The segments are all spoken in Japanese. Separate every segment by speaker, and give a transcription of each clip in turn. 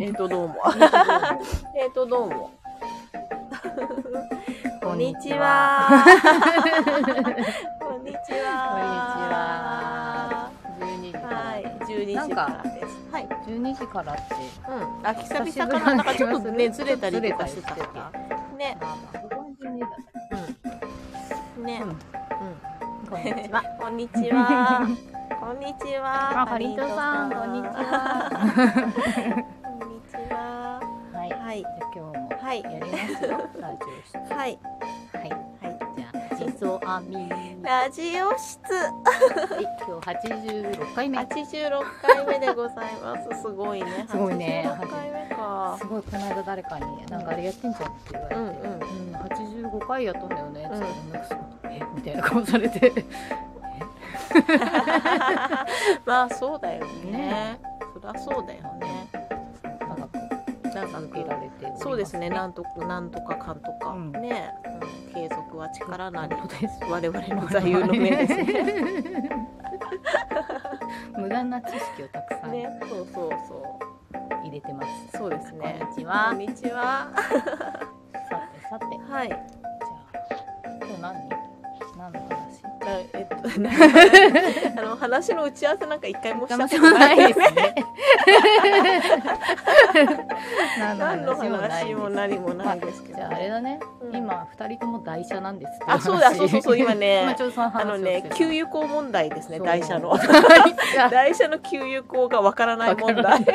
Speaker 1: えっ、と、どうも。えっと、どうも。
Speaker 2: こ
Speaker 1: こ
Speaker 2: ん
Speaker 1: ん
Speaker 2: に
Speaker 1: に
Speaker 2: ち
Speaker 1: ち
Speaker 2: は
Speaker 1: は。こんにちは。
Speaker 2: 12時か
Speaker 1: はい、12
Speaker 2: なん
Speaker 1: 時
Speaker 2: か
Speaker 1: からです。はい。
Speaker 2: ら12時からって
Speaker 1: うん。あ、久
Speaker 2: 々
Speaker 1: 々かな。なんかちょっとね、
Speaker 2: ず
Speaker 1: ず
Speaker 2: れ
Speaker 1: れ
Speaker 2: た
Speaker 1: た
Speaker 2: り
Speaker 1: り
Speaker 2: と
Speaker 1: とか
Speaker 2: かし
Speaker 1: しててた
Speaker 2: たか
Speaker 1: かね、ね。
Speaker 2: うんこんにちは
Speaker 1: こんにちは。こんにちは。
Speaker 2: あハリートさんこんにちは
Speaker 1: こんにちは。
Speaker 2: はいじゃ
Speaker 1: はい。
Speaker 2: あ今日も
Speaker 1: はい。
Speaker 2: やりますよラジオ室
Speaker 1: はい。
Speaker 2: は
Speaker 1: はい。
Speaker 2: いじゃあ地蔵編みは
Speaker 1: ラジオ室
Speaker 2: い今日86回目
Speaker 1: 86回目でございます。すごいね。
Speaker 2: すごいね
Speaker 1: 86回目 か
Speaker 2: す。ごいこの間誰かになんかあれやってんじゃんって言われて
Speaker 1: うん
Speaker 2: うん85回やったんだよねって
Speaker 1: うん
Speaker 2: 言ったらなんかすごいえみたいな顔されて
Speaker 1: まあそうだよね
Speaker 2: ね
Speaker 1: そりゃそうだよね
Speaker 2: 長く
Speaker 1: なんか
Speaker 2: 続けられております
Speaker 1: そうですねなんとなんとかかんとか、
Speaker 2: うん
Speaker 1: ね、うん継続は力なり
Speaker 2: 本 当です
Speaker 1: 我々の座右の銘ですね
Speaker 2: 無駄な知識をたくさん入
Speaker 1: ねそうそうそ
Speaker 2: れてます。
Speaker 1: うそうですね
Speaker 2: こんにちは
Speaker 1: こんにちは
Speaker 2: さてさて、じ
Speaker 1: はい
Speaker 2: ゃあ今日何？何の話？
Speaker 1: あえっとなんか あの話の打ち合わせなんか一回もしたことない
Speaker 2: 何もないですね。
Speaker 1: 何の話も何もない
Speaker 2: で
Speaker 1: ですけ
Speaker 2: す。
Speaker 1: ど、
Speaker 2: じゃああれだね。
Speaker 1: うん
Speaker 2: 今二人とも台車なんですって話。
Speaker 1: あそうだそうそうそう今ね
Speaker 2: 今ちょうどその話
Speaker 1: あの
Speaker 2: をして
Speaker 1: ね
Speaker 2: た
Speaker 1: 給油口問題ですね
Speaker 2: そう
Speaker 1: 台車の
Speaker 2: 台
Speaker 1: 台車の給油口がわからない問
Speaker 2: わから
Speaker 1: 題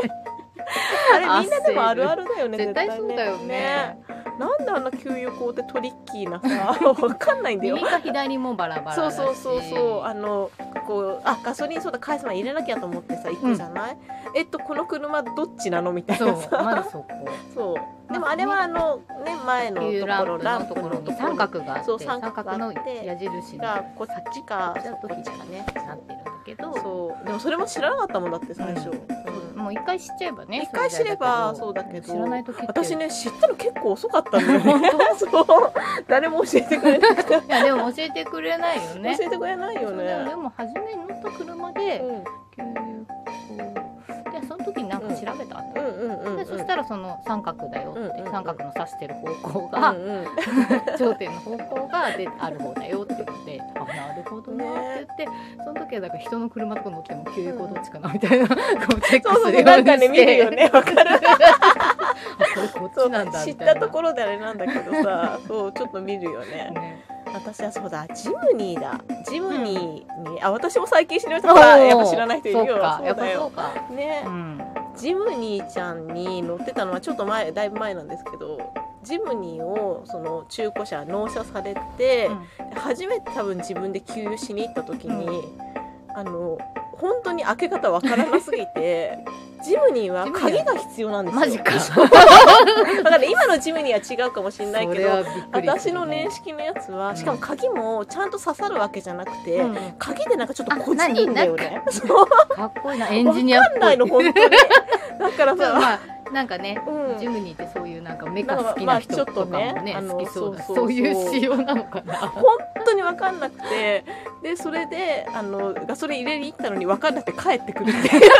Speaker 2: な
Speaker 1: あれみんなでもあるあるだよね
Speaker 2: 絶対そうだよね。
Speaker 1: なんであんな給油口ってトリッキーなさわかんないんだよ
Speaker 2: 右か左もバラバラ
Speaker 1: そ
Speaker 2: だ
Speaker 1: う
Speaker 2: し。
Speaker 1: そうそうそうあのこうあガソリンそうだ返す前入れなきゃと思ってさ行くじゃない、えっとこの車どっちなのみたい
Speaker 2: そ
Speaker 1: な
Speaker 2: う
Speaker 1: さ
Speaker 2: まずそこ。
Speaker 1: そうでもあれはあのね前のと
Speaker 2: いうラ
Speaker 1: ころ
Speaker 2: ンプのところに三角があ
Speaker 1: そ
Speaker 2: っ
Speaker 1: う
Speaker 2: て
Speaker 1: 三
Speaker 2: 三
Speaker 1: 角
Speaker 2: 角の
Speaker 1: があって
Speaker 2: 矢印
Speaker 1: が
Speaker 2: の
Speaker 1: こっちか
Speaker 2: じゃあ
Speaker 1: こっちかね
Speaker 2: なってるんだけど
Speaker 1: そうでもそれも知らなかったもんだって最初、
Speaker 2: うん
Speaker 1: うん
Speaker 2: もう一回知っちゃえばね
Speaker 1: 一回知れば
Speaker 2: それ
Speaker 1: そうだ
Speaker 2: 以外だけ
Speaker 1: けど
Speaker 2: 知らないと結構
Speaker 1: 私ね知ったの結構遅かったんだよね そう誰も教えてくれなくて、
Speaker 2: いやでも教えてくれないよね
Speaker 1: 教えてくれないよ
Speaker 2: そうだよで
Speaker 1: ね
Speaker 2: も初めに乗った車で給油口でその時になんか調べたんだ
Speaker 1: うん
Speaker 2: よ、
Speaker 1: うんうんうん
Speaker 2: でそしたらその三角だよって、
Speaker 1: うんうんうん
Speaker 2: 三角の指してる方向が、
Speaker 1: うんうん
Speaker 2: 頂点の方向がである方だよって言ってあなるほどなって言って、その時はだから人の車とか乗っても給油口どっちかなみた いな、こうチェック
Speaker 1: そうそ
Speaker 2: す
Speaker 1: う
Speaker 2: る
Speaker 1: そう
Speaker 2: よう
Speaker 1: なん
Speaker 2: にして
Speaker 1: かね見るよ ねわかる
Speaker 2: あこれこっ
Speaker 1: そ
Speaker 2: ち
Speaker 1: う
Speaker 2: なんだ
Speaker 1: 知
Speaker 2: み
Speaker 1: った
Speaker 2: いな
Speaker 1: たところであれなんだけど さそうちょっと見るよね
Speaker 2: ね
Speaker 1: 私はそうだジムニーだジムニーに、あ私も最近知りましたからやっぱ知らない人いるよ
Speaker 2: そうか
Speaker 1: そう
Speaker 2: やっぱ
Speaker 1: だ
Speaker 2: そ
Speaker 1: よ
Speaker 2: うか
Speaker 1: ね、
Speaker 2: うん
Speaker 1: ジムニーちゃんに乗ってたのはちょっと前だいぶ前なんですけどジムニーをその中古車納車されて、初めて多分自分で給油しに行った時に、
Speaker 2: う
Speaker 1: あの本当に開け方わからなすぎ てジムニーは鍵が必要なんですよ
Speaker 2: マジか
Speaker 1: だから今のジムニーは違うかもしれないけど私の年
Speaker 2: 始
Speaker 1: 式のやつは、
Speaker 2: うん
Speaker 1: しかも鍵もちゃんと刺さるわけじゃなくて、
Speaker 2: うん
Speaker 1: 鍵でなんかちょっとこじるんだよ
Speaker 2: あ
Speaker 1: ね。そう、
Speaker 2: かっこいいなエンジニアっ
Speaker 1: わかんないの
Speaker 2: ぽい
Speaker 1: 本当に。だから
Speaker 2: そう
Speaker 1: さ、
Speaker 2: まあなんかね
Speaker 1: うん
Speaker 2: ジムニーってそういうなんかメカ好きな人とかも
Speaker 1: なんかまあ
Speaker 2: ね
Speaker 1: ちょっとね
Speaker 2: 好きそうだ
Speaker 1: あ
Speaker 2: そ
Speaker 1: のそうそうそう
Speaker 2: ういう仕様なのかな
Speaker 1: 本当に分かんなくてでそれであのガソリン入れに行ったのに分かんなくて帰ってくるっていう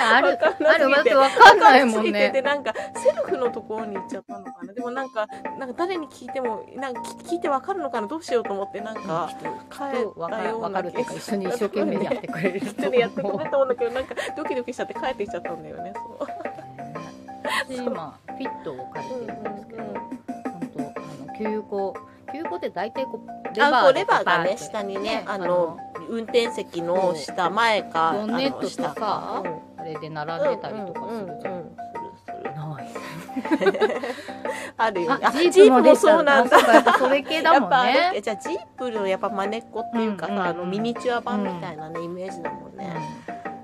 Speaker 2: ある
Speaker 1: わかんな
Speaker 2: あ
Speaker 1: す
Speaker 2: る
Speaker 1: ぎ
Speaker 2: わ
Speaker 1: て
Speaker 2: けわかんない
Speaker 1: 分か
Speaker 2: も
Speaker 1: ん
Speaker 2: ん
Speaker 1: なすぎて
Speaker 2: ね
Speaker 1: でなんかセルフのところに行っちゃったのかなでもなんかなんか誰に聞いてもなんか聞聞いて分かるのかなどうしようと思ってなんか帰ったよ
Speaker 2: そううわかるわ
Speaker 1: な
Speaker 2: かる
Speaker 1: 気
Speaker 2: というか一緒に一生懸命やってくれる
Speaker 1: 一緒にやってくれたもんだけどなんかドキドキしちゃって帰ってきちゃったんだよねそう
Speaker 2: 私今フィットを借りてるんですけど
Speaker 1: うんうん
Speaker 2: 本当あの給油口給油口って大体こうレ
Speaker 1: あ
Speaker 2: バ
Speaker 1: こ
Speaker 2: ー
Speaker 1: う
Speaker 2: で
Speaker 1: レバーが
Speaker 2: バーっ
Speaker 1: ね
Speaker 2: て
Speaker 1: 下にね
Speaker 2: ね
Speaker 1: あの運転席の下前か
Speaker 2: ボンネットとさ
Speaker 1: あの下
Speaker 2: あれで並んでたりとかするじゃん、
Speaker 1: うんうんうんうんするする
Speaker 2: ない
Speaker 1: あるよね
Speaker 2: あジ
Speaker 1: ジ
Speaker 2: ープも出
Speaker 1: も
Speaker 2: た
Speaker 1: そうなんだ
Speaker 2: あそうかやっぱそれ系だ
Speaker 1: や
Speaker 2: も
Speaker 1: っ
Speaker 2: ん
Speaker 1: ぱあれっ
Speaker 2: ね
Speaker 1: てじゃあジープのやっぱ真似っこっていうかさ、
Speaker 2: うんうんうん
Speaker 1: あのミニチュア版みたいなね、イメージだもんね、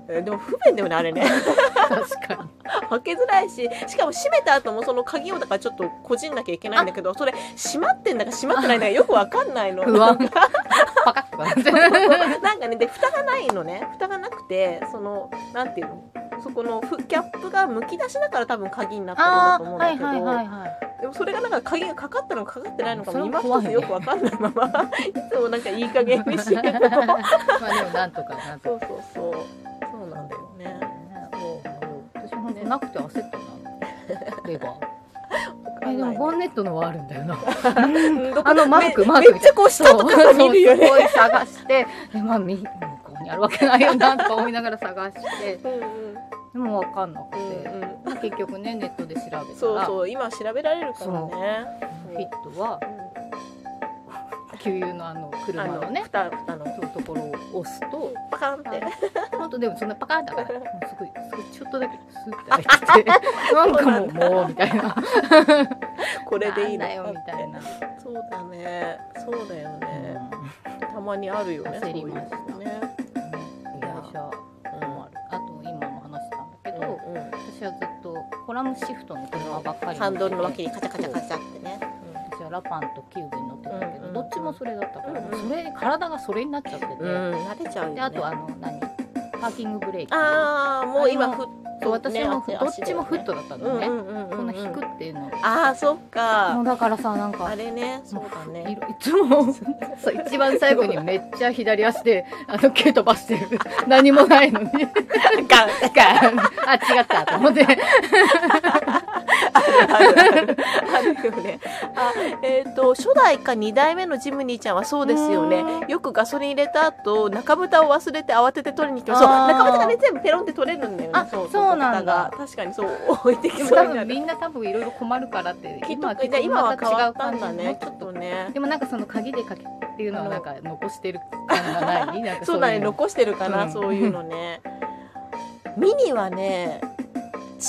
Speaker 1: えでも不便だよねあれね
Speaker 2: 確か
Speaker 1: 開けづらいししかも閉めた後もその鍵をだからちょっとこじんなきゃいけないんだけどそれ閉まってんだか閉まってないんだかよくわかんないの
Speaker 2: に不安パカッとなって
Speaker 1: なんかねで蓋がないのね蓋がなくてそのなんていうのそこのふキャップがむき出しだから多分鍵になってるんだと思うんだけど、
Speaker 2: いはい
Speaker 1: でもそれがなんか鍵がかかったのかかってないのか
Speaker 2: それ
Speaker 1: も
Speaker 2: も
Speaker 1: 今
Speaker 2: 怖
Speaker 1: 一
Speaker 2: いね
Speaker 1: つよくわかんないままいつもなんかいい加減にしてる
Speaker 2: まあでもなんとかなん
Speaker 1: そ
Speaker 2: と
Speaker 1: う
Speaker 2: か
Speaker 1: そうそうそうなんだよね
Speaker 2: ねもう私本えなくて焦ったなレバー
Speaker 1: わか
Speaker 2: え
Speaker 1: ん
Speaker 2: で
Speaker 1: な
Speaker 2: も
Speaker 1: い
Speaker 2: ボンネットのはあるんだ よな
Speaker 1: どこ
Speaker 2: あのマークマー
Speaker 1: め
Speaker 2: ク
Speaker 1: めっちゃこう下とかさ見るよね
Speaker 2: そうそうすごい探してでまあみ 向こうにあるわけないよなとか思いながら探して
Speaker 1: うんうん
Speaker 2: でも分かんなく
Speaker 1: うん
Speaker 2: て、まあ、結局ねネットで調べたら
Speaker 1: うんそうそう今調べられるからね
Speaker 2: フィットは給油のあの
Speaker 1: うん
Speaker 2: 車
Speaker 1: あ
Speaker 2: の
Speaker 1: の
Speaker 2: ね
Speaker 1: 蓋蓋の
Speaker 2: そういうところを押すと
Speaker 1: パカンって
Speaker 2: 本当でもそんなパカーンだから もうすごいすごいちょっとだけスッて開いて てなんかもうもうみたいな
Speaker 1: こ
Speaker 2: こ
Speaker 1: れでいいの
Speaker 2: だよみたいな、
Speaker 1: そうだねそうだよねたまにあるよね
Speaker 2: 焦ります
Speaker 1: そういうのね
Speaker 2: うん会社もあるあと今も話してたんだけど、
Speaker 1: うんうん
Speaker 2: 私はずっとコラムシフトの車ばっかり乗ってて
Speaker 1: ハンドルの脇にカチャカチャカチャってね
Speaker 2: 私はラパンとキューブに乗ってたけど、
Speaker 1: うん
Speaker 2: どっちもそれだったから、
Speaker 1: うんうん
Speaker 2: それ体がそれになっちゃってて、
Speaker 1: うん慣れちゃうよね
Speaker 2: であとあの何パーキングブレーキ
Speaker 1: あーもう今
Speaker 2: あれ
Speaker 1: ふっ
Speaker 2: そう私もふ、
Speaker 1: ね
Speaker 2: どっちもフットだった
Speaker 1: う
Speaker 2: の
Speaker 1: ん
Speaker 2: ね、
Speaker 1: うんうんうん
Speaker 2: こんな引くっていうの
Speaker 1: ああそっ
Speaker 2: もう
Speaker 1: か
Speaker 2: だからさなんか
Speaker 1: あれねそうだね
Speaker 2: いろいつもそう一番最後にめっちゃ左足であの毛飛ばしてる何もないのに
Speaker 1: ガン
Speaker 2: ガン あ違ったと思って
Speaker 1: あるあるあるよね。あ、えっ、と初代か二代目のジムニーちゃんはそうですよね
Speaker 2: う。
Speaker 1: よくガソリン入れた後中蓋を忘れて慌てて取りに来て、そう
Speaker 2: あー
Speaker 1: 中蓋がね全部ペロンって取れるんだよね。
Speaker 2: あそうなんだ
Speaker 1: 蓋が確かにそう置いてき
Speaker 2: で も
Speaker 1: そう
Speaker 2: 多
Speaker 1: にな
Speaker 2: 分み
Speaker 1: る。
Speaker 2: んな多分いろいろ困るからって
Speaker 1: きっ
Speaker 2: 今
Speaker 1: と
Speaker 2: はきっ
Speaker 1: じゃ
Speaker 2: と
Speaker 1: あ今は変わった
Speaker 2: ま
Speaker 1: んだ
Speaker 2: た違う
Speaker 1: ねち
Speaker 2: 感。じ
Speaker 1: ょっとね。
Speaker 2: でもなんかその鍵でかけっていうのはなんか残してる感 がないなんか
Speaker 1: そうだね
Speaker 2: の
Speaker 1: 残してるかな、
Speaker 2: うん
Speaker 1: そういうのね。ミニはね。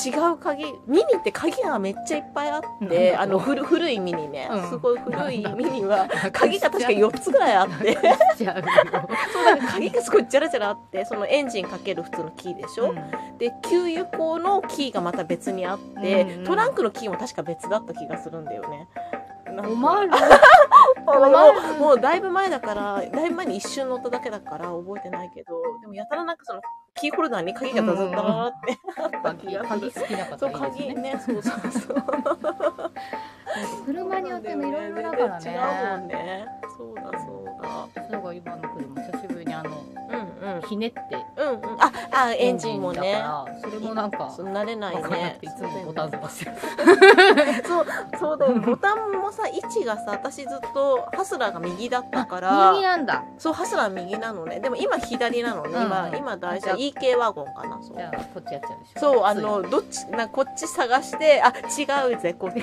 Speaker 1: 違う鍵ミニって鍵がめっちゃいっぱいあ
Speaker 2: な
Speaker 1: っ
Speaker 2: んだろ
Speaker 1: て
Speaker 2: う
Speaker 1: あの古古いミニね、
Speaker 2: うん
Speaker 1: すごい古いミニ は
Speaker 2: なんか
Speaker 1: 鍵が確か4つぐらいあ って
Speaker 2: しちゃうよ
Speaker 1: そうだから鍵がすごいジャラジャラあってそのエンジンかける普通のキーでしょ、で給油口のキーがまた別にあって、
Speaker 2: うんうん
Speaker 1: トランクのキーも確か別だった気がするんだよね。なんか
Speaker 2: 困る
Speaker 1: あの
Speaker 2: 困
Speaker 1: もう
Speaker 2: る
Speaker 1: もうだいぶ前だからだいぶ前に一瞬乗っただけだから覚えてないけどでもやたらなんかそのキーホルダーに鍵がダダダダってあった気
Speaker 2: 鍵
Speaker 1: がす
Speaker 2: 鍵
Speaker 1: る。
Speaker 2: 好きな
Speaker 1: そう
Speaker 2: 方いいです
Speaker 1: 鍵
Speaker 2: ね
Speaker 1: ねそうそうそう
Speaker 2: 車によってもいろいろだから
Speaker 1: 全然違うもん
Speaker 2: ね
Speaker 1: ねそうだそうだ
Speaker 2: そうが今の車久しぶりにあの
Speaker 1: うんうん
Speaker 2: ひねって
Speaker 1: うんうんああエンジンもね
Speaker 2: だからそれもなんか
Speaker 1: そう慣れない
Speaker 2: 分かんな
Speaker 1: ね
Speaker 2: くていつもボタン飛ばしてる
Speaker 1: そうそうだよねボタンもさ位置がさ私ずっとハスラーが右だった か
Speaker 2: 右
Speaker 1: ら
Speaker 2: なんだ
Speaker 1: そうハスラー右なのねでも今左なのね、
Speaker 2: うん
Speaker 1: 今今大
Speaker 2: じゃ
Speaker 1: 体
Speaker 2: あ
Speaker 1: EK ワゴンかなそう
Speaker 2: じゃあこっちやっちゃうでしょ
Speaker 1: そうあ
Speaker 2: つい
Speaker 1: のどっちなこっち探してあ違うぜこっ ち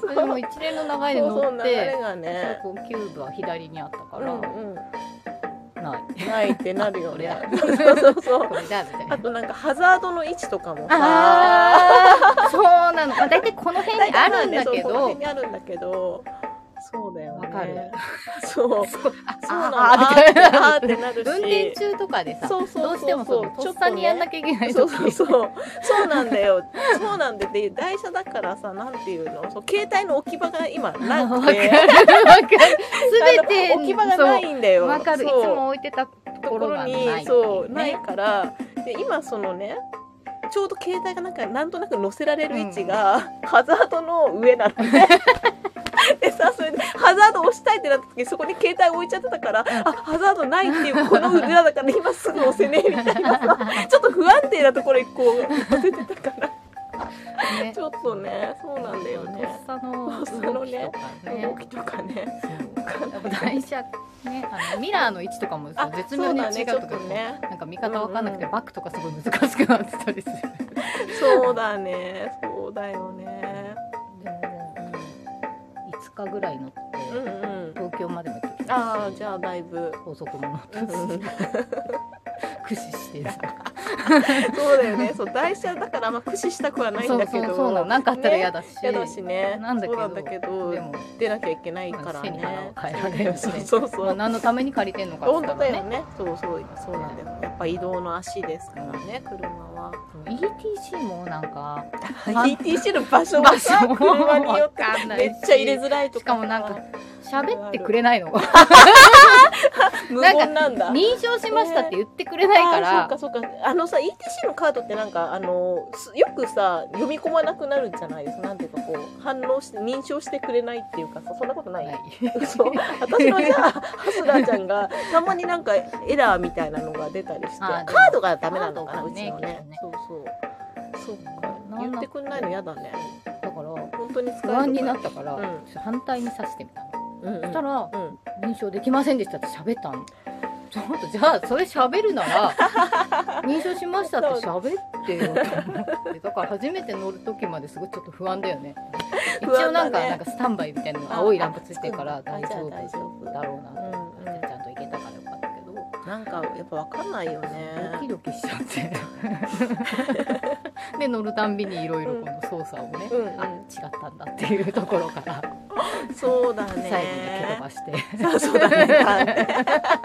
Speaker 2: それも一連の流れで
Speaker 1: そうそう
Speaker 2: 乗
Speaker 1: 流
Speaker 2: って
Speaker 1: れがね
Speaker 2: そうこうキューブは左にあったか
Speaker 1: う
Speaker 2: ら、
Speaker 1: んうん
Speaker 2: ない
Speaker 1: ないってなるよね
Speaker 2: あ
Speaker 1: そうそうそう
Speaker 2: これだみたい
Speaker 1: あ
Speaker 2: な
Speaker 1: となんかハザードの位置とかもさ
Speaker 2: ああそうなの、まあ、大体この辺にあるんだけ
Speaker 1: そうこの
Speaker 2: ど
Speaker 1: 辺にあるんだけどそうだよね
Speaker 2: わかる
Speaker 1: そう
Speaker 2: そうあ
Speaker 1: そうなの
Speaker 2: ああみたいな
Speaker 1: あーってなるし
Speaker 2: 運転中とかでさ
Speaker 1: そうそうそうそう
Speaker 2: どうしてもその
Speaker 1: ちょ
Speaker 2: と
Speaker 1: っとね
Speaker 2: っさにやんなきゃいけない時
Speaker 1: そうそうそうそうなんだよそうなんでで台車だからさなんていうのそう携帯の置き場が今
Speaker 2: あ
Speaker 1: な
Speaker 2: わ
Speaker 1: く
Speaker 2: かる
Speaker 1: て
Speaker 2: わかる
Speaker 1: あ
Speaker 2: 全
Speaker 1: の
Speaker 2: て
Speaker 1: 置き場がな
Speaker 2: そ
Speaker 1: いんだよ
Speaker 2: うわかるいつ
Speaker 1: そう
Speaker 2: も置いてたと
Speaker 1: と
Speaker 2: こ
Speaker 1: こ
Speaker 2: ろ
Speaker 1: ろ
Speaker 2: が
Speaker 1: に
Speaker 2: ない
Speaker 1: そう
Speaker 2: って
Speaker 1: ないいう
Speaker 2: ね
Speaker 1: からで今そのねちょうど携帯がなんかなんとなく載せられる位置が、ハザードの上なのね でさそれでハザード押したいってなった時そこに携帯置いちゃってたから、あハザードないっていうこの裏だから今すぐ押せねえみたいな さちょっと不安定なところにこう押せてたから
Speaker 2: ね
Speaker 1: ちょっとねそうなんだよ
Speaker 2: とっ
Speaker 1: ね
Speaker 2: さ
Speaker 1: と
Speaker 2: の
Speaker 1: っさの
Speaker 2: 動き
Speaker 1: ね
Speaker 2: とかね
Speaker 1: 動きとかね
Speaker 2: やっぱ台車ねあのミラーの位置とかもそう絶妙に違う
Speaker 1: そうだねち
Speaker 2: と
Speaker 1: ょっと
Speaker 2: か
Speaker 1: ね
Speaker 2: なんか見方わかんなくて、
Speaker 1: うん
Speaker 2: バックとかすごい難しくなってたりする。
Speaker 1: そうだねそうだよね
Speaker 2: でも5日ぐらい乗って、
Speaker 1: うんうん
Speaker 2: 東京までも行って
Speaker 1: あ
Speaker 2: きた
Speaker 1: あ
Speaker 2: し
Speaker 1: じゃあだいぶ
Speaker 2: 高速も乗ったし、
Speaker 1: うんうん
Speaker 2: 駆使してさ
Speaker 1: そうだよね。そう台車だからあんま駆使したくはないんだけど、
Speaker 2: そうそうそうなのなんかあったら嫌
Speaker 1: ね
Speaker 2: だし、
Speaker 1: 嫌だしね。
Speaker 2: なんだけど
Speaker 1: そうなんだけど
Speaker 2: でも、
Speaker 1: 出なきゃいけないから
Speaker 2: 背に腹
Speaker 1: ね
Speaker 2: を。変えられるし
Speaker 1: そう
Speaker 2: ね
Speaker 1: そう
Speaker 2: ま
Speaker 1: そ
Speaker 2: あ、
Speaker 1: う。
Speaker 2: 何のために借りてんのか
Speaker 1: 本
Speaker 2: って
Speaker 1: 当
Speaker 2: ったら
Speaker 1: だよ
Speaker 2: ね
Speaker 1: ね。そうそうそうなんだよ。やっぱ移動の足ですからね、車は。
Speaker 2: ETC もなんか
Speaker 1: ETC の場所がさ
Speaker 2: 場所も
Speaker 1: 車によって
Speaker 2: わかんない
Speaker 1: め
Speaker 2: し
Speaker 1: っちゃ入れづらいと
Speaker 2: しかもなんか喋ってくれないの
Speaker 1: 無言なんだ
Speaker 2: 認証しましたって言ってくれないから
Speaker 1: あ、ーそうかそうかあのさ ETC のカードってなんかあのすよくさ読み込まなくなるじゃないですかなんていうかこう反応して認証してくれないっていうかさそんなことない、
Speaker 2: ない
Speaker 1: そう私のじゃあハスラーちゃんがたまになんかエラーみたいなのが出たりして
Speaker 2: あーでも
Speaker 1: カードがダメなのかな
Speaker 2: カ
Speaker 1: う
Speaker 2: ードが
Speaker 1: ち
Speaker 2: ね
Speaker 1: のね
Speaker 2: きっ
Speaker 1: そうそうそっか
Speaker 2: なんだ
Speaker 1: 言ってくんないの嫌だね
Speaker 2: だから
Speaker 1: 本当に使え
Speaker 2: 不
Speaker 1: るのか
Speaker 2: 安になったから、
Speaker 1: うん
Speaker 2: ちょっと反対にさしてみたの、
Speaker 1: うんうん
Speaker 2: そしたら
Speaker 1: うん
Speaker 2: 認証できませんでしたって喋ったのちょっとじゃあそれ喋る なら認証しましたって喋ってよと思ってだから初めて乗る時まですごいちょっと不安だよね一
Speaker 1: 不安だね
Speaker 2: 応なんかなんかスタンバイみたいなの青いランプついてるから
Speaker 1: あ
Speaker 2: 大丈夫
Speaker 1: じゃあ大丈夫
Speaker 2: だろうなと思って、
Speaker 1: うんうん
Speaker 2: ちゃんと行けたからよかったけど
Speaker 1: なんかやっぱわかんないよ
Speaker 2: ドキ
Speaker 1: ね。
Speaker 2: ドキしちゃって で乗るたんびにいろいろこの操作をね、
Speaker 1: うんうん
Speaker 2: あ違ったんだっていうところから
Speaker 1: そうだ
Speaker 2: 最
Speaker 1: ね。
Speaker 2: 後に蹴飛ばして
Speaker 1: そうそうだね。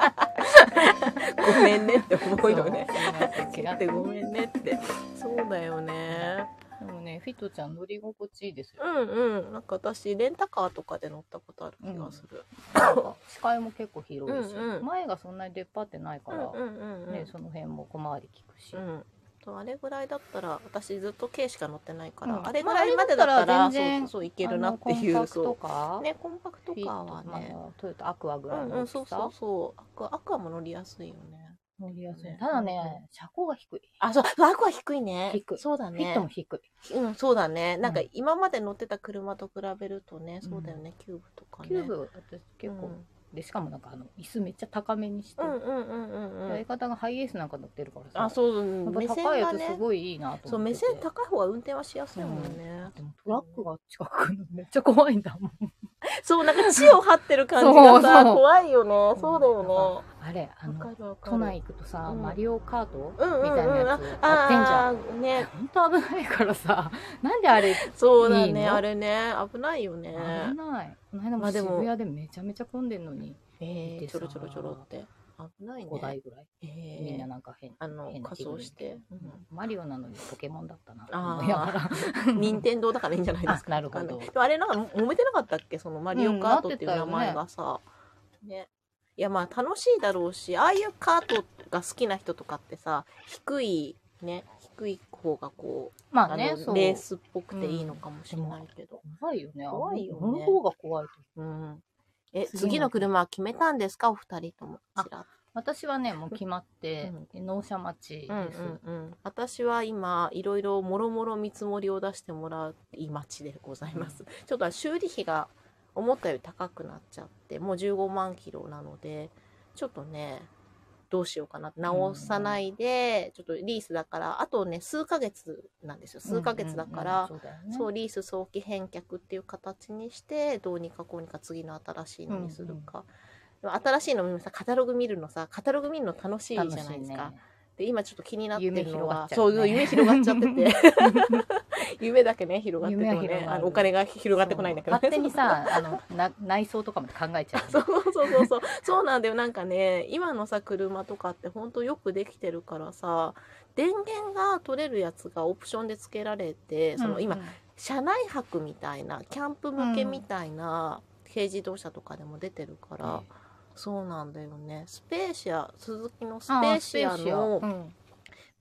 Speaker 1: ごめんねって思うよね。
Speaker 2: そうすいま
Speaker 1: 違
Speaker 2: せん違っ
Speaker 1: ったてごめんねって。そうだよね。
Speaker 2: でもね、フィットちゃん乗り心地いいですよ。
Speaker 1: うんうん。なんか私レンタカーとかで乗ったことある気がする。
Speaker 2: なんか視界も結構広いし、
Speaker 1: うんうん
Speaker 2: 前がそんなに出っ張ってないか
Speaker 1: うん
Speaker 2: ら、
Speaker 1: うんうんうん。
Speaker 2: ね、その辺も小回り効くし。
Speaker 1: うん。とあれぐらいだったら私ずっと軽しか乗ってないから、
Speaker 2: うん
Speaker 1: あれぐらいまでだったら,、
Speaker 2: まああれだったら
Speaker 1: そう
Speaker 2: 全然
Speaker 1: そうそういけるなってい
Speaker 2: あ
Speaker 1: う
Speaker 2: のコンパクト
Speaker 1: そ
Speaker 2: か、
Speaker 1: うねコンパクト
Speaker 2: フィ
Speaker 1: カー
Speaker 2: ット
Speaker 1: は
Speaker 2: あ
Speaker 1: ね
Speaker 2: のトヨタアクアぐ
Speaker 1: う
Speaker 2: らい
Speaker 1: んう
Speaker 2: の大
Speaker 1: ん
Speaker 2: きさ、
Speaker 1: そうそうそうアクアアクアも乗りやすいよね
Speaker 2: 乗りやすい
Speaker 1: ね
Speaker 2: ただね、車高が低い。
Speaker 1: あ、そう、アクア低いね。
Speaker 2: 低い
Speaker 1: そうだ
Speaker 2: フィットも
Speaker 1: ね。
Speaker 2: 低い。
Speaker 1: うん、そうだね。なんか
Speaker 2: うん
Speaker 1: 今まで乗ってた車と比べるとね、
Speaker 2: うん
Speaker 1: そうだよね、キューブとかね。
Speaker 2: キューブ、私結構、
Speaker 1: うん
Speaker 2: で、しかもなんかあの、椅子めっちゃ高めにして、
Speaker 1: うんうんうんうんう
Speaker 2: やり
Speaker 1: ん。
Speaker 2: 方がハイエースなんか乗ってるからさ、
Speaker 1: あ、そうそう、
Speaker 2: やっ
Speaker 1: 目
Speaker 2: ぱ
Speaker 1: 線
Speaker 2: 高いや
Speaker 1: が
Speaker 2: つす
Speaker 1: ね。
Speaker 2: ごいいいなと
Speaker 1: そう、
Speaker 2: 思
Speaker 1: 目
Speaker 2: ってて。
Speaker 1: 線高い方が運転はしやすいもんね。
Speaker 2: でもトラックが近くのめっちゃ怖いんだもん。
Speaker 1: そう、なんか地を張ってる感じが
Speaker 2: そう
Speaker 1: さ、
Speaker 2: そう
Speaker 1: 怖いよね。そうだよね。
Speaker 2: あれ、あ
Speaker 1: わか
Speaker 2: の、
Speaker 1: るわかる。
Speaker 2: 都内行くとさ、
Speaker 1: うん
Speaker 2: マリオカート
Speaker 1: うんうんうん
Speaker 2: みたいなやつやってんじゃ
Speaker 1: あ
Speaker 2: ん。
Speaker 1: あ、ね、
Speaker 2: 本当危ないからさ、 なんであれ
Speaker 1: そうだ
Speaker 2: いい
Speaker 1: ね、
Speaker 2: の
Speaker 1: あれね、危ないよね
Speaker 2: 危。ない。この間
Speaker 1: ま
Speaker 2: も
Speaker 1: あで
Speaker 2: 渋
Speaker 1: も
Speaker 2: 谷でめちゃめちゃ混んでんのに、
Speaker 1: えー、
Speaker 2: 見て
Speaker 1: ち
Speaker 2: さ
Speaker 1: ょろちょろちょろって。危ない
Speaker 2: 5台
Speaker 1: ね。
Speaker 2: ぐらい。
Speaker 1: え
Speaker 2: みんな
Speaker 1: ー、
Speaker 2: なんか変、
Speaker 1: あの
Speaker 2: 変、な
Speaker 1: 仮
Speaker 2: 気分
Speaker 1: 装
Speaker 2: で
Speaker 1: して。うん
Speaker 2: マリオなのにポケモンだったなと思いなが
Speaker 1: あ
Speaker 2: ら。
Speaker 1: あ、 任天堂だからいいんじゃないですか。
Speaker 2: あなるほど
Speaker 1: わかんないでもあれなんか揉めてなかったっけそのマリオカートっていう名前がさ。ね。いやまあ楽しいだろうし、ああいうカートが好きな人とかってさ、低い、ね、低い方がこう、
Speaker 2: ま
Speaker 1: あ
Speaker 2: あね、そ
Speaker 1: の
Speaker 2: う。
Speaker 1: レースっぽくていいのかもしれないけど。
Speaker 2: 怖いよね。
Speaker 1: 怖いよね
Speaker 2: この方が怖いと。
Speaker 1: うん。え、
Speaker 2: 次の
Speaker 1: 次の車は決めたんですかお二人とも。
Speaker 2: あ
Speaker 1: ちらっと
Speaker 2: 私は ね、もう決まって、納車待ち
Speaker 1: うん
Speaker 2: です。
Speaker 1: うんうん、私は今いろいろもろもろ見積もりを出してもらい待ちでございます、ちょっと修理費が思ったより高くなっちゃってもう15万キロなのでちょっとねどうしようかな直さないで、ちょっとリースだからあとね数ヶ月なんですよ数ヶ月だから、
Speaker 2: うんうんうんそうだよね
Speaker 1: そうリース早期返却っていう形にしてどうにかこうにか次の新しいのにするか、でも新しいのもさカタログ見るのさカタログ見るの楽しいじゃ
Speaker 2: 楽
Speaker 1: な
Speaker 2: し
Speaker 1: い
Speaker 2: い
Speaker 1: です
Speaker 2: ね
Speaker 1: か。で今ちょっと気になってる
Speaker 2: 夢
Speaker 1: の
Speaker 2: 広がっ
Speaker 1: は、
Speaker 2: ちゃ
Speaker 1: そうう
Speaker 2: ね
Speaker 1: そう夢広がっちゃってて 夢だけね広がってて
Speaker 2: 夢は
Speaker 1: も
Speaker 2: 広
Speaker 1: ね
Speaker 2: がる
Speaker 1: あのお金が広がってこないんだけど、
Speaker 2: 勝手にさあのな内装とかまで考えちゃ う
Speaker 1: そうそうそうそうそうなんだよなんかね今のさ車とかってほんとよくできてるからさ電源が取れるやつがオプションで付けられてその今、車内泊みたいなキャンプ向けみたいな軽自動車とかでも出てるから、そうなんだよねスペーシア鈴木のスペーシアの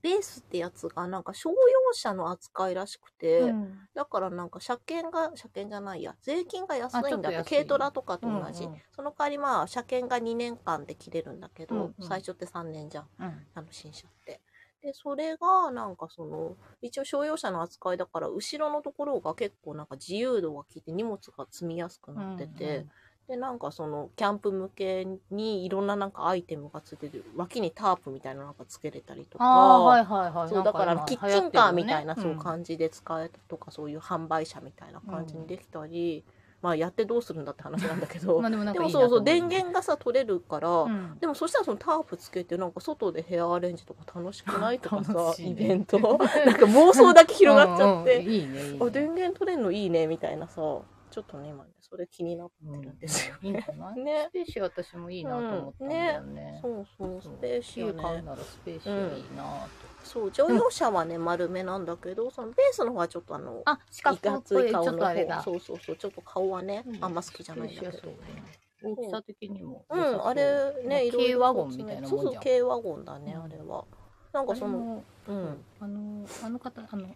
Speaker 1: ベースってやつがなんか商用車の扱いらしくて、だからなんか車検が車検じゃないや税金が安いんだっ
Speaker 2: あち
Speaker 1: て
Speaker 2: ょっと安い
Speaker 1: 軽トラとかと同じ、
Speaker 2: うんうん
Speaker 1: その代わりまあ車検が2年間で切れるんだけど、
Speaker 2: うんうん
Speaker 1: 最初って3年じゃんあの新車って。でそれがなんかその一応商用車の扱いだから後ろのところが結構なんか自由度が効いて荷物が積みやすくなってて、でなんかそのキャンプ向けにいろんななんかアイテムがついてて脇にタープみたいなのなんかつけれたりとか。
Speaker 2: あーはいはいはい
Speaker 1: そうだからあのキッチンカーみたいなそう
Speaker 2: じ
Speaker 1: 感じで使えたとか、そういう販売車みたいな感じにできたり、まあやってどうするんだって話なんだけど
Speaker 2: まあでもなん
Speaker 1: で
Speaker 2: か
Speaker 1: も
Speaker 2: いい
Speaker 1: そうそう電
Speaker 2: な
Speaker 1: 源がさ取れるから、
Speaker 2: と思う
Speaker 1: でもそしたらそのタープつけてなんか外でヘアアレンジとか楽しくないとかさ、
Speaker 2: 楽しいね
Speaker 1: イベント なんか妄想だけ広がっちゃっ
Speaker 2: うん
Speaker 1: て
Speaker 2: うんいいねいいね
Speaker 1: あ電源取れるのいいねみたいなさちょっとね今ねそれ気になってるんですよ
Speaker 2: うんいいんじゃない
Speaker 1: ね
Speaker 2: ス。ペーシア私もいいなと思ったんだよね
Speaker 1: そうそうスペーシア
Speaker 2: いい
Speaker 1: ね
Speaker 2: 買うならスペーシアいいなと
Speaker 1: そう乗用車はね丸めなんだけどそのベースの方はちょっとあの
Speaker 2: あ四角っぽいちょっとあれ
Speaker 1: 方
Speaker 2: だ
Speaker 1: そうそうそうちょっと顔はね、
Speaker 2: うん
Speaker 1: あんま好きじゃないんだけ
Speaker 2: スペ
Speaker 1: ど
Speaker 2: ーシアそうだね大きさ的にも
Speaker 1: う
Speaker 2: 良さそ
Speaker 1: ん、あれ
Speaker 2: まあ
Speaker 1: ね、いろいろ
Speaker 2: 軽ワゴンみたいなもんじゃん
Speaker 1: そうそう、軽ワゴンだね、
Speaker 2: うん
Speaker 1: あれは。なん
Speaker 2: あ
Speaker 1: か
Speaker 2: れ
Speaker 1: その、
Speaker 2: も
Speaker 1: うん、うん
Speaker 2: あのあの方あの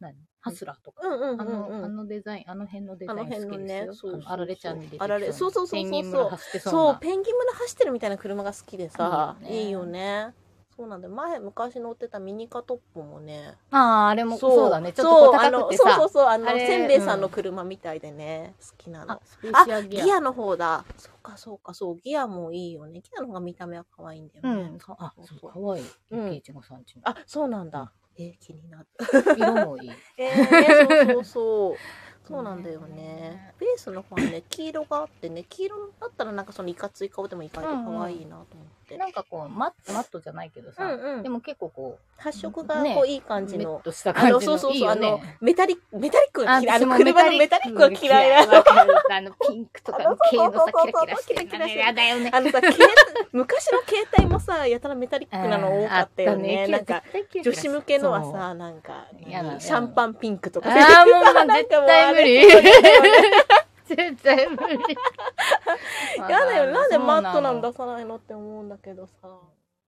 Speaker 2: 何ハスラーとか、
Speaker 1: うんう
Speaker 2: あの、
Speaker 1: んう
Speaker 2: あ
Speaker 1: ん。
Speaker 2: のデザイン、あの辺のデザイン好きです
Speaker 1: あの
Speaker 2: よ。
Speaker 1: 辺のねそうそうそう
Speaker 2: あられちゃんに出てき
Speaker 1: あられそうそうそうそうそう
Speaker 2: ペンギン村走ってそう
Speaker 1: そう
Speaker 2: な。、
Speaker 1: ペンギン村走ってるみたいな車が好きでさ、
Speaker 2: いいよね
Speaker 1: いいよね。そうなんだよ。前、昔乗ってたミニカトップもね。
Speaker 2: ああ、あれも、そうだね。ちょっとこう
Speaker 1: そ
Speaker 2: 高くて
Speaker 1: うあのそう
Speaker 2: さ。
Speaker 1: そうそう、あの、
Speaker 2: あれ
Speaker 1: せんべいさんの車みたいでね、好きなの
Speaker 2: あ。、スペ
Speaker 1: あ
Speaker 2: シアギ
Speaker 1: ギ
Speaker 2: ア。
Speaker 1: アの方だ。そうか、そうか、そう。ギアもいいよね。ギアの方が見た目は可愛いんだよ
Speaker 2: う
Speaker 1: ね。
Speaker 2: ん。
Speaker 1: そう
Speaker 2: あ、
Speaker 1: そう
Speaker 2: そう、
Speaker 1: そう
Speaker 2: かわいい。ケ
Speaker 1: うん
Speaker 2: イチゴさんちの。
Speaker 1: あ、そうなんだ。えー気になる。
Speaker 2: 色もいい。
Speaker 1: えー、そうそうそう。
Speaker 2: そう
Speaker 1: そ
Speaker 2: ね
Speaker 1: うなんだよね。ベースの方はね、黄色があってね、黄色だったらなんかそのいかつい顔でも意外と可愛いなと思って。
Speaker 2: なんかこう、マット、マットじゃないけどさ。
Speaker 1: うんうん
Speaker 2: でも結構こう、
Speaker 1: 発色がこういい感じ
Speaker 2: メ
Speaker 1: の
Speaker 2: ッ。とした
Speaker 1: あ
Speaker 2: 感
Speaker 1: の、
Speaker 2: じ
Speaker 1: そう
Speaker 2: の。
Speaker 1: そう
Speaker 2: いい
Speaker 1: そう、
Speaker 2: よ
Speaker 1: あの
Speaker 2: ね。、
Speaker 1: メタリック、メタリックは嫌い。あの、
Speaker 2: 私も
Speaker 1: 車のメタリックは嫌いな。
Speaker 2: わかるあの、ピンクとかの系のさ、キラキラして
Speaker 1: そうそうそうそうキラキ
Speaker 2: る
Speaker 1: ラして
Speaker 2: のね。
Speaker 1: る
Speaker 2: やだよね。
Speaker 1: あのさ、携帯 昔の携帯もさ、やたらメタリックなの多かったよね。
Speaker 2: あー
Speaker 1: なんか、、女子向けのはさ、なんか、
Speaker 2: 嫌だね
Speaker 1: シャンパンピンクとか
Speaker 2: ああー、もうもう
Speaker 1: なん
Speaker 2: 絶
Speaker 1: かもう
Speaker 2: 対
Speaker 1: あ
Speaker 2: 無
Speaker 1: れ
Speaker 2: 理
Speaker 1: そうだよね。
Speaker 2: 絶対無理。
Speaker 1: やだよ、なんでマットなん出さないのって思うんだけどさ。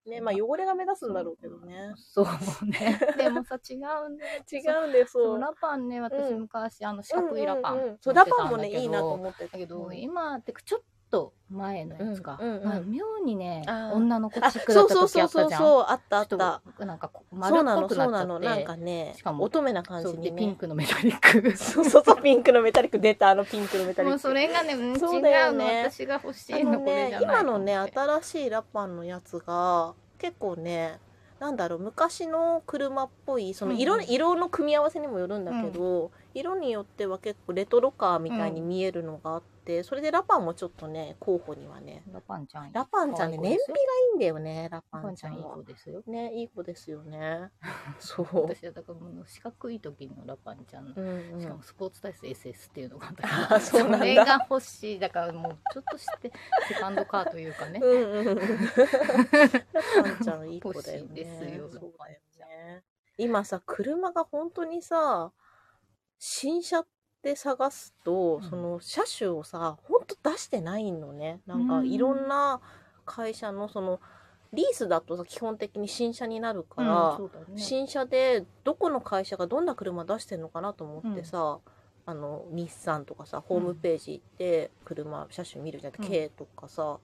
Speaker 1: ね、まあ汚れが目立つんだろうけどね。
Speaker 2: そう ね。でもさ、違うんだよ。
Speaker 1: 違うんで、
Speaker 2: そ。
Speaker 1: そうう。
Speaker 2: ラパンね、私
Speaker 1: うん
Speaker 2: 昔、あの、四角いラパ
Speaker 1: う
Speaker 2: ン
Speaker 1: ん
Speaker 2: 持
Speaker 1: う
Speaker 2: っ
Speaker 1: んうん
Speaker 2: て
Speaker 1: そ
Speaker 2: た
Speaker 1: うんラ
Speaker 2: だけ
Speaker 1: パ
Speaker 2: ど。
Speaker 1: ンもね、いいなと思ってた
Speaker 2: だけど、今ってかちょっと前のやつか。
Speaker 1: うんうんうん
Speaker 2: まあ妙にね
Speaker 1: あー、
Speaker 2: 女の子
Speaker 1: あ、
Speaker 2: チックだ
Speaker 1: そ
Speaker 2: っ
Speaker 1: う
Speaker 2: た
Speaker 1: そう
Speaker 2: 時
Speaker 1: そう
Speaker 2: あ
Speaker 1: そう
Speaker 2: ったじゃん。
Speaker 1: そう、あったあっ
Speaker 2: ちょ
Speaker 1: た。
Speaker 2: となんかこう丸
Speaker 1: そうな
Speaker 2: っぽ
Speaker 1: の、
Speaker 2: くな
Speaker 1: そう
Speaker 2: っち
Speaker 1: な
Speaker 2: ゃ
Speaker 1: の。
Speaker 2: っ
Speaker 1: なん
Speaker 2: て
Speaker 1: かね
Speaker 2: しか、も
Speaker 1: 乙女な感
Speaker 2: そ
Speaker 1: じ
Speaker 2: う
Speaker 1: に
Speaker 2: でピン
Speaker 1: ね。
Speaker 2: クのメタリッ ク
Speaker 1: そうそうそう、ピンクのメタリック出た、あのピンクのメタリ
Speaker 2: も
Speaker 1: ッ
Speaker 2: う
Speaker 1: ク。
Speaker 2: それがね、うん違
Speaker 1: そうだよ
Speaker 2: うの
Speaker 1: ね
Speaker 2: 私が欲し
Speaker 1: あ
Speaker 2: い
Speaker 1: の
Speaker 2: のこれじ
Speaker 1: ね
Speaker 2: ゃ、な
Speaker 1: 今
Speaker 2: い
Speaker 1: のね、
Speaker 2: と思って
Speaker 1: 新しいラパンのやつが、結構ね、なんだろう、昔の車っぽい、その色、
Speaker 2: うんうん
Speaker 1: 色の組み合わせにもよるんだけど、色によっては結構レトロカーみたいに見えるのがあって、それでラパンもちょっとね、候補にはね。
Speaker 2: ラパンちゃん。
Speaker 1: ラパンちゃんね、
Speaker 2: 可愛い
Speaker 1: 燃
Speaker 2: 子です
Speaker 1: 費
Speaker 2: よ
Speaker 1: がいいんだよね、ラ
Speaker 2: ラ
Speaker 1: パ
Speaker 2: パ
Speaker 1: ン
Speaker 2: ン
Speaker 1: ち
Speaker 2: ちゃ
Speaker 1: ゃ
Speaker 2: んい
Speaker 1: ん
Speaker 2: い
Speaker 1: は
Speaker 2: 子。ですよ。
Speaker 1: ね、いい子ですよ ね。そう。
Speaker 2: 私はだからもう四角い時のラパンちゃんの
Speaker 1: う。んうん
Speaker 2: しかもスポーツ体操 SS っていうのがあった
Speaker 1: あ
Speaker 2: か
Speaker 1: ー
Speaker 2: ら
Speaker 1: そうなんだ
Speaker 2: れが欲しいだからもうちょっとしてセカンドカーというかね
Speaker 1: うんうんうん。ラパンちゃんいい子だよ
Speaker 2: 欲しい
Speaker 1: ね。
Speaker 2: ですよ
Speaker 1: そうだよね。今さ、車が本当にさ、新車って探すと、
Speaker 2: うん
Speaker 1: その車種をさ、本当出してないのね。なんかいろんな会社のその、リースだとさ、基本的に新車になるから、
Speaker 2: そうだね
Speaker 1: 新車でどこの会社がどんな車出してんのかなと思ってさ、あの日産とかさホームページ行って車車種見るじゃなく
Speaker 2: う
Speaker 1: て
Speaker 2: ん
Speaker 1: K とかさ、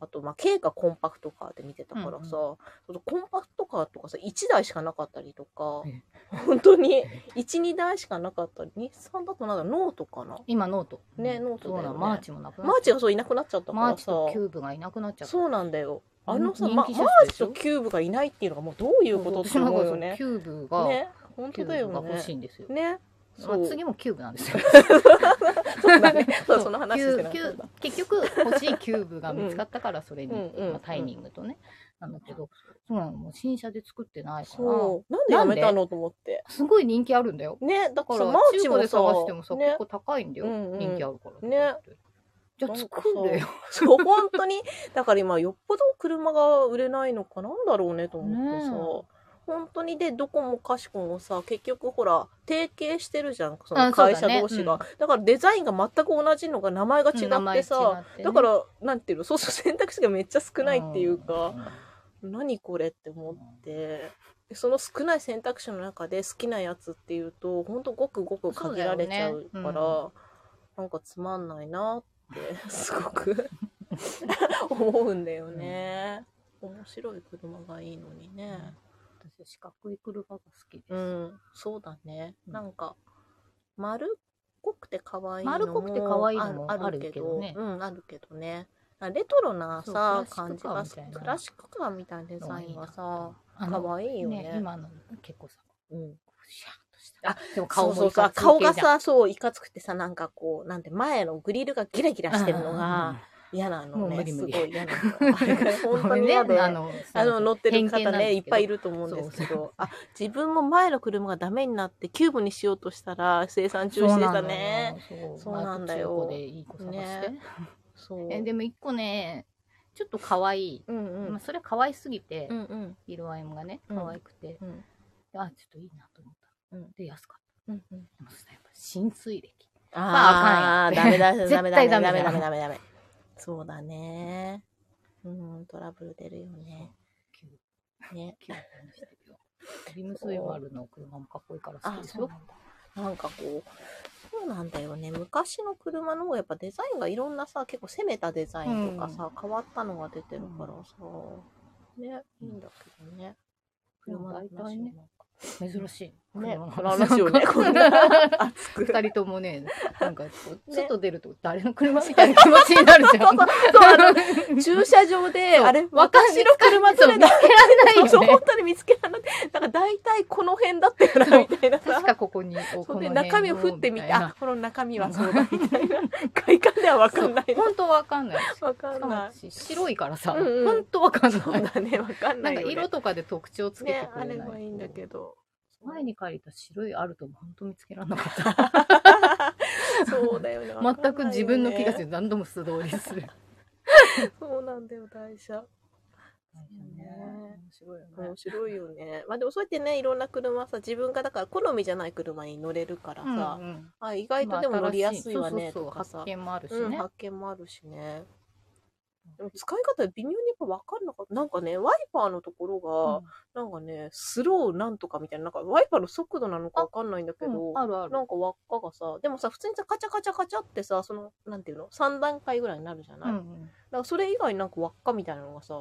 Speaker 1: あとまあ K がコンパクトカーで見てたからさ、
Speaker 2: うんうん
Speaker 1: そのコンパクトカーとかさ1台しかなかったりとか
Speaker 2: え
Speaker 1: 本当に12台しかなかったり日産だとなんだノートかな
Speaker 2: 今ノート
Speaker 1: ねノートだよね
Speaker 2: そうなのマーチもなくなっ
Speaker 1: マーチがそういなくなっちゃったか
Speaker 2: マー
Speaker 1: ら
Speaker 2: チ
Speaker 1: さ
Speaker 2: とキューブがいなくなっちゃった
Speaker 1: そうなんだよあのさ、
Speaker 2: 人
Speaker 1: まマ
Speaker 2: 気
Speaker 1: ー
Speaker 2: 車種で
Speaker 1: チ
Speaker 2: しょ
Speaker 1: とキューブがいないっていうのがもうどういうことって
Speaker 2: 私も
Speaker 1: 思う
Speaker 2: な
Speaker 1: よ
Speaker 2: んかその
Speaker 1: ね
Speaker 2: キューブが、
Speaker 1: ね本
Speaker 2: キ
Speaker 1: 当
Speaker 2: ュ
Speaker 1: だ
Speaker 2: ー
Speaker 1: よ
Speaker 2: ブ
Speaker 1: ね
Speaker 2: が欲しいんですよ、
Speaker 1: ね。
Speaker 2: まあ、次もキューブなんですよ
Speaker 1: そうだね。そう、
Speaker 2: う
Speaker 1: その話
Speaker 2: キ
Speaker 1: し
Speaker 2: ュ
Speaker 1: て
Speaker 2: ー
Speaker 1: な
Speaker 2: キ
Speaker 1: か
Speaker 2: ュ
Speaker 1: っ
Speaker 2: ー
Speaker 1: た。
Speaker 2: 結局欲しいキューブが見つかったからそれに、
Speaker 1: うんうん
Speaker 2: まあ、タイミングとねなんだけどそうなのもう新車で作ってないから
Speaker 1: そう。なんでやめたのと思って。
Speaker 2: すごい人気あるんだよ
Speaker 1: ね、だ
Speaker 2: だ
Speaker 1: か
Speaker 2: から
Speaker 1: ら、マ
Speaker 2: マ
Speaker 1: ー
Speaker 2: ー
Speaker 1: チ
Speaker 2: チ
Speaker 1: も
Speaker 2: で探してもさ、
Speaker 1: さ、ね
Speaker 2: 結、構高いんだよ、
Speaker 1: うんうん
Speaker 2: 人気あるから
Speaker 1: ね
Speaker 2: じゃあ作んだよ
Speaker 1: そう、本当に、 だから今、よっぽど車が売れないのかなんだろうね、と思ってさ。
Speaker 2: ね
Speaker 1: 本当にで、どこもかしこもさ、結局ほら、提携してるじゃん、その
Speaker 2: あそうだ
Speaker 1: 会
Speaker 2: ね
Speaker 1: 社同士が。
Speaker 2: うん
Speaker 1: だからデザインが全く同じのが名前が違
Speaker 2: うん名
Speaker 1: っ
Speaker 2: 前違
Speaker 1: て
Speaker 2: ってね
Speaker 1: さ、だから、なんていうの、そうそう選択肢がめっちゃ少ないっていうか、
Speaker 2: ん
Speaker 1: 何これって思ってでその少ない選択肢の中で好きなやつっていうとほんとごくごく限られちゃうから
Speaker 2: そうだよ
Speaker 1: なんかつまんないなって すごく思うんだよね、面白い車がいいのにね
Speaker 2: 私四角い車が好きです、
Speaker 1: うん、そうだね
Speaker 2: うん
Speaker 1: なんか丸っこくて可愛いのも
Speaker 2: 丸っこくて可愛いのも
Speaker 1: あ
Speaker 2: あ
Speaker 1: る
Speaker 2: る
Speaker 1: け
Speaker 2: け
Speaker 1: ど
Speaker 2: どね
Speaker 1: うんあるけどねレトロなさ
Speaker 2: そう
Speaker 1: 感じ
Speaker 2: クラ
Speaker 1: が
Speaker 2: シックカーみたいな
Speaker 1: クラシックカーみたいなデザインがさ
Speaker 2: あの
Speaker 1: 可愛いよね
Speaker 2: ね今の結構さ
Speaker 1: うん、
Speaker 2: シャーっとした
Speaker 1: あ
Speaker 2: でも
Speaker 1: 顔
Speaker 2: 顔
Speaker 1: そ
Speaker 2: も
Speaker 1: うそ
Speaker 2: い
Speaker 1: う
Speaker 2: か
Speaker 1: そう
Speaker 2: つい
Speaker 1: 顔
Speaker 2: 系じゃ
Speaker 1: がさ
Speaker 2: ん
Speaker 1: そういかつくてさなんかこうなんて前のグリルがギラギラしてるの
Speaker 2: うん
Speaker 1: が嫌な
Speaker 2: も
Speaker 1: の
Speaker 2: う無
Speaker 1: ね
Speaker 2: 理
Speaker 1: す
Speaker 2: 無
Speaker 1: ご
Speaker 2: 理
Speaker 1: い嫌な のあれが本当
Speaker 2: ごめん
Speaker 1: に
Speaker 2: ね
Speaker 1: 嫌で
Speaker 2: あ
Speaker 1: あの
Speaker 2: の
Speaker 1: 乗ってる
Speaker 2: 偏見
Speaker 1: 方ね
Speaker 2: なんですけ
Speaker 1: い
Speaker 2: ど
Speaker 1: っぱいいると思うんですけ
Speaker 2: そうそ
Speaker 1: ど
Speaker 2: う
Speaker 1: あ自分も前の車がダメになってキューブにしようとしたら生産中止でしたね
Speaker 2: そ
Speaker 1: そうう
Speaker 2: な
Speaker 1: なんん
Speaker 2: だ
Speaker 1: だ
Speaker 2: よ
Speaker 1: よ
Speaker 2: まあ中古でいい子探して、
Speaker 1: そう
Speaker 2: えでも一個ねちょっと可愛い、
Speaker 1: うんう
Speaker 2: まあ
Speaker 1: ん
Speaker 2: それ可愛すぎて、
Speaker 1: うんうん
Speaker 2: 色合いもがね
Speaker 1: うん
Speaker 2: 可愛くて、
Speaker 1: うん
Speaker 2: あちょっといいなと思った、
Speaker 1: うん
Speaker 2: で安かっ
Speaker 1: うんうん
Speaker 2: たでもさやっぱ浸水歴
Speaker 1: あ
Speaker 2: あ
Speaker 1: ー
Speaker 2: かんや
Speaker 1: ダメだダメだダメだダメだダメだダメそうだね。うん、トラブル出るよね。
Speaker 2: キュー
Speaker 1: ね。
Speaker 2: キューキューしてるよ。ビームスイマルの車もかっこいいから好
Speaker 1: あ
Speaker 2: き、です
Speaker 1: そう
Speaker 2: よ
Speaker 1: な。んだ。なんかこう、そうなんだよね。昔の車の方がやっぱデザインがいろんなさ、結構攻めたデザインとかさ、変わったのが出てるからさ、ね、いいんだけどね。車の
Speaker 2: 大体
Speaker 1: 話
Speaker 2: ね珍しい。
Speaker 1: ね、
Speaker 2: 車の
Speaker 1: この話をね、こん
Speaker 2: なんか
Speaker 1: な熱く。
Speaker 2: 二人ともね、なんかこう、
Speaker 1: ね
Speaker 2: 外出ると誰の車みたいな気持ちになるじゃ
Speaker 1: そ
Speaker 2: ん。
Speaker 1: うあ の駐車場で、
Speaker 2: そう
Speaker 1: あれ、私の車
Speaker 2: そう、
Speaker 1: 連れ
Speaker 2: 見つ
Speaker 1: だ。
Speaker 2: けられないよ
Speaker 1: そう、
Speaker 2: ね
Speaker 1: 本。当に見つけられなくて、だから大体この辺だったよな、
Speaker 2: そう
Speaker 1: みたいなさ
Speaker 2: 確。かここに、こ
Speaker 1: そう
Speaker 2: の
Speaker 1: で、
Speaker 2: 辺
Speaker 1: 中身を振ってみて、
Speaker 2: たい
Speaker 1: あ
Speaker 2: な、
Speaker 1: この中身はそうだ、みたいな。外観ではわか
Speaker 2: そうん
Speaker 1: ないな。
Speaker 2: 本当わかんない。し
Speaker 1: わか
Speaker 2: か
Speaker 1: んない
Speaker 2: も。し白いからさ、
Speaker 1: うんうん
Speaker 2: 本当わかん
Speaker 1: そ
Speaker 2: な
Speaker 1: う
Speaker 2: い。
Speaker 1: だね、わかんな
Speaker 2: な
Speaker 1: んい
Speaker 2: か
Speaker 1: よ、ね。
Speaker 2: 色とかで特徴つけて
Speaker 1: ね、
Speaker 2: く
Speaker 1: あ
Speaker 2: れ
Speaker 1: れ
Speaker 2: ないと。
Speaker 1: ばいいんだけど。
Speaker 2: 前に借りた白いアルトも本当見つけられなかった。
Speaker 1: そうだよね。わか
Speaker 2: 全
Speaker 1: んないよね
Speaker 2: く自分の気がする。。何度も素通りする。
Speaker 1: そうなんだよ、台車。ね
Speaker 2: 面白いよね
Speaker 1: 面白いよね。まあでもそうやってね、いろんな車さ、自分がだから好みじゃない車に乗れるから
Speaker 2: うん
Speaker 1: さ、
Speaker 2: うん
Speaker 1: あ意外とでも乗りやすいわね、
Speaker 2: そうそ
Speaker 1: と
Speaker 2: うそう
Speaker 1: かさ
Speaker 2: 発。見もあるし
Speaker 1: うん、
Speaker 2: ね。
Speaker 1: 発見もあるしね。でも使い方微妙にやっぱ分かんなかった。なんかね、ワイパーのところが、なんかね、スローなんとかみたいな、なんかワイパーの速度なのか分かんないんだけ
Speaker 2: うん
Speaker 1: ど、
Speaker 2: うんあるある。
Speaker 1: なんか輪っかがさ、でもさ、普通にさ、カチャカチャカチャってさ、その、なんていうの ?3 段階ぐらいになるじゃない、
Speaker 2: うんう
Speaker 1: だか
Speaker 2: ん
Speaker 1: らそれ以外になんか輪っかみたいなのがさ、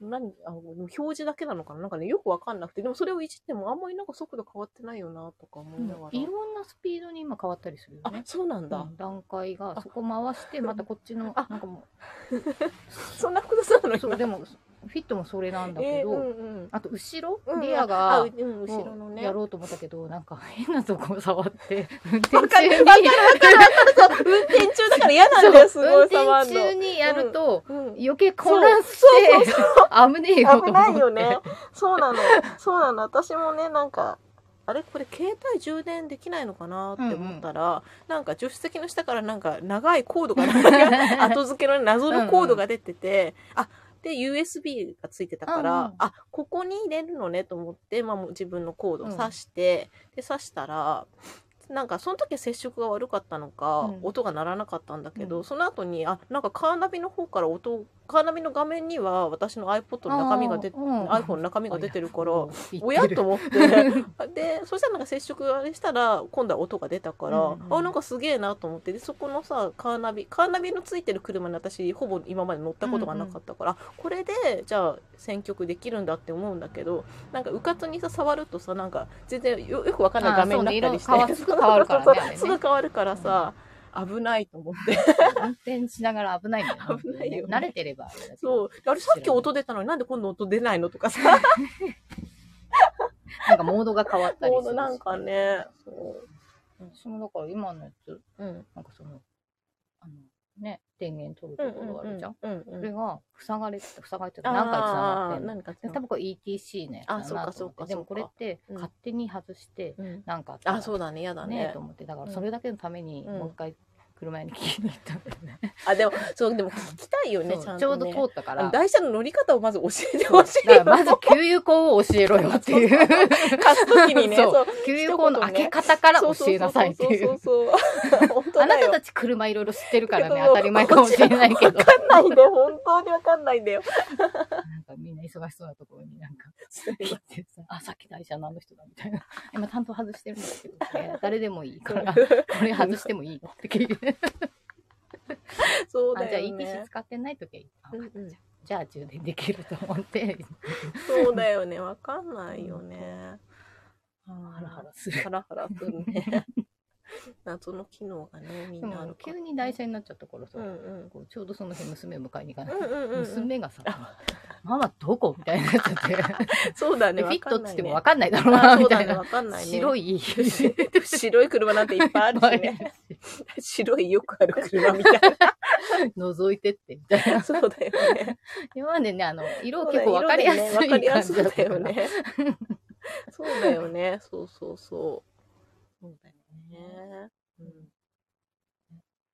Speaker 1: 何、あの、表示だけなのかななんかね、よくわかんなくて、でもそれをいじってもあんまりなんか速度変わってないよな、とか思いながら。
Speaker 2: いろんなスピードに今変わったりするよ
Speaker 1: あ
Speaker 2: ね、。
Speaker 1: そうなんだ。
Speaker 2: うん段階がそこ回してまたこっちの
Speaker 1: あ
Speaker 2: なんかも
Speaker 1: そんな複雑なの
Speaker 2: うそうでもフィットもそれなんだけ
Speaker 1: えーう
Speaker 2: ど、
Speaker 1: んうん
Speaker 2: あと後
Speaker 1: う
Speaker 2: ろ
Speaker 1: ん
Speaker 2: リア
Speaker 1: あ
Speaker 2: が
Speaker 1: ううん、後ろのね。
Speaker 2: やろうと思ったけどなんか変なとこ触って運
Speaker 1: わか
Speaker 2: 転中
Speaker 1: る
Speaker 2: に
Speaker 1: わかるわかるわかるそう運転中だから嫌なんだよ、す
Speaker 2: そう
Speaker 1: ご
Speaker 2: 運
Speaker 1: い触
Speaker 2: 転
Speaker 1: んの。
Speaker 2: 中にやると
Speaker 1: うん
Speaker 2: 余計混乱して
Speaker 1: そ
Speaker 2: 危ねえよと思って
Speaker 1: 危ないよ ね。そうなの。そうなの。私もね、なんか、あれこれ携帯充電できないのかなって思ったら、なんか助手席の下からなんか長いコードがなん か後付けの謎のコードが出てて、あ、で、USB がついてたから、
Speaker 2: うんうん
Speaker 1: あ、ここに入れるのねと思って、まあもう自分のコードを挿して、で、挿したら、なんかその時は接触が悪かったのか、
Speaker 2: うん
Speaker 1: 音が鳴らなかったんだけど、
Speaker 2: うん
Speaker 1: その後にあなんかカーナビの方から音カーナビの画面には私の iPod の中身が出て、
Speaker 2: うん
Speaker 1: iPhone の中身が出てるから
Speaker 2: うん言ってる
Speaker 1: おやと思 ってでそしたらなんか接触あれしたら今度は音が出たから、
Speaker 2: うんうん
Speaker 1: あなんかすげえなと思ってでそこのさカーナビカーナビのついてる車に私ほぼ今まで乗ったことがなかったから、あこれでじゃあ選曲できるんだって思うんだけどなんかうかつにさ触るとさなんか全然よよくわかんない画面になったりして
Speaker 2: あそうね色変わすぐ変わるからね
Speaker 1: そうそうそう
Speaker 2: あれね
Speaker 1: すぐ変わるからさ、危ないと思って
Speaker 2: 運転しながら危ないんだよね。
Speaker 1: 危ないよね
Speaker 2: 慣れてればあれだけど。
Speaker 1: そうあれさっき音出たのになんで今度音出ないのとかさ
Speaker 2: なんかモードが変わったり
Speaker 1: そ
Speaker 2: す
Speaker 1: う
Speaker 2: るし
Speaker 1: なんか。ねそ
Speaker 2: 私もだから今のやつ、
Speaker 1: ううん
Speaker 2: なんかその、あの、ね、電源取る
Speaker 1: うん
Speaker 2: ところあるじゃん。
Speaker 1: うんうん
Speaker 2: そ
Speaker 1: うん
Speaker 2: れが塞がれてた、塞がれてた。
Speaker 1: あー
Speaker 2: 何
Speaker 1: 何か
Speaker 2: 回塞がってんの
Speaker 1: つ
Speaker 2: で
Speaker 1: な
Speaker 2: 多
Speaker 1: がっ
Speaker 2: 分これ ETC のやつだな
Speaker 1: あ
Speaker 2: と
Speaker 1: そうかそう
Speaker 2: 思って。
Speaker 1: か
Speaker 2: でもこれって
Speaker 1: うん
Speaker 2: 勝手に外して、
Speaker 1: てうん
Speaker 2: なんかあったら
Speaker 1: あそうだね嫌だ
Speaker 2: ね
Speaker 1: ね
Speaker 2: と思って。だからそれだけのために、
Speaker 1: うん
Speaker 2: もう一回車屋に聞きに行ったんだよね。
Speaker 1: あでもそうでも聞きたいよねち
Speaker 2: そ
Speaker 1: ゃ
Speaker 2: うんちょ
Speaker 1: と
Speaker 2: うど
Speaker 1: ね
Speaker 2: 通ったから。
Speaker 1: 台車の乗り方をまず教えて
Speaker 2: そう
Speaker 1: ほしい
Speaker 2: だから
Speaker 1: よ
Speaker 2: まず給油口を教えろよっていう。
Speaker 1: 貸す時にね
Speaker 2: そう
Speaker 1: そう
Speaker 2: 給油口の開け方から教えなさいっていう。
Speaker 1: そうそうそうそうそう本当
Speaker 2: あな
Speaker 1: だ
Speaker 2: た
Speaker 1: よ
Speaker 2: たち車いろいろ知ってるから
Speaker 1: け
Speaker 2: ね、
Speaker 1: ど
Speaker 2: 当たり前かもしれないけど。
Speaker 1: わかんないんだよ本当にわかんないんだよ
Speaker 2: なんかみんな忙しそうなところになんか来てさ、あ、さっき台車のあの人だみたいな。今担当外してるんですけど、いや誰でもいいから、これ外してもいいのって聞いて。
Speaker 1: そう
Speaker 2: あ
Speaker 1: だ
Speaker 2: じゃあ
Speaker 1: よ
Speaker 2: ETC
Speaker 1: ね
Speaker 2: 使ってない時はいい。あ
Speaker 1: うんうん
Speaker 2: じゃあ充電できると思って、
Speaker 1: そうだよねわかんないよね
Speaker 2: ハ
Speaker 1: ハ
Speaker 2: ラハラする。
Speaker 1: ハラハラするね 謎の機能がねみ
Speaker 2: で
Speaker 1: んなあ
Speaker 2: も
Speaker 1: るから
Speaker 2: 急に台車になっちゃったからさ
Speaker 1: う、んうん
Speaker 2: こうちょうどその日娘を迎えに行かな
Speaker 1: う
Speaker 2: い
Speaker 1: ん。うんうんうん
Speaker 2: 娘がさ、ママどこみたいになっちゃって、
Speaker 1: そうだね。
Speaker 2: でフィットっつってもわ
Speaker 1: か
Speaker 2: かんないだろ
Speaker 1: ん
Speaker 2: う
Speaker 1: ないね。あ
Speaker 2: な、
Speaker 1: そ
Speaker 2: み
Speaker 1: うだ
Speaker 2: たい
Speaker 1: ね、
Speaker 2: な。
Speaker 1: わかんないね。
Speaker 2: 白
Speaker 1: い。
Speaker 2: い。
Speaker 1: 白い車なんていっぱいある しね。 白いよくある車みたい
Speaker 2: 覗いてって、みたい
Speaker 1: な。
Speaker 2: な。
Speaker 1: そうだよね。
Speaker 2: 今までね、あの、色結構わかりやす
Speaker 1: わかり
Speaker 2: い
Speaker 1: や
Speaker 2: 感
Speaker 1: す
Speaker 2: じ
Speaker 1: い
Speaker 2: だっ
Speaker 1: だ
Speaker 2: たか
Speaker 1: よ
Speaker 2: ら。
Speaker 1: ね。そうだよね。そうそうそう。そうだよね。うん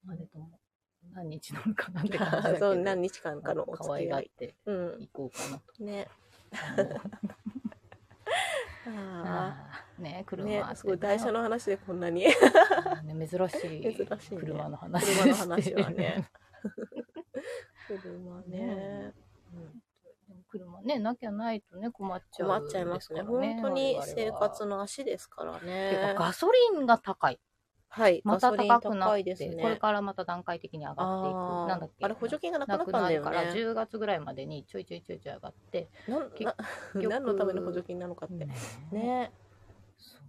Speaker 2: まあでも何日乗るかなんて感じだ
Speaker 1: あ
Speaker 2: けど。
Speaker 1: そう何日間かのお
Speaker 2: 可
Speaker 1: 付
Speaker 2: 愛
Speaker 1: き
Speaker 2: が
Speaker 1: 合
Speaker 2: っ
Speaker 1: い。
Speaker 2: て
Speaker 1: うん。
Speaker 2: 行こうかなと。
Speaker 1: ね。 あ
Speaker 2: ああね、
Speaker 1: あ。
Speaker 2: 車
Speaker 1: ね
Speaker 2: あっ、て
Speaker 1: すごい台車の話でこんなに
Speaker 2: ね珍しい
Speaker 1: 珍しいね
Speaker 2: 車の話
Speaker 1: 車の話はね。 車
Speaker 2: ね
Speaker 1: ね。
Speaker 2: でも車ねなきゃないとね困っちゃう、
Speaker 1: 困っちゃいますね。本当に生活
Speaker 2: の
Speaker 1: の足ですから
Speaker 2: て
Speaker 1: ね
Speaker 2: か。ガソリンが高い
Speaker 1: はい。
Speaker 2: ま
Speaker 1: ガ
Speaker 2: た
Speaker 1: ソリン
Speaker 2: 高くなっ
Speaker 1: 高
Speaker 2: て、
Speaker 1: いですね。
Speaker 2: これからまた段階的に上がっていく
Speaker 1: あー
Speaker 2: なんだっけ
Speaker 1: あれ補助金がなくな
Speaker 2: な
Speaker 1: っ
Speaker 2: く
Speaker 1: たんだ
Speaker 2: なる
Speaker 1: よ
Speaker 2: から
Speaker 1: ね。
Speaker 2: 10月ぐらいまでにちょいちょいちょいちょい上がって、
Speaker 1: なな
Speaker 2: 局
Speaker 1: 何のための補助金なのかって。ね。
Speaker 2: そう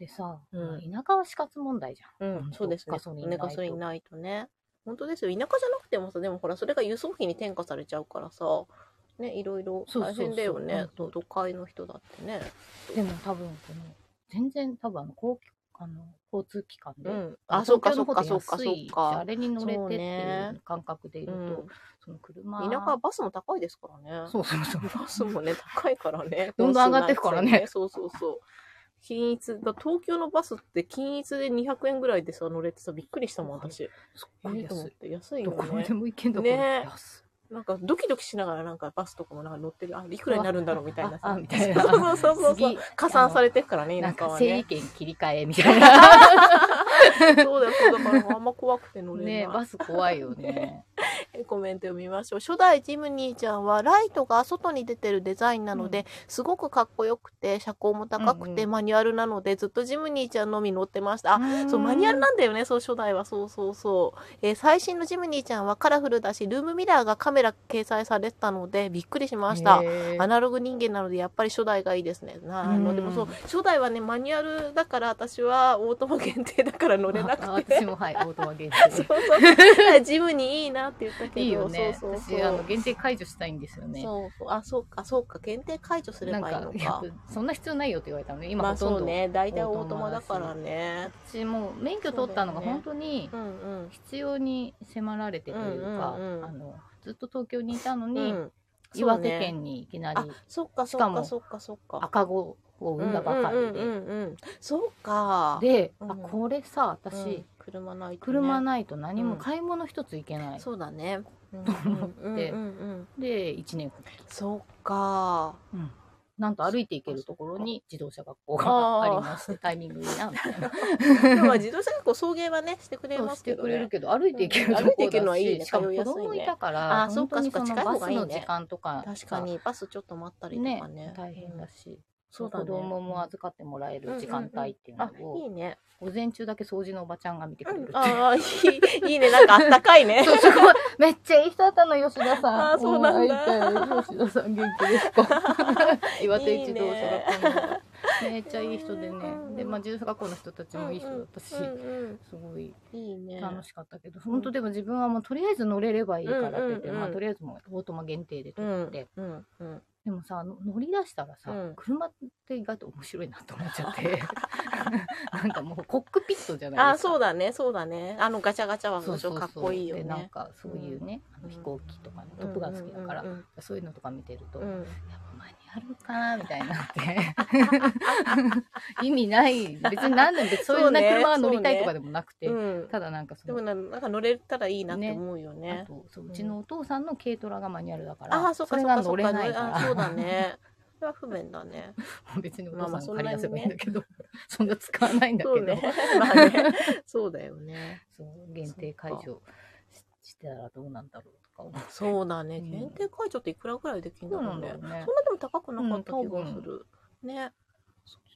Speaker 2: でさ、
Speaker 1: うん
Speaker 2: 田舎は死活問題じゃん
Speaker 1: うん、そうですね。
Speaker 2: ガソリンないと
Speaker 1: ガソリンないとね。本当ですよ。田舎じゃなくてもさ、でもほら、それが輸送費に転嫁されちゃうからさ、ね、いろいろ
Speaker 2: そうそう
Speaker 1: 大
Speaker 2: そう
Speaker 1: 変だよね。
Speaker 2: 本
Speaker 1: 都会の人だってね。
Speaker 2: でも多分この全然多分あの公あの交通機関で、
Speaker 1: うん。あ、そっかそっかそっか
Speaker 2: 東京の方
Speaker 1: そ
Speaker 2: って安
Speaker 1: っ
Speaker 2: いしあ
Speaker 1: か。
Speaker 2: れに乗れて
Speaker 1: そ
Speaker 2: って
Speaker 1: う
Speaker 2: い
Speaker 1: ね
Speaker 2: う感覚でいる
Speaker 1: う
Speaker 2: と、
Speaker 1: ん、
Speaker 2: その車
Speaker 1: 田舎はバスも高いですからね。
Speaker 2: そうそ うそう
Speaker 1: バスもね、高いからね。
Speaker 2: どんどん上がってくからね
Speaker 1: 本数ないくせにそうそうそう。均一、だ東京のバスって均一で200円ぐらいでさ、乗れてさ、びっくりしたもん、私。
Speaker 2: すっ
Speaker 1: え
Speaker 2: ごい
Speaker 1: ーと思っ
Speaker 2: 安い
Speaker 1: て、安いよ
Speaker 2: どこま
Speaker 1: ね
Speaker 2: で。も行けんだこれ、
Speaker 1: ね
Speaker 2: 安
Speaker 1: なんかドキドキしながらなんかバスとかもなんか乗ってるあいくらになるんだろうみたいな
Speaker 2: あ
Speaker 1: さ
Speaker 2: あみたいな
Speaker 1: そうそうそうそう
Speaker 2: 次
Speaker 1: 加算されてくからね
Speaker 2: いな
Speaker 1: 田舎
Speaker 2: んか
Speaker 1: は
Speaker 2: 整理
Speaker 1: ね
Speaker 2: 券切り替えみた いな
Speaker 1: そうだよそうだからあんま怖くて乗れない、
Speaker 2: ねバス怖いよね
Speaker 1: コメントを見ましょう初代ジムニーちゃんはライトが外に出てるデザインなので、
Speaker 2: う
Speaker 1: すごくかっこよくて車高も高くて、
Speaker 2: うんうん
Speaker 1: マニュアルなのでずっとジムニーちゃんのみ乗ってました あ
Speaker 2: ん
Speaker 1: そうマニュアルなんだよねそう初代はそうそうそう、えー最新のジムニーちゃんはカラフルだしルームミラーがカメラ掲載されてたのでびっくりしました
Speaker 2: へー
Speaker 1: アナログ人間なのでやっぱり初代がいいですね。なあ
Speaker 2: う
Speaker 1: の
Speaker 2: ん
Speaker 1: でもそう初代はねマニュアルだから私はオートマ限定だから乗れな
Speaker 2: あ
Speaker 1: くて。
Speaker 2: 私もはいオートマ限
Speaker 1: そう
Speaker 2: 定
Speaker 1: そうジムにいいなって言ったけど、
Speaker 2: いいよね
Speaker 1: そうそうそう
Speaker 2: 私あの限定解除したいんですよね
Speaker 1: そうそうあそうかそうか限定解除すれ
Speaker 2: な
Speaker 1: ば
Speaker 2: ん
Speaker 1: いい
Speaker 2: か
Speaker 1: の
Speaker 2: い
Speaker 1: か
Speaker 2: や。そんな必要ないよって言われたのね今
Speaker 1: ま
Speaker 2: ほ
Speaker 1: あ
Speaker 2: と
Speaker 1: そ
Speaker 2: ん
Speaker 1: う
Speaker 2: ど、
Speaker 1: ね大体オートマだからね。
Speaker 2: 私もう免許取ったのが本当に
Speaker 1: うんうん。
Speaker 2: 必要に迫られてというか、
Speaker 1: うんうんうん
Speaker 2: あのずっと東京にいたの
Speaker 1: う
Speaker 2: に、
Speaker 1: ん、
Speaker 2: 岩
Speaker 1: そう
Speaker 2: 手
Speaker 1: ね
Speaker 2: 県にいきな
Speaker 1: あ
Speaker 2: り
Speaker 1: そっかそ
Speaker 2: し
Speaker 1: っ
Speaker 2: かも
Speaker 1: かそっかそっか。
Speaker 2: 赤子を産んだばかりで、
Speaker 1: うんうんうんうんうんそうか。
Speaker 2: で、
Speaker 1: うん
Speaker 2: あこれさ
Speaker 1: う
Speaker 2: 私、
Speaker 1: ん車ないとね、
Speaker 2: 車ないと何も
Speaker 1: うん
Speaker 2: 買い物一つ行けない、
Speaker 1: そうだね。うん
Speaker 2: 思って
Speaker 1: うんうんうん
Speaker 2: で1年
Speaker 1: そっか。
Speaker 2: なんと歩いて行けるところに自動車学校がありましてタイミングいいなみ たいな
Speaker 1: でもまあ自動車学校送迎はね、してくれ
Speaker 2: そう
Speaker 1: ま
Speaker 2: し
Speaker 1: す
Speaker 2: て
Speaker 1: け
Speaker 2: く
Speaker 1: ど
Speaker 2: れる
Speaker 1: ね。
Speaker 2: けど歩いて行けると
Speaker 1: 歩いて行
Speaker 2: こ
Speaker 1: けるの
Speaker 2: ろだ
Speaker 1: はいい
Speaker 2: し
Speaker 1: ね
Speaker 2: しかも
Speaker 1: 通い
Speaker 2: 子
Speaker 1: やすいね
Speaker 2: 供いたか
Speaker 1: あ
Speaker 2: ら
Speaker 1: ーそ
Speaker 2: 本
Speaker 1: っ
Speaker 2: 当
Speaker 1: か
Speaker 2: にそ
Speaker 1: そっか
Speaker 2: の
Speaker 1: 近い
Speaker 2: バ
Speaker 1: 方
Speaker 2: ス
Speaker 1: がいいね
Speaker 2: の時間とか
Speaker 1: 確かにバスちょっと待ったりと
Speaker 2: ね
Speaker 1: かね。
Speaker 2: 大変だし
Speaker 1: そうだ
Speaker 2: 子
Speaker 1: ね。
Speaker 2: 供も預かってもらえる時間帯っていうの
Speaker 1: あ、いい
Speaker 2: を
Speaker 1: ね。
Speaker 2: 午前中だけ掃除のおばちゃんが見てくれるって いう。
Speaker 1: ああ、いい、いいね。なんかあったかいね。
Speaker 2: そうすごいめっちゃいい人だったの吉田さん。
Speaker 1: あーそうなんだ
Speaker 2: だ。吉田さん元気ですか。 岩手自動車学校のめっちゃいい人でね
Speaker 1: うん。
Speaker 2: でまあ自動車学校の人たちもいい人だったし、
Speaker 1: うんうん
Speaker 2: すごい
Speaker 1: いいね。
Speaker 2: 楽しかったけど、本当でも自分はもうとりあえず乗れればいいからって言っ
Speaker 1: うんうん
Speaker 2: て、
Speaker 1: うん
Speaker 2: まあとりあえずもうオートマ限定で
Speaker 1: う
Speaker 2: 取っ
Speaker 1: ん
Speaker 2: て、
Speaker 1: うんうん。
Speaker 2: でもさの乗り出したらさ、
Speaker 1: うん
Speaker 2: 車って意外と面白いなと思っちゃって なんかもうコックピットじゃない
Speaker 1: あ
Speaker 2: で
Speaker 1: ー、
Speaker 2: すか。
Speaker 1: そうだね。そうだね。あのガチャガチャは
Speaker 2: そ
Speaker 1: も
Speaker 2: う
Speaker 1: ちろ
Speaker 2: そ
Speaker 1: ん
Speaker 2: う
Speaker 1: かっ
Speaker 2: そう
Speaker 1: こいいよ
Speaker 2: でなん
Speaker 1: ね。
Speaker 2: かそういうね、あの飛行機とかね、
Speaker 1: う
Speaker 2: ト
Speaker 1: ん
Speaker 2: ップが好きだから、
Speaker 1: うん
Speaker 2: そういうのとか見てると、
Speaker 1: うんう
Speaker 2: やっ
Speaker 1: ん
Speaker 2: ぱマニュアルかなみたいになって 意味ない別に何でも別にそうい
Speaker 1: そうう
Speaker 2: な
Speaker 1: ね
Speaker 2: 車が乗りたいとかでもなくて、
Speaker 1: うん。うん
Speaker 2: ただなんかそ
Speaker 1: で
Speaker 2: の
Speaker 1: もななんか乗れたらいいなって思うよね
Speaker 2: あ。とそううちのお父さんの軽トラがマニュアルだから、
Speaker 1: ああ、そっか
Speaker 2: それ
Speaker 1: そっ
Speaker 2: が
Speaker 1: かそ
Speaker 2: 乗
Speaker 1: っ
Speaker 2: れ
Speaker 1: か。
Speaker 2: ないから
Speaker 1: あそうだね。それは不便だね。
Speaker 2: 別にお
Speaker 1: まあま
Speaker 2: 父
Speaker 1: あ
Speaker 2: さ
Speaker 1: そん
Speaker 2: ん
Speaker 1: な
Speaker 2: 借り
Speaker 1: に
Speaker 2: 出
Speaker 1: ね
Speaker 2: せばいいんだけど、そんな使わないんだ
Speaker 1: そ
Speaker 2: け
Speaker 1: う
Speaker 2: ど、
Speaker 1: ね。まあね。 そうだよね。
Speaker 2: そう限定解除ししてたらどうなんだろうとか思う。
Speaker 1: そうだね。
Speaker 2: うん
Speaker 1: 限定解除っていくらぐらいできるんだろうね。そん
Speaker 2: ね
Speaker 1: なでも高くなかった気がする。ね。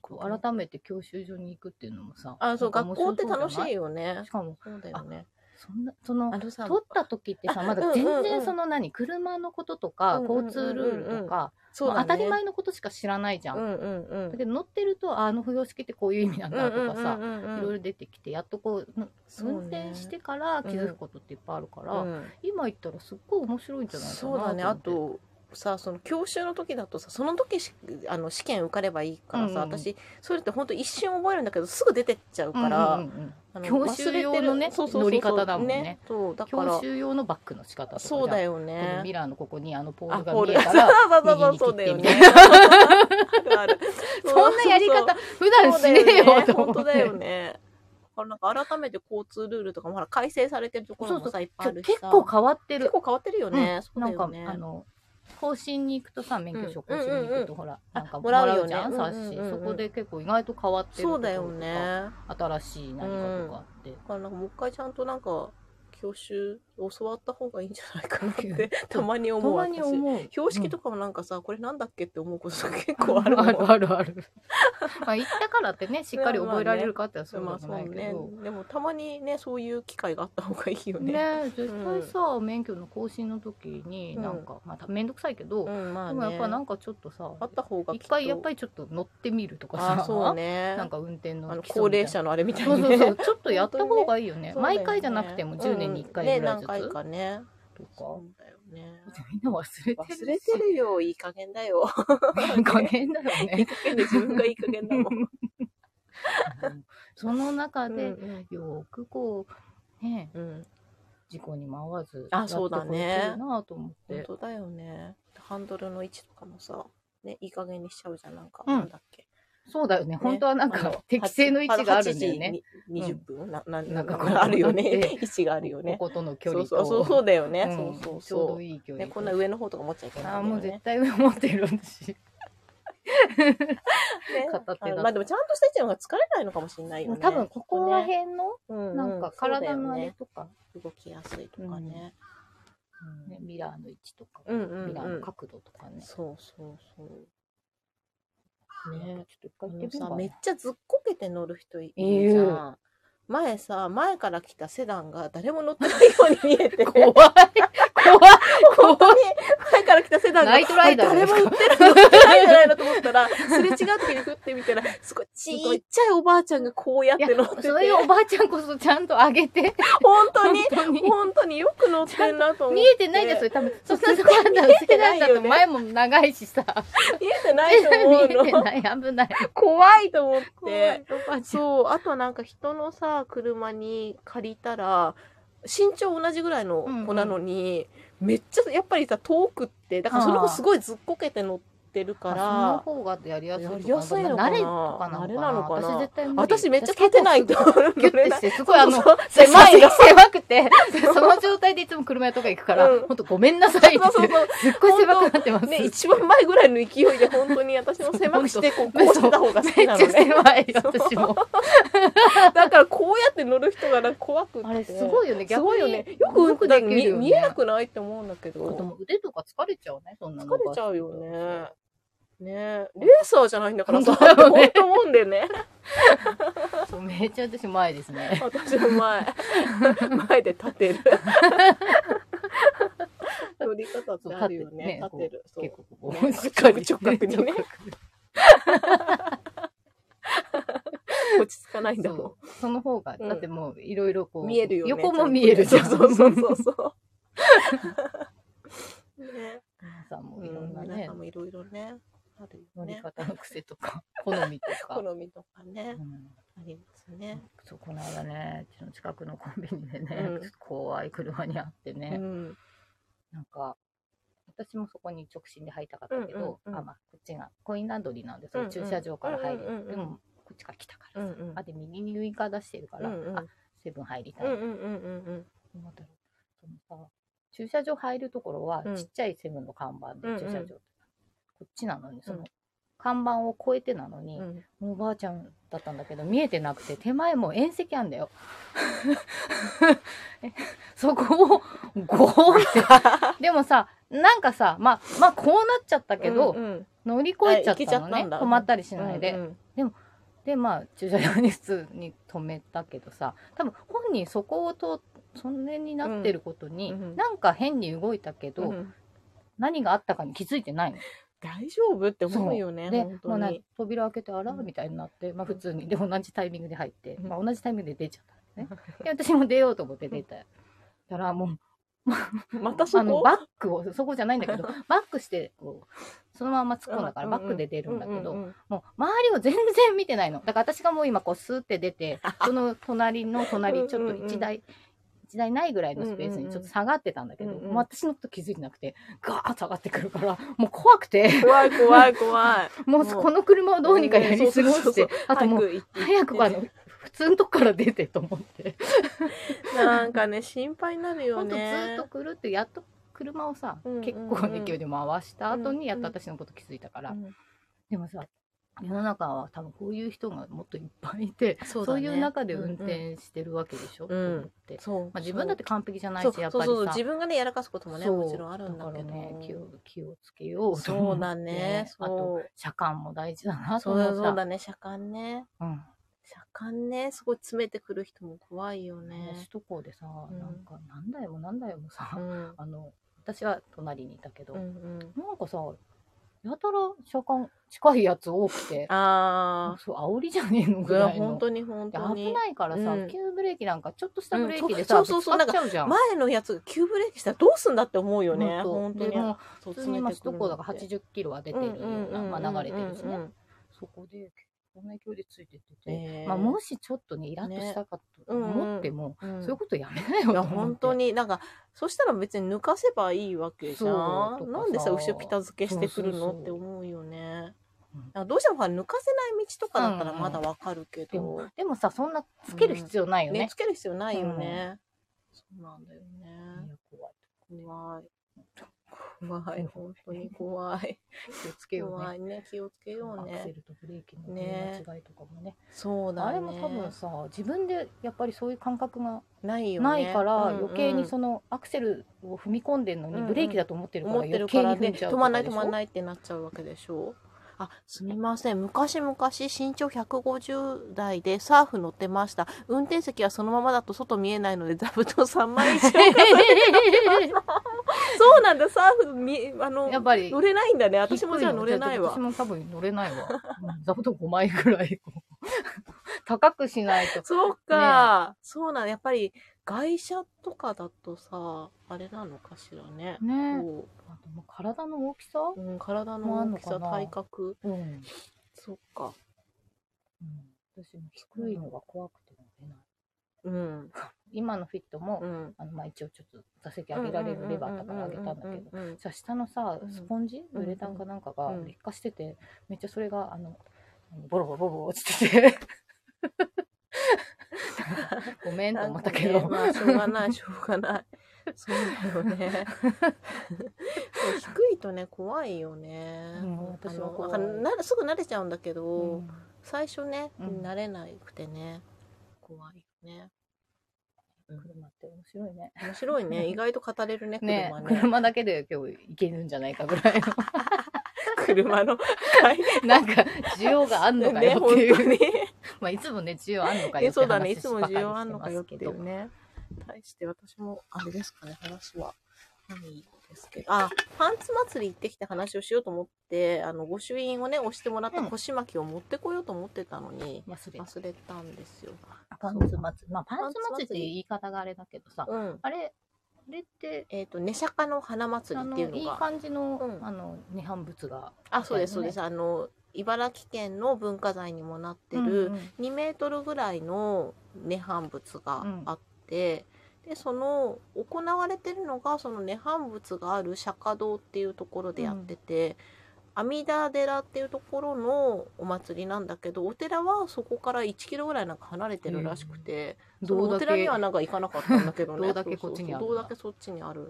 Speaker 2: こう改めて教習所に行くっていうのもさ、
Speaker 1: あ、そう、
Speaker 2: なんか面
Speaker 1: 学校
Speaker 2: 白そ
Speaker 1: って
Speaker 2: うじゃない
Speaker 1: 楽しいよね
Speaker 2: し。かも
Speaker 1: そうだよね。
Speaker 2: そんなその
Speaker 1: あのさ
Speaker 2: 取った時ってさ
Speaker 1: あ
Speaker 2: まだ
Speaker 1: うん
Speaker 2: 全
Speaker 1: うんう
Speaker 2: 然
Speaker 1: ん
Speaker 2: その何車のこととか
Speaker 1: うんうんうんうん
Speaker 2: 交通ルールとか、
Speaker 1: そうだ
Speaker 2: まあ
Speaker 1: ね。
Speaker 2: 当たり前のことしか知らないじゃん。
Speaker 1: うんうんうん。
Speaker 2: だけど乗ってるとああの不要式ってこういう意味なんだとかさ、
Speaker 1: うんうんうんうん
Speaker 2: いろいろ出てきてやっとこう
Speaker 1: そうね
Speaker 2: 運転してから気づくことっていっぱいあるから、
Speaker 1: うん
Speaker 2: 今言ったらすっごい面白いんじゃないかな
Speaker 1: そうだね。あ
Speaker 2: 思って
Speaker 1: と、さその教習の時だとさその時しあの試験受かればいいからさ、
Speaker 2: うんうんうん
Speaker 1: 私それって本当一瞬覚えるんだけどすぐ出てっちゃうから、
Speaker 2: うんうんうんうん
Speaker 1: あの
Speaker 2: 教習用の
Speaker 1: 忘
Speaker 2: ね
Speaker 1: れてるそうそうそうそう
Speaker 2: 乗り方だもんね
Speaker 1: そうだから
Speaker 2: 教習用のバックの仕方とかじゃん
Speaker 1: そうだよ
Speaker 2: このミ
Speaker 1: ね。
Speaker 2: ラーのここにあの ポー
Speaker 1: あ、
Speaker 2: ルが
Speaker 1: ポール
Speaker 2: 見えたら
Speaker 1: そうそうそうそうだよね。ある
Speaker 2: そんなやり方普段し
Speaker 1: そうだ
Speaker 2: ねえ
Speaker 1: よ
Speaker 2: よ
Speaker 1: ね
Speaker 2: と
Speaker 1: 本
Speaker 2: 思
Speaker 1: 当
Speaker 2: って
Speaker 1: だよね。だからなんか改めて交通ルールとかもほら改正されてるところもさいっぱいあるし
Speaker 2: 結
Speaker 1: さ
Speaker 2: 構変わって
Speaker 1: 結
Speaker 2: る、
Speaker 1: 構変わってるよね。そう
Speaker 2: な
Speaker 1: だ
Speaker 2: んか
Speaker 1: よね。
Speaker 2: あの更新に行くとさ免許証更新に行くとほら、
Speaker 1: うん
Speaker 2: なんか
Speaker 1: あ
Speaker 2: も
Speaker 1: も
Speaker 2: ら
Speaker 1: ら
Speaker 2: う
Speaker 1: うよね
Speaker 2: じゃん
Speaker 1: うんうんう
Speaker 2: 冊
Speaker 1: ん
Speaker 2: 子、そこで結構意外と変わってる
Speaker 1: そうだ
Speaker 2: と
Speaker 1: よ
Speaker 2: ころとか
Speaker 1: ね。だ
Speaker 2: 新しい何かとかあって、
Speaker 1: からなんかもう一回ちゃんとなんか教習教わった方がいいんじゃないかなっ
Speaker 2: う
Speaker 1: て
Speaker 2: ん
Speaker 1: たまに思
Speaker 2: た
Speaker 1: う
Speaker 2: まに
Speaker 1: 私
Speaker 2: 思う
Speaker 1: 標識と
Speaker 2: か
Speaker 1: かもなんかさ、これなんだっけって思うことが結構あるもん
Speaker 2: あるあるあるまあ行ったからってねしっかり覚えられるかって言ったら
Speaker 1: ま
Speaker 2: そ
Speaker 1: あそ
Speaker 2: うで
Speaker 1: う
Speaker 2: もない
Speaker 1: ね
Speaker 2: けど、
Speaker 1: でもたまにねそういう機会があった方がいいよね。
Speaker 2: ね絶対さ、免許の更新の時に
Speaker 1: うん
Speaker 2: なんか、また面倒くさいけど、
Speaker 1: うんまあ
Speaker 2: でもやっぱなん
Speaker 1: か
Speaker 2: かちょっとさ
Speaker 1: あった方がきっと
Speaker 2: 一回やっぱりちょっと乗ってみるとかさ
Speaker 1: あそうね
Speaker 2: なんか運転の
Speaker 1: あの
Speaker 2: 基礎み
Speaker 1: 高
Speaker 2: たい
Speaker 1: 齢
Speaker 2: な
Speaker 1: 者のあれみたい
Speaker 2: そ
Speaker 1: な
Speaker 2: う
Speaker 1: ね
Speaker 2: そうそうちょっとやった方がいいよね
Speaker 1: そうだよね
Speaker 2: 毎回じゃなくても10年に1回ぐらいずつ、
Speaker 1: うんね何回かね
Speaker 2: と
Speaker 1: そ
Speaker 2: か
Speaker 1: うだよね
Speaker 2: みんな忘れてる
Speaker 1: 忘れてるよいい加減だよ
Speaker 2: る加減だよね
Speaker 1: 変で自分がいい加減だもん
Speaker 2: その中
Speaker 1: うん
Speaker 2: で、
Speaker 1: うん
Speaker 2: よくこうね
Speaker 1: うん
Speaker 2: 事故にも遭わず
Speaker 1: あそうだね
Speaker 2: やってくれてるなと思っ
Speaker 1: 本
Speaker 2: て
Speaker 1: 当だよねハンドルの位置とかもさねいい加減にしちゃうじゃんなんか、
Speaker 2: うん
Speaker 1: なんだっけ
Speaker 2: そうだよね本当はなん
Speaker 1: あ
Speaker 2: か
Speaker 1: の
Speaker 2: 適正の位置があるんだよ
Speaker 1: 8
Speaker 2: ね
Speaker 1: 時に20分、なな
Speaker 2: な
Speaker 1: なんん
Speaker 2: か
Speaker 1: か
Speaker 2: こう
Speaker 1: あるよ
Speaker 2: なっ
Speaker 1: ね
Speaker 2: て
Speaker 1: 位置があるよね
Speaker 2: こことの距離と
Speaker 1: そうそうそうそうだよね、
Speaker 2: う
Speaker 1: そ
Speaker 2: ん
Speaker 1: うそう
Speaker 2: ちょう
Speaker 1: そ
Speaker 2: どいい距
Speaker 1: う、
Speaker 2: 離
Speaker 1: ね、
Speaker 2: と
Speaker 1: こんな上の方とか持っちゃいけない
Speaker 2: あー
Speaker 1: んだ
Speaker 2: も
Speaker 1: よ
Speaker 2: う
Speaker 1: ね
Speaker 2: 絶対上持ってる私
Speaker 1: ね
Speaker 2: 片手だ
Speaker 1: あのまあでもちゃんとした位置の方が疲れないのかもしれないよね
Speaker 2: 多分ここら辺の
Speaker 1: 辺
Speaker 2: なんか体のあれ
Speaker 1: ね
Speaker 2: とか、
Speaker 1: 動きやすいとかね、
Speaker 2: ね、ミラーの位置とか、
Speaker 1: うん、うんうん
Speaker 2: ミラーの角度とかね。
Speaker 1: そうそうそうね
Speaker 2: ちょっ
Speaker 1: あ
Speaker 2: と
Speaker 1: の
Speaker 2: 一回行ってみよう
Speaker 1: さ
Speaker 2: か
Speaker 1: めっ
Speaker 2: な。
Speaker 1: ちゃずっこけて乗る人い
Speaker 2: い
Speaker 1: る
Speaker 2: る
Speaker 1: じゃん前さ前から来たセダンが誰も乗ってないように見えて
Speaker 2: 怖い怖い
Speaker 1: 本当に前から来たセダンが
Speaker 2: ナイトライダー
Speaker 1: あれ
Speaker 2: です
Speaker 1: 誰も
Speaker 2: か
Speaker 1: 乗ってない乗ってないんじゃないのと思 ったらすれ違う時にふってみたらすごいちっちゃいおばあちゃんがこうやっ
Speaker 2: いや
Speaker 1: て乗ってて
Speaker 2: そういうおばあちゃんこそちゃんと上げて。
Speaker 1: 本当に
Speaker 2: 本当に
Speaker 1: 本当によく乗ってんなと思っ
Speaker 2: 見
Speaker 1: て
Speaker 2: えてないですよ、多分。そんなとこだったら、
Speaker 1: 絶対見
Speaker 2: 世
Speaker 1: えてな
Speaker 2: 代
Speaker 1: い
Speaker 2: だと
Speaker 1: よね
Speaker 2: 前も長いしさ。
Speaker 1: 見えてない
Speaker 2: 見
Speaker 1: と
Speaker 2: えて
Speaker 1: 思うの
Speaker 2: ない、危ない。
Speaker 1: 怖いと思っ
Speaker 2: 怖
Speaker 1: て
Speaker 2: いおばあちゃん。
Speaker 1: そうあとなんか人のさ車に借りたら身長同じぐらいの子なのに、めっちゃやっぱりさ遠くってだからその子すごいずっこけて乗ってるか
Speaker 2: あ
Speaker 1: ら
Speaker 2: その方がやりやすいとか。
Speaker 1: やりやすいのかな
Speaker 2: 慣れとかなのか
Speaker 1: 慣れなのかな
Speaker 2: 私絶対無理
Speaker 1: 私めっちゃ蹴てないと
Speaker 2: 私タコすごいギュッてして、すごいあの、
Speaker 1: そうそう
Speaker 2: 狭い
Speaker 1: そう
Speaker 2: 狭くて、 その状態でいつも車屋とか行くから、
Speaker 1: うん
Speaker 2: ほんとごめんなさいって、
Speaker 1: そうそうそう
Speaker 2: すっごい狭くなってます。
Speaker 1: ね、一番前ぐらいの勢いで本当に私も狭くしてこうこうしてた方が
Speaker 2: め
Speaker 1: 好
Speaker 2: っち
Speaker 1: き
Speaker 2: ゃ
Speaker 1: なのね
Speaker 2: 狭い、私も。
Speaker 1: だからこうやって乗る人がなんか怖くって
Speaker 2: あれすごいよね、
Speaker 1: す
Speaker 2: 逆に。
Speaker 1: ごいよねよく運
Speaker 2: よく
Speaker 1: 転
Speaker 2: で
Speaker 1: で
Speaker 2: き
Speaker 1: き
Speaker 2: るよね
Speaker 1: 見見えなくないって思うんだけど
Speaker 2: でも腕とか疲れちゃうね、そんなの
Speaker 1: 疲
Speaker 2: が。
Speaker 1: れちゃうよね。ねえ、レーサーじゃないんだからさ、
Speaker 2: 本当だよね
Speaker 1: 本当思うんだよね。
Speaker 2: そうめっちゃ私前ですね。
Speaker 1: 私の前、 前で立てる。乗り方ってあるよね。
Speaker 2: そう
Speaker 1: 立てる。そう
Speaker 2: 結構こ
Speaker 1: ね
Speaker 2: う、 しっかり
Speaker 1: 直角にね
Speaker 2: 直角
Speaker 1: 落ち着かないんだ
Speaker 2: そ
Speaker 1: も
Speaker 2: うその方が、
Speaker 1: うん
Speaker 2: だってもういろいろこう、
Speaker 1: ん。見えるよね。
Speaker 2: 横も見える
Speaker 1: そ
Speaker 2: じ
Speaker 1: う
Speaker 2: ゃん。
Speaker 1: そうそう そうそう。 ね、
Speaker 2: 皆さんも
Speaker 1: う
Speaker 2: いろん
Speaker 1: ん
Speaker 2: な
Speaker 1: 皆
Speaker 2: ね
Speaker 1: さん、もいろいろね、あるよ
Speaker 2: 乗り
Speaker 1: ね。
Speaker 2: 方の癖とか、 好みと か。
Speaker 1: 好みとかね
Speaker 2: う、ん
Speaker 1: ありますね。
Speaker 2: そうこの間ねうちの近くのコンビニでね、
Speaker 1: うん
Speaker 2: ちょっと怖い車にあってね、
Speaker 1: うん。
Speaker 2: なんか私もそこに直進で入りたかったけど、
Speaker 1: うんうんうん
Speaker 2: あまあ、こっちがコインランドリーなんです
Speaker 1: うんうん
Speaker 2: 駐車場から入
Speaker 1: う
Speaker 2: る、
Speaker 1: んうんうんうん
Speaker 2: でもこっちから来たか
Speaker 1: う
Speaker 2: ら
Speaker 1: ん
Speaker 2: さ、
Speaker 1: うん
Speaker 2: あ。で右にウインカー出してるから、
Speaker 1: うんうん
Speaker 2: あセブン入りた
Speaker 1: う
Speaker 2: い、
Speaker 1: んうんうんうんうん。
Speaker 2: なんだろうそのさ駐車場入るところは、
Speaker 1: うん
Speaker 2: ちっちゃいセブンの看板で
Speaker 1: うんうん
Speaker 2: 駐車場、こっちなのにその、
Speaker 1: うん
Speaker 2: 看板を越えてなのに、
Speaker 1: うん
Speaker 2: もうおばあちゃんだったんだけど見えてなくて手前も縁石あん だよえそこをゴーっ てでもさなんかさまあまあこうなっちゃったけど、
Speaker 1: うんうん
Speaker 2: 乗り越えちゃ
Speaker 1: あ
Speaker 2: ったの
Speaker 1: 行けちゃった
Speaker 2: ね
Speaker 1: んだ
Speaker 2: 止まったりしないで、
Speaker 1: うん
Speaker 2: でまあ駐車場に普通に止めたけどさ多分本人そこを通そんなになってることに、
Speaker 1: うんうん
Speaker 2: なんか変に動いたけど、
Speaker 1: うん
Speaker 2: 何があったかに気づいてないの。
Speaker 1: 大丈夫って思うよね。
Speaker 2: で
Speaker 1: 本
Speaker 2: も
Speaker 1: 当
Speaker 2: うな
Speaker 1: に。
Speaker 2: 扉開けてあら
Speaker 1: うん
Speaker 2: みたいになって、まあ、
Speaker 1: うん
Speaker 2: 普通にで同じタイミングで入って、
Speaker 1: うん
Speaker 2: まあ、同じタイミングで出ちゃったの ねで私も出ようと思って出たたらもう
Speaker 1: またそ
Speaker 2: あの
Speaker 1: こ
Speaker 2: バックをそこじゃないんだけどバックしてこうそのまま突っ込んだから
Speaker 1: うん
Speaker 2: バックで出るんだけど、
Speaker 1: ううん
Speaker 2: もう周りを全然見てないのだから私がもう今こうスーって 出てその隣の
Speaker 1: うんう
Speaker 2: 隣
Speaker 1: ん
Speaker 2: ちょっと1台1台ないぐらいのスペース
Speaker 1: うんうんう
Speaker 2: に
Speaker 1: ん
Speaker 2: ちょっと下がってたんだけど、
Speaker 1: うんうん
Speaker 2: もう私のこと気づいてなくてガーッと上がってくるからもう怖くて。
Speaker 1: 怖い怖い怖い。
Speaker 2: もう
Speaker 1: もう
Speaker 2: この車を どうにかやり過ご
Speaker 1: うんそうそう
Speaker 2: し
Speaker 1: そう
Speaker 2: て、あともう、
Speaker 1: 早く行って
Speaker 2: 早くあの、普通のとこから出てと思って。
Speaker 1: なんかね、 心配になるよ
Speaker 2: ほんとず
Speaker 1: ね
Speaker 2: っと。くるって、やっと車をさ
Speaker 1: うんうんう、ん
Speaker 2: 結構な勢いで回した後
Speaker 1: うんうん
Speaker 2: に、やっと私のこと気づいたから。
Speaker 1: うん
Speaker 2: でもさ、世の中は多分こういう人がもっといっぱいいて
Speaker 1: そ
Speaker 2: そう,、いう中で運転してるわけでしょ、
Speaker 1: うんうん
Speaker 2: と思って、
Speaker 1: そう、
Speaker 2: まあ、自分だって完璧じゃない
Speaker 1: そう
Speaker 2: し
Speaker 1: そう
Speaker 2: やっ
Speaker 1: そう
Speaker 2: ぱりさ
Speaker 1: そう自分がねやらかすこともね
Speaker 2: そう
Speaker 1: もちろんあるんだけど
Speaker 2: からね気を気をつけようと思って
Speaker 1: そうだね
Speaker 2: あと
Speaker 1: そう
Speaker 2: 車間も大事だなと
Speaker 1: そう
Speaker 2: 思っ
Speaker 1: だ
Speaker 2: た
Speaker 1: そうだね車間ね
Speaker 2: うん
Speaker 1: 車間ねすごい詰めてくる人も怖いよ
Speaker 2: 首
Speaker 1: ね、
Speaker 2: 都高でさ、
Speaker 1: うん
Speaker 2: なんか何台も何台もさ、
Speaker 1: うん
Speaker 2: あの私は隣にいたけど、
Speaker 1: うんうん、
Speaker 2: なんかさやたら車間近いやつ多くて
Speaker 1: あ
Speaker 2: そう煽りじゃねえの
Speaker 1: あい
Speaker 2: ぐ
Speaker 1: や
Speaker 2: らいの
Speaker 1: 本当に本
Speaker 2: で
Speaker 1: 当に
Speaker 2: 危ないからさ、
Speaker 1: うん
Speaker 2: 急ブレーキなんかちょっとしたブレーキで
Speaker 1: う
Speaker 2: さ、
Speaker 1: んそうそうそう
Speaker 2: ぶつかっちゃうじゃん。
Speaker 1: 前のやつが急ブレーーキしたらどうすんだって思うよね
Speaker 2: 本
Speaker 1: 本
Speaker 2: 当
Speaker 1: 当
Speaker 2: で
Speaker 1: に
Speaker 2: も
Speaker 1: そう
Speaker 2: 普通に今首都高だから
Speaker 1: 詰
Speaker 2: 80キロは出て
Speaker 1: め
Speaker 2: る
Speaker 1: て
Speaker 2: よ
Speaker 1: くるん
Speaker 2: う
Speaker 1: だ
Speaker 2: な、
Speaker 1: よ
Speaker 2: まあ、流れてるし
Speaker 1: うんうんうん
Speaker 2: ね
Speaker 1: う。ん
Speaker 2: そこで結構な勢いでついてってて、
Speaker 1: えー
Speaker 2: まあ、もしちょっとねイラッとしたかと思っても、
Speaker 1: うん
Speaker 2: そういうことやめなよ
Speaker 1: い
Speaker 2: と
Speaker 1: や
Speaker 2: 思って。
Speaker 1: 本当になんかそしたら別に抜かせばいいわけじゃ
Speaker 2: そう
Speaker 1: ん
Speaker 2: とかさ
Speaker 1: なんでさ後ろピタ付けしてくる
Speaker 2: そうそう
Speaker 1: の
Speaker 2: そう
Speaker 1: って思うよね
Speaker 2: うん
Speaker 1: なんかどうしてもほら抜かせない道とかだったら
Speaker 2: うんうん
Speaker 1: まだわかるけ
Speaker 2: で
Speaker 1: ど、
Speaker 2: もでもさそんなつける必要ないよ
Speaker 1: ね
Speaker 2: ね。
Speaker 1: つける必要ないよね、そうなんだよ
Speaker 2: い
Speaker 1: ね
Speaker 2: や怖い
Speaker 1: 怖い怖い本当に怖い
Speaker 2: 気をつけよう
Speaker 1: 怖
Speaker 2: ね。
Speaker 1: いね気をつけよう
Speaker 2: アクセ
Speaker 1: ね
Speaker 2: ルとブレーキの踏み間違いとかもね
Speaker 1: そうだね
Speaker 2: あれも多分さ自分でやっぱりそういう感覚が
Speaker 1: ないよね
Speaker 2: ないから
Speaker 1: うんうん
Speaker 2: 余計にそのアクセルを踏み込んでる
Speaker 1: う
Speaker 2: の
Speaker 1: ん
Speaker 2: に
Speaker 1: うん
Speaker 2: ブレーキだと思ってるから
Speaker 1: 思って
Speaker 2: 余
Speaker 1: るか
Speaker 2: 計に
Speaker 1: ら
Speaker 2: 踏
Speaker 1: ね
Speaker 2: んじゃう
Speaker 1: 止まんない止まん
Speaker 2: い
Speaker 1: ないってなっちゃうわけでしょあすみません昔々身長150台でサーフ乗ってました運転席はそのままだと外見えないので座布団3枚以上 そうなんだサーフみあの
Speaker 2: やっぱり
Speaker 1: 乗れないんだね私もじゃあ乗れない
Speaker 2: 私
Speaker 1: わ
Speaker 2: も多分乗れないわうん座布団5枚ぐらいこう 高くしないと
Speaker 1: そうか、そうなんやっぱり外車とかだとさあれなのかしらね
Speaker 2: ね
Speaker 1: こ
Speaker 2: あともう体の大きさ
Speaker 1: う、うん、体
Speaker 2: もうあん
Speaker 1: の
Speaker 2: の
Speaker 1: 大き
Speaker 2: かな
Speaker 1: さ体格
Speaker 2: うん、うん
Speaker 1: そっか
Speaker 2: 私も低いのが怖くて乗れない
Speaker 1: うん
Speaker 2: 今のフィットも、
Speaker 1: うん
Speaker 2: あのまあ、一応ちょっと座席上げられるレバーだから上げたんだけど
Speaker 1: ど
Speaker 2: さ下のさ
Speaker 1: うん
Speaker 2: スポンジ、
Speaker 1: うん
Speaker 2: ウレタンかなんかが
Speaker 1: うん
Speaker 2: 劣化してて、めっちゃそれがあのボロボロボロボロ落ちてて ごめんと思ったけど、
Speaker 1: なんかねまあ、しょうがない、しょうがない。そうだよね。そう低いとね、怖いよね。
Speaker 2: うん私は怖い
Speaker 1: あのなすぐ慣れちゃうんだけど、
Speaker 2: うん
Speaker 1: 最初ね、
Speaker 2: うん
Speaker 1: 慣れなくてね、怖いよね。
Speaker 2: 車って面白いね
Speaker 1: 面白い ね、意外と語れるね、
Speaker 2: ね
Speaker 1: 車ね。
Speaker 2: 車だけで今日いけるんじゃないかぐらいの
Speaker 1: 車の、はい
Speaker 2: な んか需要があんのか
Speaker 1: ね、
Speaker 2: よって
Speaker 1: 本
Speaker 2: いう、
Speaker 1: 当に。
Speaker 2: まあいつもね需要あんのかよ
Speaker 1: ね、
Speaker 2: って
Speaker 1: そうだ
Speaker 2: 話
Speaker 1: ね、い
Speaker 2: し
Speaker 1: つ
Speaker 2: ば
Speaker 1: も需
Speaker 2: かりして
Speaker 1: 要あんの
Speaker 2: ま
Speaker 1: かよ
Speaker 2: す
Speaker 1: っ
Speaker 2: け
Speaker 1: てい
Speaker 2: ど
Speaker 1: うね。対して私も、あれですかね、話は。何ですけど。あ、パンツ祭り行ってきた話をしようと思って、あの、ご朱印をね、押してもらった
Speaker 2: うん
Speaker 1: 腰巻きを持ってこようと思ってたのに、
Speaker 2: 忘れ
Speaker 1: 忘れたんですよ。
Speaker 2: たパンツ祭りまあパ
Speaker 1: パ
Speaker 2: ン
Speaker 1: ンツ
Speaker 2: ツ祭
Speaker 1: 祭り
Speaker 2: りっていう言い方があれだけどさ、
Speaker 1: うん。
Speaker 2: あれあれって
Speaker 1: えっ、と、寝釈迦の花祭
Speaker 2: あ
Speaker 1: りっ
Speaker 2: の
Speaker 1: ていうのが。
Speaker 2: いい感じの、
Speaker 1: うん
Speaker 2: あの涅槃仏が
Speaker 1: あ、そうです、そう
Speaker 2: みたいなね
Speaker 1: です。あの、茨城県の文化財にもなってる、
Speaker 2: うんうん
Speaker 1: 2メートルぐらいの涅槃仏があって、でその行われてるのがその涅槃仏がある釈迦堂っていうところでやってて、阿弥陀寺っていうところのお祭りなんだけどお寺はそこから1キロぐらいなんか離れてるらしくて、その
Speaker 2: どう
Speaker 1: お
Speaker 2: だ
Speaker 1: 寺に
Speaker 2: け
Speaker 1: はなんか行かなかったんだ けどね
Speaker 2: どうだけこっちにある
Speaker 1: そうそうそう
Speaker 2: んだ
Speaker 1: どうだけそっちにある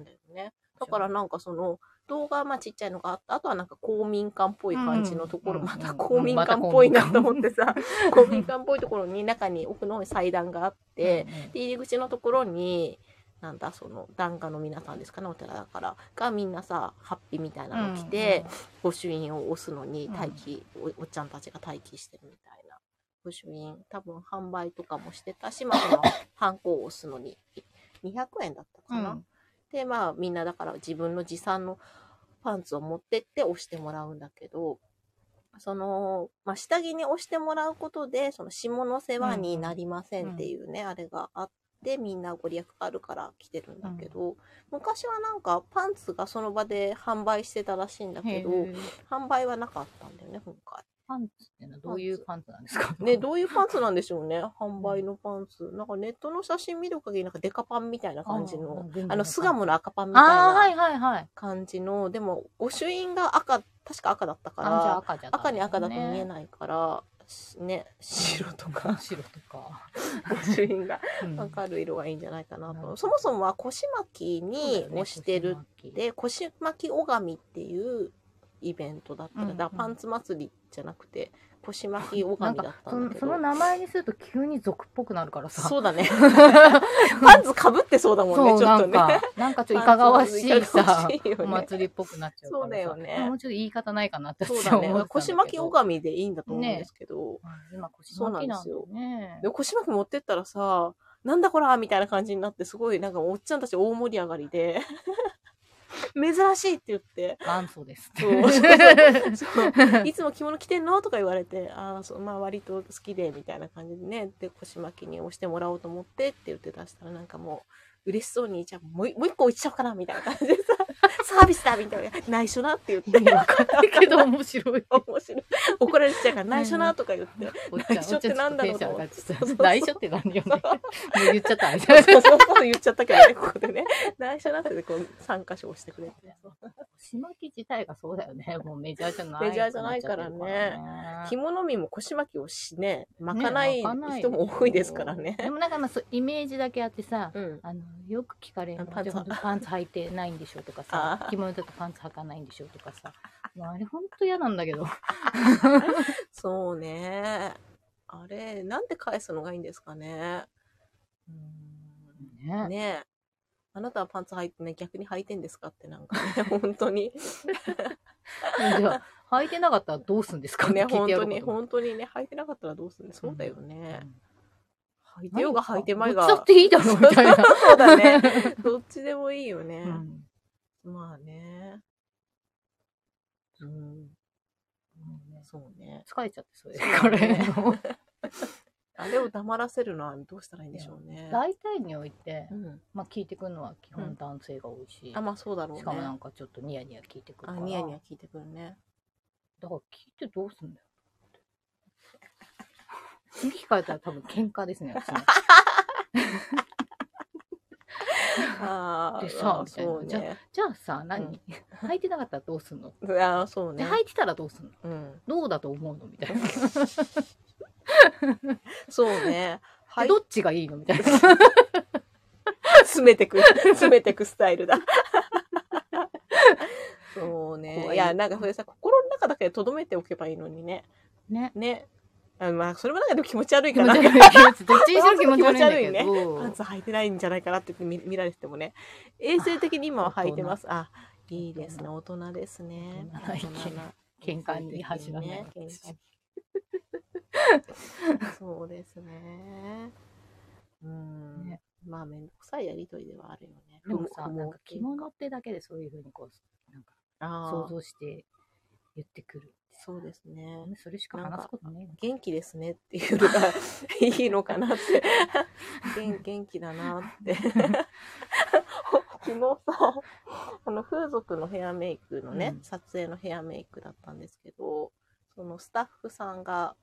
Speaker 1: んだよねだからなんかその動画まあちっちゃいのがあってあとはなんか公民館っぽい感じのところ、
Speaker 2: うん
Speaker 1: ま
Speaker 2: う
Speaker 1: た
Speaker 2: ん
Speaker 1: 公民館っぽいなと思ってさ、公民館っぽいところに中に奥の方に祭壇があって、で入り口のところになんだその檀家の皆さんですかねお寺だからがみんなさハッピーみたいなの着て、、御朱印を押すのに待機、おおっちゃんたちが待機してるみたいな御朱印多分販売とかもしてたしまあそ のハンコを押すのに200円だった
Speaker 2: う
Speaker 1: か
Speaker 2: んうん
Speaker 1: な、
Speaker 2: うん
Speaker 1: でまあみんなだから自分の持参のパンツを持ってって押してもらうんだけどその、まあ、下着に押してもらうことでその下の世話になりませんっていうね、あれがあってみんなご利益があるから来てるんだけど、昔はなんかパンツがその場で販売してたらしいんだ
Speaker 2: へ
Speaker 1: けど
Speaker 2: ー
Speaker 1: 販売はなかったんだよね今回。
Speaker 2: パンツってのはどういうパンツなんですか
Speaker 1: ね、どういうパンツなんでしょうね販売のパンツなんかネットの写真見る限りなんかデカパンみたいな感じのあの巣
Speaker 2: み
Speaker 1: 鴨の赤パンみ
Speaker 2: た
Speaker 1: た
Speaker 2: い
Speaker 1: い
Speaker 2: なあー
Speaker 1: な
Speaker 2: はいはいはい
Speaker 1: 感じのでも御朱印が赤確か赤だったか
Speaker 2: あじゃあ
Speaker 1: ら
Speaker 2: 赤じゃダメ
Speaker 1: 赤に赤だと見え
Speaker 2: ね
Speaker 1: ないからしね白と か
Speaker 2: 白とか、
Speaker 1: 御朱印が
Speaker 2: うん
Speaker 1: 明るい色がいいんじゃないかな
Speaker 2: なるほど
Speaker 1: とそもそもは腰巻き
Speaker 2: そうだ
Speaker 1: に
Speaker 2: よね
Speaker 1: 押してる
Speaker 2: 腰巻き
Speaker 1: で腰巻き拝みっていうイベントだった
Speaker 2: うん
Speaker 1: ら
Speaker 2: うん
Speaker 1: だからパンツ祭りじゃなくて腰巻きお
Speaker 2: な
Speaker 1: が
Speaker 2: ん
Speaker 1: みだっ
Speaker 2: か
Speaker 1: た
Speaker 2: そ
Speaker 1: んだ
Speaker 2: の
Speaker 1: け
Speaker 2: そ
Speaker 1: ど
Speaker 2: の名前にすると急に俗っぽくなるからさ
Speaker 1: そうだね パンツかぶってそうだもんね
Speaker 2: そう
Speaker 1: ちょっ
Speaker 2: な
Speaker 1: と
Speaker 2: ん
Speaker 1: ね
Speaker 2: かなんかちょっといかがわしい
Speaker 1: パンツも
Speaker 2: さ
Speaker 1: いかがわしいよね
Speaker 2: お祭りっぽくなっちゃうからさ
Speaker 1: そうだよね
Speaker 2: もうちょっと言い方ないかなって
Speaker 1: そう
Speaker 2: 私
Speaker 1: だ
Speaker 2: は思
Speaker 1: ね
Speaker 2: ってたんだけど
Speaker 1: 腰巻き拝みでいいんだと思うんですけど、
Speaker 2: うん今腰巻きなんだね
Speaker 1: で腰巻き持ってったらさなんだこらみたいな感じになってすごいなんかおっちゃんたち大盛り上がりで 珍しいって言って
Speaker 2: 元祖です
Speaker 1: そう そういつも着物着てんのとか言われてああそうまあ割と好きでみたいな感じでねで腰巻きに押してもらおうと思ってって言って出したらなんかもう嬉しそうにじゃあもうもう一個置いちゃおうかなみたいな感じ でさサービスだみたいな内緒なって言って
Speaker 2: 意味わかんな いけど面白い
Speaker 1: 面白い怒られちゃうから内緒なとか言 って
Speaker 2: おっちゃん、
Speaker 1: 内緒ってなんだろうと思って
Speaker 2: おっちゃんちょっとテンション上がっちゃった
Speaker 1: そうそう
Speaker 2: 内緒って何よね。もう言っちゃった。あ
Speaker 1: そうそうそう言っちゃったけどね、ここでね。内緒なってでこう3箇所押してくれて。
Speaker 2: 腰巻き自体がそうだよね。もうメジャーじゃない。
Speaker 1: メジャーじゃないからね。着物身も腰巻きをしね、巻かない人も多いですからね。
Speaker 2: でもなんかまあそうイメージだけあってさ、
Speaker 1: うん。
Speaker 2: あのよく聞かれるの
Speaker 1: パンツ
Speaker 2: じゃあ本当にパンツ履いてないんでしょうとか
Speaker 1: あ
Speaker 2: さ
Speaker 1: ー
Speaker 2: 着物だとパンツ履かないんでしょうとかさもうあれ本当嫌なんだけど
Speaker 1: そうね。あれ、なんで返すのがいいんですかね。
Speaker 2: うんね
Speaker 1: ねえ。あなたはパンツ履いてね、逆に履いてんですかってなんかね、 本当に。
Speaker 2: じゃあ履いてなかったらどうすんですか
Speaker 1: ね、
Speaker 2: って聞い
Speaker 1: 本
Speaker 2: てや
Speaker 1: 当
Speaker 2: ろうか
Speaker 1: に、
Speaker 2: と思っ
Speaker 1: 本当にね、履いてなかったらどうするんでそうだよね
Speaker 2: て。
Speaker 1: 履いてようが履いてまい
Speaker 2: どっちだっ
Speaker 1: が。
Speaker 2: ていいだろうみた いな。
Speaker 1: そうだね。どっちでもいいよね。
Speaker 2: うん
Speaker 1: まあね。うん。そうね。
Speaker 2: 疲れちゃって、それ。
Speaker 1: そうね
Speaker 2: これ
Speaker 1: あれを黙らせるのはどうしたらいいんでしょうね。
Speaker 2: 大体において
Speaker 1: う、ん。
Speaker 2: まあ聞いてくるのは基本男性が多いし、
Speaker 1: あ、まあそうだろうね。
Speaker 2: しかもなんかちょっとニヤニヤ聞いてくる
Speaker 1: あ、
Speaker 2: から。
Speaker 1: ニヤニヤ聞いてくるね。
Speaker 2: だから聞いてどうすんだよ。 次聞かれたら多分喧嘩ですね、私ね
Speaker 1: あ
Speaker 2: で
Speaker 1: ー
Speaker 2: さ
Speaker 1: あー、そう
Speaker 2: みたいな
Speaker 1: ね。
Speaker 2: じゃあさ、
Speaker 1: う
Speaker 2: 何履いてなかったらどうすんの
Speaker 1: あーそう
Speaker 2: で、
Speaker 1: ね。
Speaker 2: 履いてたらどうすんの
Speaker 1: うん。
Speaker 2: どうだと思うのみたいな。
Speaker 1: そうね。はい
Speaker 2: で。どっちがいいのみたいな。
Speaker 1: 詰めてく、 詰めてくスタイルだ。 そうね。
Speaker 2: 怖い
Speaker 1: いや、なんかそれさ、心の中だけで留めておけばいいのにね。
Speaker 2: ね。
Speaker 1: ね。あまあ、それもなんかでも気持ち悪い
Speaker 2: 気
Speaker 1: か
Speaker 2: 持
Speaker 1: ら。
Speaker 2: ち悪い。どっちにしろ気持ち悪いんだけ ど。
Speaker 1: パンツ履いてないんじゃないかなって見見られててもね衛生的に今は履いてますあいいですね大人ですね
Speaker 2: 大人な喧嘩に走らない
Speaker 1: 大人な喧嘩にそうですねうん
Speaker 2: ね
Speaker 1: まあ面倒くさいやりとりではあるよね
Speaker 2: でもさ、
Speaker 1: 不毛
Speaker 2: なんか着物ってだけでそういうふうにこう、なんか
Speaker 1: あ
Speaker 2: 想
Speaker 1: ー
Speaker 2: 像して言ってくる。
Speaker 1: そうですね
Speaker 2: ねそれしか話すことね
Speaker 1: 元気ですねっていう のがいいのかなって元元気だなって昨日さあの風俗のヘアメイクのね、
Speaker 2: うん
Speaker 1: 撮影のヘアメイクだったんですけどそのスタッフさんが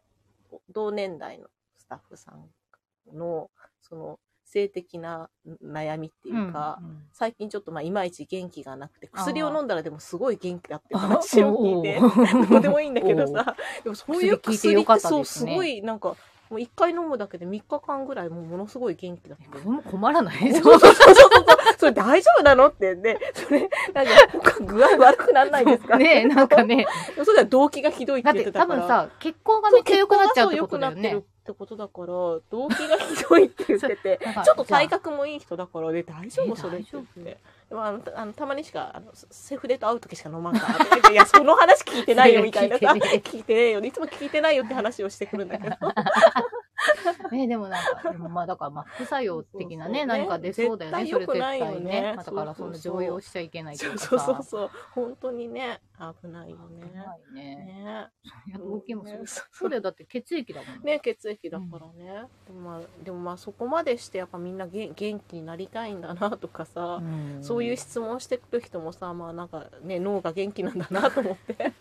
Speaker 1: 同年代のスタッフさんのその性的な悩みっていうか、
Speaker 2: んん
Speaker 1: 最近ちょっとまあいまいち元気がなくて薬を飲んだらでもすごい元気だっていう
Speaker 2: あ
Speaker 1: 話を聞いて。 どうでもいいんだけど
Speaker 2: おう
Speaker 1: さ、でもそういう
Speaker 2: 薬
Speaker 1: 薬っ
Speaker 2: 聞い
Speaker 1: て
Speaker 2: てよかった
Speaker 1: そう
Speaker 2: です
Speaker 1: す
Speaker 2: ね
Speaker 1: ごいなんか、もう一回飲むだけで3日間ぐらいもうものすごい元気だった
Speaker 2: こ れ。も困らない
Speaker 1: そうそうそうそうそう。それ大丈夫なのってね、それ、なんか他具合悪くならないですか
Speaker 2: ねえ、なんか。ね。
Speaker 1: でもそれは動機がひどいって
Speaker 2: だっ
Speaker 1: 言ってて
Speaker 2: 多
Speaker 1: たから。
Speaker 2: 分さ、血行がめっちゃ良くなっちゃうってことだ
Speaker 1: そう血行がそう良くな
Speaker 2: よ
Speaker 1: って
Speaker 2: ね。
Speaker 1: る。ってことだから、動機がひどいって言ってて
Speaker 2: なんか
Speaker 1: ちょっと体格もいい人だからね、大丈
Speaker 2: え
Speaker 1: 夫それって言っ
Speaker 2: 大丈
Speaker 1: て。でもあのたあのたまにしかあのセセフレと会う時しか飲まんから って言っていやその話聞いてないよみたいなさ
Speaker 2: 聞いてねえ
Speaker 1: 聞いてねえよいつも聞いてないよって話をしてくるんだけ ど
Speaker 2: ねでもなんか、でもまあだから、まあ副作用的な
Speaker 1: そ
Speaker 2: ね、
Speaker 1: うそうそう
Speaker 2: 何か出そうだよね。
Speaker 1: 絶対
Speaker 2: それ
Speaker 1: 良く
Speaker 2: 絶
Speaker 1: ないよね
Speaker 2: 対ね。まあだか
Speaker 1: そ
Speaker 2: ら、そう
Speaker 1: そ
Speaker 2: の
Speaker 1: うそう
Speaker 2: 常用しちゃいけないとい
Speaker 1: そうう
Speaker 2: かさ。
Speaker 1: そうそうそう本当にね危ないよね
Speaker 2: ないね。
Speaker 1: ね
Speaker 2: いや、動きもそう。
Speaker 1: そ
Speaker 2: そうだよ、だって血液だもん
Speaker 1: ね血液だからね、でもまあでもまあそこまでしてやっぱみんなげん元気になりたいんだなとかさ、
Speaker 2: うん
Speaker 1: そういう質問してくる人もさまあなんかね脳が元気なんだなと思って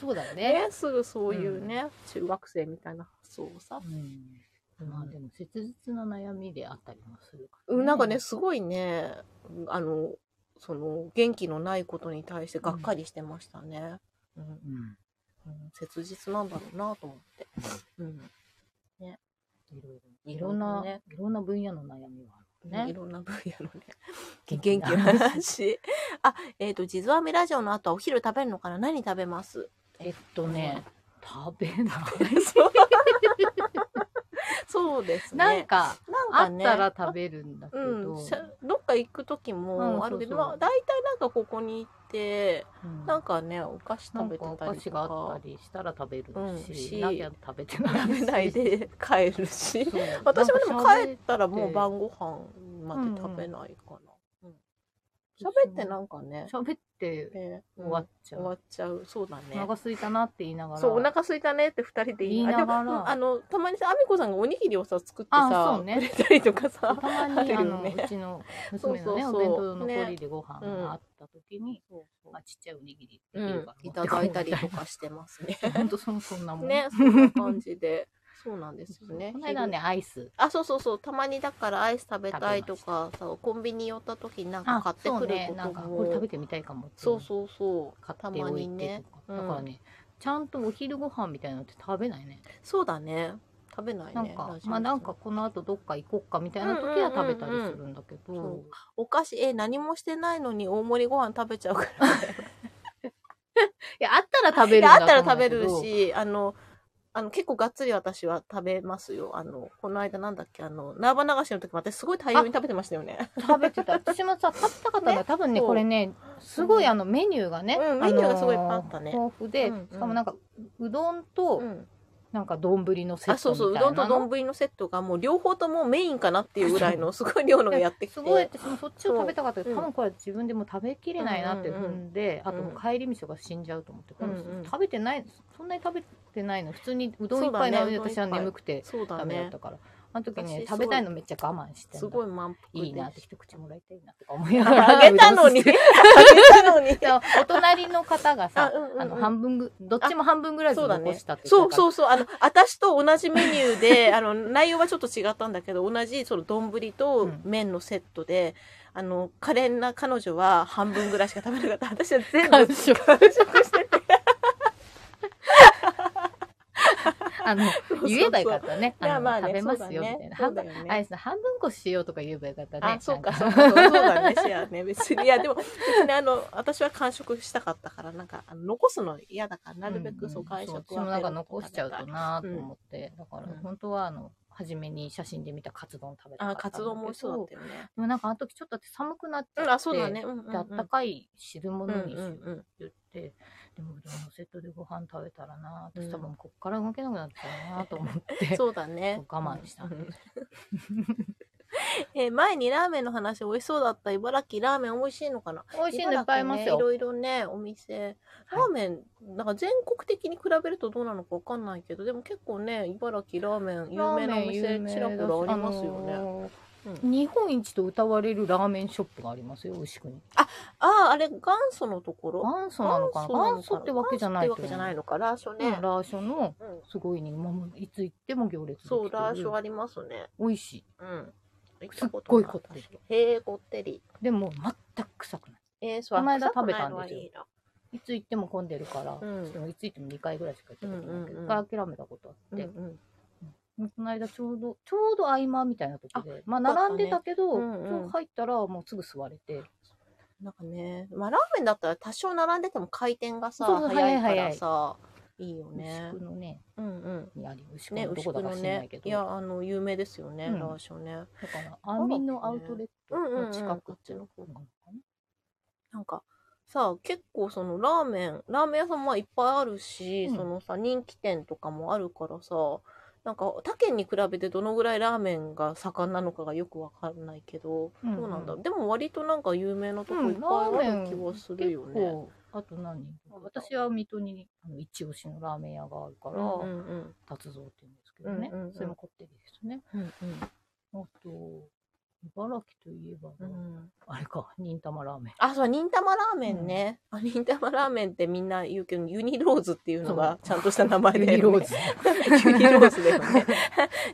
Speaker 2: そうだよね。
Speaker 1: ね、すぐそういうね、中学生みたいな発想をさ、
Speaker 2: うんまあでも切実な悩みであったりもするから、
Speaker 1: うん、なんかねすごいねあのその元気のないことに対してがっかりしてましたね、うん
Speaker 2: うん
Speaker 1: うん切実なんだろうなと思って、うん
Speaker 2: いろいろいろんな、
Speaker 1: ね
Speaker 2: いろんな分野の悩みはある
Speaker 1: い
Speaker 2: ね。
Speaker 1: ろんな分野のね
Speaker 2: 元
Speaker 1: 元
Speaker 2: 気
Speaker 1: 気
Speaker 2: な
Speaker 1: な話 あえっ、と地図編みラジオの後はお昼食べるのかな何食べます
Speaker 2: えっとね、食べ ない
Speaker 1: そうそうですね。
Speaker 2: なんか、
Speaker 1: なんか
Speaker 2: あっ
Speaker 1: ね
Speaker 2: たら食べるんだけ
Speaker 1: う
Speaker 2: ど、
Speaker 1: ん、しゃどっか行く時
Speaker 2: うん
Speaker 1: もあるけど、
Speaker 2: そうそう
Speaker 1: まあ大体なんかここに行って、
Speaker 2: うん
Speaker 1: なんかね、お菓子
Speaker 2: な
Speaker 1: 食
Speaker 2: ん
Speaker 1: べ
Speaker 2: か
Speaker 1: て
Speaker 2: お
Speaker 1: た
Speaker 2: 菓
Speaker 1: り
Speaker 2: 子
Speaker 1: と
Speaker 2: があっ
Speaker 1: か
Speaker 2: た、りしたら食べる
Speaker 1: うん
Speaker 2: し,、
Speaker 1: し
Speaker 2: なきゃ食べてない
Speaker 1: 食べないで帰るし
Speaker 2: そ。う
Speaker 1: 私もで
Speaker 2: な
Speaker 1: も
Speaker 2: んか
Speaker 1: 帰
Speaker 2: 喋
Speaker 1: ったらも
Speaker 2: 喋って
Speaker 1: う晩ご飯まで食べないかな。うん喋ってなんかね、
Speaker 2: 喋って
Speaker 1: ね
Speaker 2: 終わっち
Speaker 1: 終
Speaker 2: ゃう、
Speaker 1: わっちゃう。そうだ
Speaker 2: お
Speaker 1: ね。
Speaker 2: 腹空いたなって言いながら
Speaker 1: そう、お腹空いたねって二人で言いなが
Speaker 2: 言い
Speaker 1: ら。
Speaker 2: ながら
Speaker 1: でもあの、たまにさ、あみこさんがおにぎりをさ、作って
Speaker 2: あそ
Speaker 1: さ
Speaker 2: う、ね
Speaker 1: くれたりとか
Speaker 2: た
Speaker 1: さ。
Speaker 2: まにあ,、
Speaker 1: あるよ
Speaker 2: の
Speaker 1: ね
Speaker 2: うちの娘のね
Speaker 1: そうそうそう
Speaker 2: お弁当の残りでご飯があった時に、まあ、ちっちゃいおにぎり
Speaker 1: う
Speaker 2: っていうんか、
Speaker 1: いただいたりとかしてますね。
Speaker 2: 本当そそんなも ん
Speaker 1: ね、 そんな感じで。そうなんですよね。
Speaker 2: この間ねアイス
Speaker 1: あ、そうそうそう。たまにだからアイス食べたいとかさ、コンビニ寄った時になんか買って
Speaker 2: そ
Speaker 1: く
Speaker 2: う
Speaker 1: る
Speaker 2: ね
Speaker 1: こ
Speaker 2: なんか
Speaker 1: と
Speaker 2: これ食
Speaker 1: も
Speaker 2: べ。てみたいかもって
Speaker 1: そうそうそう。
Speaker 2: 買
Speaker 1: た
Speaker 2: って
Speaker 1: ま
Speaker 2: お
Speaker 1: に
Speaker 2: いて
Speaker 1: ね。う
Speaker 2: とか、
Speaker 1: ん
Speaker 2: だからねちゃんとお昼ご飯みたいなのって食べないね
Speaker 1: そうだね。食べないね。
Speaker 2: なんか
Speaker 1: ラジオ
Speaker 2: まあなんかこの後どっか行こっかみたいな時は食べたりするんだけ
Speaker 1: う
Speaker 2: ど、
Speaker 1: んうんうんうんお菓子、え、何もしてないのに大盛りご飯食べち ゃうから。
Speaker 2: いやあったら食べるん
Speaker 1: いや
Speaker 2: だ
Speaker 1: あ
Speaker 2: と
Speaker 1: ったら
Speaker 2: 思う
Speaker 1: 食
Speaker 2: ん
Speaker 1: べ
Speaker 2: だけど
Speaker 1: るし、あの、あの結構がっつり私は食べますよ。あの、この間なんだっけ、あの、縄張流しの時も私すごい大量に食べてましたよね。
Speaker 2: 食べてた私もさ食べたかったのは多分ね
Speaker 1: そう
Speaker 2: これねすごいあのメニューがね、
Speaker 1: うん
Speaker 2: あの
Speaker 1: メニューがすごいいっぱいあったね
Speaker 2: 豊富で、
Speaker 1: うんうん
Speaker 2: しかもなんかうどんと
Speaker 1: うん。
Speaker 2: なんか丼のセ
Speaker 1: あ、そう
Speaker 2: ッ
Speaker 1: そう、
Speaker 2: トみ
Speaker 1: う
Speaker 2: た
Speaker 1: ど
Speaker 2: いな
Speaker 1: んと
Speaker 2: の
Speaker 1: 丼のセットがもう両方ともメインかなっていうぐらい のすごい量のがやってきて。
Speaker 2: すごい私もそっちを食べたかったけど、
Speaker 1: そう
Speaker 2: 多分これ自分でも食べきれないなって
Speaker 1: うんうん
Speaker 2: 踏
Speaker 1: うん
Speaker 2: んで、
Speaker 1: う
Speaker 2: あ
Speaker 1: ん
Speaker 2: と帰り道が死んじゃうと思って、これ
Speaker 1: うんうん
Speaker 2: 食べてないそんなに食べてないの普通にうどんい
Speaker 1: そ
Speaker 2: っ
Speaker 1: う
Speaker 2: ぱ
Speaker 1: だ
Speaker 2: い
Speaker 1: ね
Speaker 2: なのに
Speaker 1: うどんいっ
Speaker 2: 私
Speaker 1: ぱい
Speaker 2: は眠くて
Speaker 1: そう
Speaker 2: ダ
Speaker 1: だ
Speaker 2: メだ
Speaker 1: ね
Speaker 2: った。から、あの時ね
Speaker 1: 私すごい
Speaker 2: 食べたいのめっちゃ我慢してんだ
Speaker 1: すごい満腹で
Speaker 2: いいなって一口もらいたいなとか思いながら
Speaker 1: あげたの に、あ
Speaker 2: うどんす
Speaker 1: げ
Speaker 2: す
Speaker 1: たのに。
Speaker 2: お隣の方が さ
Speaker 1: あ、うんうんうん
Speaker 2: あの、半分ぐ、どっちも半分ぐらいずつ
Speaker 1: そうだね
Speaker 2: 残したって言
Speaker 1: そ
Speaker 2: っ
Speaker 1: う
Speaker 2: てたから
Speaker 1: そうそう、あの、私と同じメニュー で、あの、内容はちょっと違ったんだけど、同じ、その、丼
Speaker 2: う
Speaker 1: と
Speaker 2: ん
Speaker 1: 麺のセットで、あの、可憐な彼女は半分ぐらいしか食べなかった。私は全部
Speaker 2: 完食
Speaker 1: 完食してて。
Speaker 2: あの、
Speaker 1: そう
Speaker 2: 言えばよかったね。
Speaker 1: いや
Speaker 2: あの
Speaker 1: まあね
Speaker 2: 食べますよ、み
Speaker 1: そうだね
Speaker 2: た
Speaker 1: そうだ
Speaker 2: いな。半分、
Speaker 1: よね
Speaker 2: アイスの半分こしようとか言えばよかったね。
Speaker 1: あ、そうか、
Speaker 2: なん
Speaker 1: そうか、そうそうだね、シェアね。別に、いや、でも、別にあの、私は完食したかったから、なんか、あの残すの嫌だから、なるべくそう、完食は
Speaker 2: 私もなんか残しちゃうとな
Speaker 1: う
Speaker 2: ぁ
Speaker 1: ん
Speaker 2: と思って。だから
Speaker 1: うん、
Speaker 2: 本当は、あの、初めに写真で見たカツ丼食べたか
Speaker 1: あ、
Speaker 2: ったんだけど。
Speaker 1: カツ丼も美味しそうだったよね。
Speaker 2: でもなんか、あの時ちょっとだって寒くなっちゃ
Speaker 1: う
Speaker 2: っ
Speaker 1: ん、
Speaker 2: て。
Speaker 1: あ、そうだね。。うんうん、うん。
Speaker 2: で、あったかい汁
Speaker 1: うんう
Speaker 2: 物にしようん 言って、でもうどんのセットでご飯食べたらなぁ、
Speaker 1: うん
Speaker 2: 私多分こっから動けなくなっちゃうなぁと思っ
Speaker 1: うん。
Speaker 2: て。
Speaker 1: そうだね。
Speaker 2: 我慢したんで
Speaker 1: えー前にラーメンの話美味しそうだった茨城ラーメン美味しいのかな
Speaker 2: 美味しいのいっぱいありますよ。
Speaker 1: 茨城ねいろいろねお店ラーメン、なんか全国的に比べるとどうなのかわかんないけどでも結構ね茨城ラーメン有名なお
Speaker 2: ラーメ
Speaker 1: 店
Speaker 2: ン有名だし
Speaker 1: ちらほらありますよね、
Speaker 2: あのー
Speaker 1: う
Speaker 2: 日本一と歌われるラーメンショップがありますよ、牛久に。
Speaker 1: あああれ元祖のところ
Speaker 2: 元祖なのかな元祖ってわけじゃな
Speaker 1: 元
Speaker 2: い
Speaker 1: 祖ってわけじゃない
Speaker 2: の
Speaker 1: のかラーショ
Speaker 2: ね
Speaker 1: ね、。
Speaker 2: ラーショの、
Speaker 1: うん
Speaker 2: すごいね、まあもういつ行っても行列できてる。
Speaker 1: そうラーショありますね
Speaker 2: 美味しい。
Speaker 1: うん
Speaker 2: すっごいこってり
Speaker 1: りへえこってり
Speaker 2: でも、全く臭くない。
Speaker 1: えー、そう
Speaker 2: この間
Speaker 1: 臭くないの
Speaker 2: 食べたんですよ
Speaker 1: はいいない
Speaker 2: つ行っても混んでるから、
Speaker 1: うん
Speaker 2: でもいつ行っても2回ぐらいしか行ったことないけ
Speaker 1: うんうん
Speaker 2: ど、
Speaker 1: うん
Speaker 2: 一回諦めたことあ
Speaker 1: う
Speaker 2: っ
Speaker 1: ん
Speaker 2: て、
Speaker 1: うん
Speaker 2: この間ちょうど、ちょうど合間みたいなとこで、まあ
Speaker 1: よかったね
Speaker 2: 並んでたけど、
Speaker 1: うんうん
Speaker 2: ちょうど入ったらもうすぐ座れて、
Speaker 1: なんかね、まあラーメンだったら多少並んでても回転がさ、
Speaker 2: そうそう
Speaker 1: 早いか
Speaker 2: 早い
Speaker 1: らさ、いいよね
Speaker 2: 牛久。のね、
Speaker 1: うんうん。
Speaker 2: にあり、牛
Speaker 1: ね、
Speaker 2: 久のど
Speaker 1: 牛
Speaker 2: こだ
Speaker 1: 久
Speaker 2: か
Speaker 1: の
Speaker 2: 知らな
Speaker 1: ね
Speaker 2: いけ、ど、
Speaker 1: いや、あの、有名ですよね、
Speaker 2: うん
Speaker 1: ラーショね。
Speaker 2: だから、安眠のアウトレットの近くっていうの
Speaker 1: うんうんうん
Speaker 2: か
Speaker 1: なんか、さ、結構そのラーメン、ラーメン屋さんもいっぱいあるし、
Speaker 2: うん
Speaker 1: そのさ、人気店とかもあるからさ、なんか他県に比べてどのぐらいラーメンが盛んなのかがよくわかんないけど、
Speaker 2: うんうん
Speaker 1: どうなんだでも割となんか有名なとこ
Speaker 2: う
Speaker 1: い
Speaker 2: ん
Speaker 1: っ
Speaker 2: ラー
Speaker 1: ぱい
Speaker 2: メ
Speaker 1: あ
Speaker 2: ン
Speaker 1: る気はするよ
Speaker 2: 結
Speaker 1: ね。
Speaker 2: 構あと何私は水戸にあの一押しのラーメン屋があるか
Speaker 1: うん
Speaker 2: ら、
Speaker 1: うんうん
Speaker 2: 達蔵って言うんですけどね、
Speaker 1: うんうんうん
Speaker 2: それもこってりですね
Speaker 1: うんうん
Speaker 2: あと茨城といえば、
Speaker 1: うん
Speaker 2: あれか忍玉ラーメン
Speaker 1: あ、そう、忍たまラーメンね。あ、忍たまラーメンってみんな言うけど、ユニローズっていうのがちゃんとした名前で、ね。
Speaker 2: ユニローズ。
Speaker 1: ユニローズだよ ね。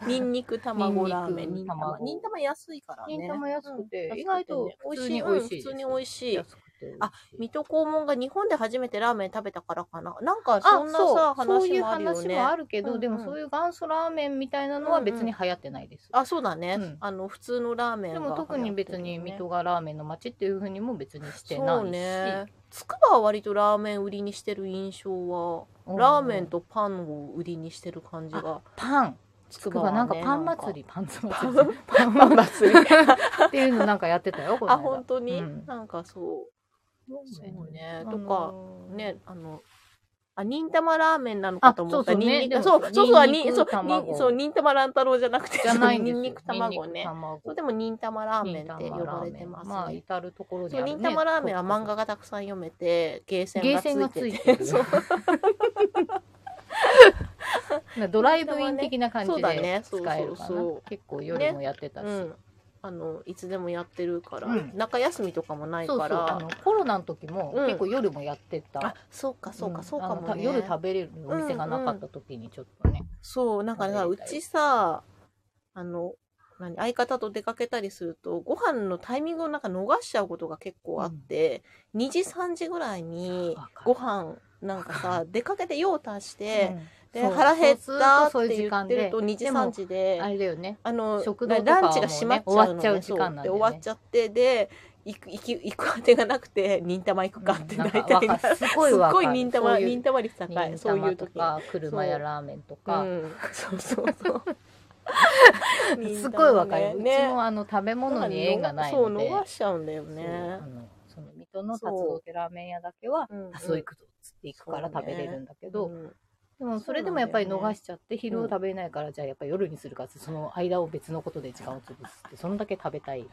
Speaker 1: ニンニク卵ラーメン。
Speaker 2: ニンニ
Speaker 1: 忍
Speaker 2: ク
Speaker 1: たま。
Speaker 2: 卵
Speaker 1: 忍たま安いからね。
Speaker 2: 忍たま安くて
Speaker 1: うん
Speaker 2: 意外と
Speaker 1: 安くてね
Speaker 2: 普通
Speaker 1: うん普
Speaker 2: に美味しい
Speaker 1: 通に美味しい。
Speaker 2: 安くってる
Speaker 1: あ水戸黄門が日本で初めてラーメン食べたからかななんか
Speaker 2: あ
Speaker 1: そんなさ
Speaker 2: そうそう
Speaker 1: 話
Speaker 2: いう
Speaker 1: もあるよ
Speaker 2: 話
Speaker 1: ね
Speaker 2: もあるけど、
Speaker 1: うんうん
Speaker 2: でもそういう元祖ラーメンみたいなのは別に流行ってないです、
Speaker 1: あそうだね、
Speaker 2: うん
Speaker 1: あの普通のラーメン
Speaker 2: で
Speaker 1: が
Speaker 2: も特に別に水戸がラーメンの街っていうふうにも別にしてないし、
Speaker 1: そうねつくばは割とラーメン売りにしてる印象は
Speaker 2: うん
Speaker 1: ラーメンとパンを売りにしてる感じが
Speaker 2: パン
Speaker 1: つ
Speaker 2: つ
Speaker 1: く
Speaker 2: く
Speaker 1: ば
Speaker 2: ば
Speaker 1: は、ね、
Speaker 2: なんかパン祭りパン祭
Speaker 1: パン
Speaker 2: りパン
Speaker 1: なんか祭り
Speaker 2: っていうのなんかやってたよこの
Speaker 1: あ
Speaker 2: 間
Speaker 1: 本当に、
Speaker 2: うん
Speaker 1: なんかそうそうねとか
Speaker 2: か
Speaker 1: ねあのあ、忍たまラーメンなのかと思った。
Speaker 2: あそうそうね
Speaker 1: ニンニ
Speaker 2: で
Speaker 1: ク
Speaker 2: も
Speaker 1: そう、そうそう、
Speaker 2: ニンニ
Speaker 1: に
Speaker 2: ク
Speaker 1: そう、
Speaker 2: 卵
Speaker 1: にそう、忍たま乱太郎じゃなくて、
Speaker 2: じゃないん
Speaker 1: ニ
Speaker 2: ですよ
Speaker 1: ンニク卵ね。
Speaker 2: 卵
Speaker 1: そうでも忍たまラーメンって呼ばれてますね。
Speaker 2: まあ至る所
Speaker 1: そ
Speaker 2: で
Speaker 1: う
Speaker 2: あるね
Speaker 1: 忍たまラーメンは漫画がたくさん読めてゲーセン
Speaker 2: ゲ
Speaker 1: が
Speaker 2: ー
Speaker 1: つ
Speaker 2: センが
Speaker 1: い
Speaker 2: つ
Speaker 1: て
Speaker 2: い
Speaker 1: て
Speaker 2: てる
Speaker 1: そう
Speaker 2: ドライブイン的な感じ
Speaker 1: そうだね
Speaker 2: で使える
Speaker 1: そ
Speaker 2: か
Speaker 1: うそうそ
Speaker 2: な
Speaker 1: う
Speaker 2: 結構夜もやってたし、
Speaker 1: うん、あのいつでもやってるから、
Speaker 2: うん
Speaker 1: 中休みとかもない
Speaker 2: そう
Speaker 1: か
Speaker 2: そうあ
Speaker 1: ら
Speaker 2: のコロナの時も
Speaker 1: うん
Speaker 2: 結構夜もやってた、
Speaker 1: あそうかそうか、
Speaker 2: ん
Speaker 1: そうか
Speaker 2: あの
Speaker 1: も
Speaker 2: た
Speaker 1: ね
Speaker 2: 夜食べれるお店がなかった時にちょっとね、
Speaker 1: そうなんかさ
Speaker 2: 食べ
Speaker 1: う
Speaker 2: れた
Speaker 1: ち
Speaker 2: り
Speaker 1: さあの何相方と出かけたりするとご飯のタイミングをなんか逃しちゃうことが結構あって、2時3時ぐらいに
Speaker 2: わかる
Speaker 1: ご飯なんかさ出かけて用足して、
Speaker 2: うん
Speaker 1: で
Speaker 2: そう
Speaker 1: 腹減っ
Speaker 2: そう
Speaker 1: たっ
Speaker 2: そう
Speaker 1: て
Speaker 2: い
Speaker 1: 言
Speaker 2: う時間
Speaker 1: って
Speaker 2: で
Speaker 1: ると2時
Speaker 2: でも
Speaker 1: 3時で
Speaker 2: あれだよね
Speaker 1: あの
Speaker 2: 食堂とかは
Speaker 1: ランチが閉まっちゃうの、ね、
Speaker 2: もうね終わっちゃう時間なん
Speaker 1: そう
Speaker 2: だよね
Speaker 1: で終わっちゃってで行く行き行く当てがなくて忍たま行くか って
Speaker 2: うん
Speaker 1: 大
Speaker 2: なんか
Speaker 1: 体
Speaker 2: わかるす
Speaker 1: す
Speaker 2: ごいわかる
Speaker 1: 忍たま
Speaker 2: そういう
Speaker 1: 忍たま率高い
Speaker 2: 忍
Speaker 1: そ
Speaker 2: た
Speaker 1: うい
Speaker 2: ま
Speaker 1: う
Speaker 2: と
Speaker 1: 時
Speaker 2: か車やラーメンとか、
Speaker 1: うん、そうそうそう忍 た
Speaker 2: す
Speaker 1: まね
Speaker 2: ごいわかる、うち
Speaker 1: ね
Speaker 2: もあの食べ物に縁がない
Speaker 1: そう
Speaker 2: ので
Speaker 1: 逃しちゃうんだよ
Speaker 2: そう
Speaker 1: ね
Speaker 2: あのその水戸の達郎ってラーメン屋だけは
Speaker 1: うん
Speaker 2: 「達郎行くぞ」っつって行くから食べれるんだけど、
Speaker 1: うん
Speaker 2: でもそれでもやっぱり逃しちゃって昼を食べれないから、じゃあやっぱり夜にするかってその間を別のことで時間を潰すってそんだけ食べたい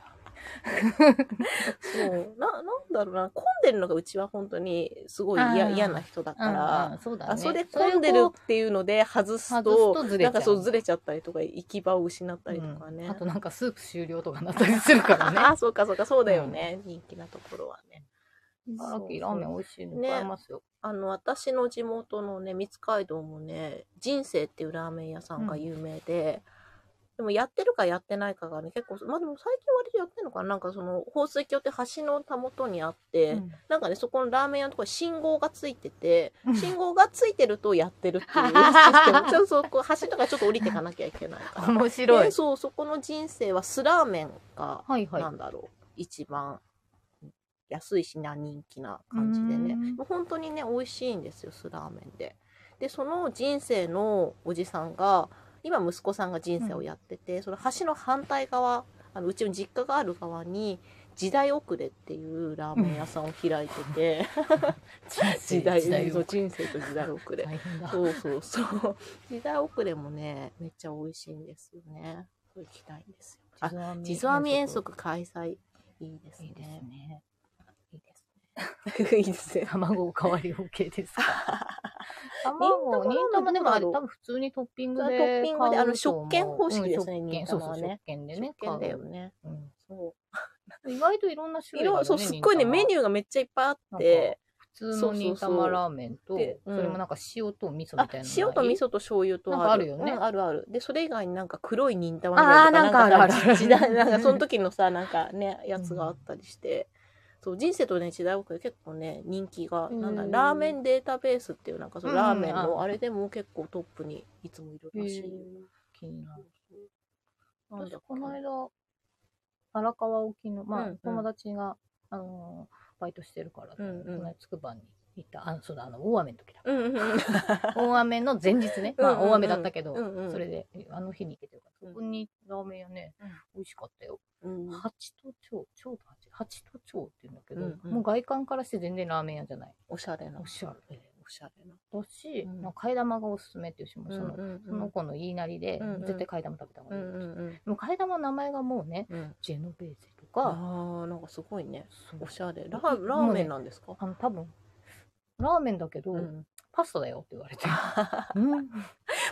Speaker 1: そうななんだろうな混んでるのがうちは本当にすごい
Speaker 2: あ
Speaker 1: 嫌
Speaker 2: ー
Speaker 1: 嫌な人だから、
Speaker 2: うんうんそうだね
Speaker 1: あそれで混んでるっていうので外すと
Speaker 2: 外すとずれちゃ
Speaker 1: な
Speaker 2: う
Speaker 1: か
Speaker 2: ん
Speaker 1: そうずれちゃったりとか行き場を失った
Speaker 2: それ
Speaker 1: り
Speaker 2: を
Speaker 1: とかね、
Speaker 2: うんあとなんかスープ終了とかなったりするからね
Speaker 1: あそうかそうかそうだよね、人気なところはね
Speaker 2: 茨城ラーメン美味しいのいっぱいありますよ、
Speaker 1: あの私の地元のね三街道もね人生っていうラーメン屋さんが有名で、でもやってるかやってないかがね結構まあでも最近割とやってるのかななんかその放水橋って橋のたもとにあって、
Speaker 2: うん
Speaker 1: なんかね、そこのラーメン屋のところに信号がついてて
Speaker 2: うん、
Speaker 1: 信号がついてるとやってるっていうシステ ム。ちょっとそこ、橋とかちょっと降りていかなきゃいけないから。
Speaker 2: 面白い
Speaker 1: でそう、そこの人生は酢ラーメンが、
Speaker 2: はいはい
Speaker 1: なんだろう、一番安いしな、人気な感じでね。
Speaker 2: うん
Speaker 1: もう本当にね、美味しいんですよ、酢ラーメンで。で、その人生のおじさんが、今息子さんが人生をやってて、その橋の反対側、あのうちの実家がある側に、時代遅れっていうラーメン屋さんを開いて て、時代
Speaker 2: 時代
Speaker 1: そう人生と時代遅 れ
Speaker 2: 大変だ
Speaker 1: そうそうそう時代遅れもねめっちゃ美味しいんですよねそう行きたいんですよあ地図編み遠足開催いいです
Speaker 2: いいです
Speaker 1: ね
Speaker 2: ねいいですね
Speaker 1: いいですね
Speaker 2: 卵おかわり OK で すか
Speaker 1: 卵
Speaker 2: 卵、忍たまでもあれ
Speaker 1: どうだろう
Speaker 2: 多分普通にトッピング
Speaker 1: ト
Speaker 2: で買うと思
Speaker 1: ッ
Speaker 2: う。
Speaker 1: ピングであの食券方式ですね
Speaker 2: うん
Speaker 1: 忍
Speaker 2: 食券
Speaker 1: た
Speaker 2: そう
Speaker 1: ま
Speaker 2: そ
Speaker 1: は
Speaker 2: う、
Speaker 1: ね
Speaker 2: 食券でね
Speaker 1: 食。券だよ
Speaker 2: 買
Speaker 1: ね
Speaker 2: ううん
Speaker 1: そ
Speaker 2: 意外といろんな
Speaker 1: う
Speaker 2: 種類あ
Speaker 1: 色
Speaker 2: るね
Speaker 1: そうすっごいね
Speaker 2: 忍たま
Speaker 1: メニューがめっちゃいっぱいあって
Speaker 2: 普通の忍たまラーメン
Speaker 1: そ
Speaker 2: と、
Speaker 1: うそうそうでう
Speaker 2: そ
Speaker 1: ん
Speaker 2: れもなんか塩と味噌
Speaker 1: あ
Speaker 2: みたいなのない。
Speaker 1: 塩と味噌と醤油と
Speaker 2: なんかあるよね
Speaker 1: うんあるあるでそれ以外になんか黒い忍たまみたいな
Speaker 2: あーなんかあるある
Speaker 1: 時 代なんかその時のさなんかねやつがあったりして、そう人生とね時代遅れ結構ね人気が
Speaker 2: うん
Speaker 1: なんだラーメンデータベースっていうなんかその
Speaker 2: うんうん
Speaker 1: ラーメン
Speaker 2: あ
Speaker 1: のあれでも結構トップにいつもいるらしいよ、
Speaker 2: 気になる。
Speaker 1: なんだ
Speaker 2: 私
Speaker 1: っ、け
Speaker 2: この間、荒川沖の、まあ、
Speaker 1: うんうん
Speaker 2: 友達が、あのーバイトしてるから、
Speaker 1: うんうん
Speaker 2: この間つくばに行った、あ、そうだ、あの、大雨の時だ。
Speaker 1: うんう んうん
Speaker 2: 大雨の前日ね、ま
Speaker 1: うんう
Speaker 2: あ、
Speaker 1: んうん
Speaker 2: 大雨だったけど、
Speaker 1: うんうん
Speaker 2: それであの日に行けてるから
Speaker 1: うん
Speaker 2: そこにラーメン屋ね、
Speaker 1: うん
Speaker 2: 美味しかったよ
Speaker 1: うん
Speaker 2: 八頭町町と八八頭町って言うんだけど、
Speaker 1: うんうん
Speaker 2: もう外観からして全然ラーメン屋じゃない
Speaker 1: おしゃれな
Speaker 2: おしゃれ
Speaker 1: おしゃれな
Speaker 2: だし、
Speaker 1: うん
Speaker 2: まあ、替え玉がおすすめっていうしもうその,、
Speaker 1: うん
Speaker 2: その子の言いなりで、
Speaker 1: うんうん
Speaker 2: 絶対替え玉食べた方
Speaker 1: う
Speaker 2: がいいよ、
Speaker 1: んうんうん
Speaker 2: でも替え玉の名前がもうね
Speaker 1: うん
Speaker 2: ジェノベーゼと
Speaker 1: あ
Speaker 2: か、
Speaker 1: ーなんかすごいね
Speaker 2: そう
Speaker 1: おしゃれラーラーメンなんですか、
Speaker 2: あの多分ラーメンだけど、
Speaker 1: うん
Speaker 2: パスタだよって言 われて、うん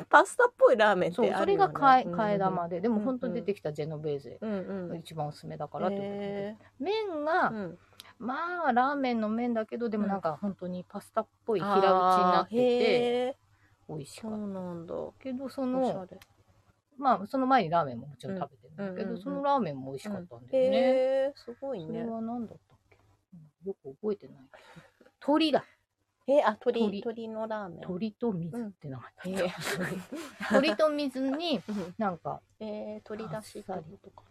Speaker 1: パスタっぽいラーメンって
Speaker 2: そ
Speaker 1: あ
Speaker 2: う
Speaker 1: るよ、ね、
Speaker 2: それが替え替え玉で、で
Speaker 1: うん
Speaker 2: も
Speaker 1: うん
Speaker 2: 本当に出てきたジェノベーゼ
Speaker 1: うんうん、
Speaker 2: 一番おすすめだからってことで、
Speaker 1: へ
Speaker 2: 麺
Speaker 1: ー
Speaker 2: が、
Speaker 1: うん
Speaker 2: まあラーメンの麺だけどでも
Speaker 1: うん
Speaker 2: なんか本当にパスタっぽい平打ちになってて
Speaker 1: へー
Speaker 2: 美味し
Speaker 1: そ
Speaker 2: かった
Speaker 1: うなんだお
Speaker 2: けどそ
Speaker 1: しゃ
Speaker 2: の
Speaker 1: れ
Speaker 2: まあその前にラーメンももちろん食べてるんだけど、
Speaker 1: うんうんうんうん
Speaker 2: そのラーメンも美味しかったんだよね、
Speaker 1: へえすごい
Speaker 2: それ
Speaker 1: ね
Speaker 2: は何だったっけよく覚え てない。鳥だ。
Speaker 1: え、あ、鳥、鳥
Speaker 2: 鳥
Speaker 1: のラーメン。
Speaker 2: 鳥と水ってなかった。
Speaker 1: うんえ
Speaker 2: 鳥と水に、
Speaker 1: うん
Speaker 2: なんか、
Speaker 1: えー、鳥だしってことか。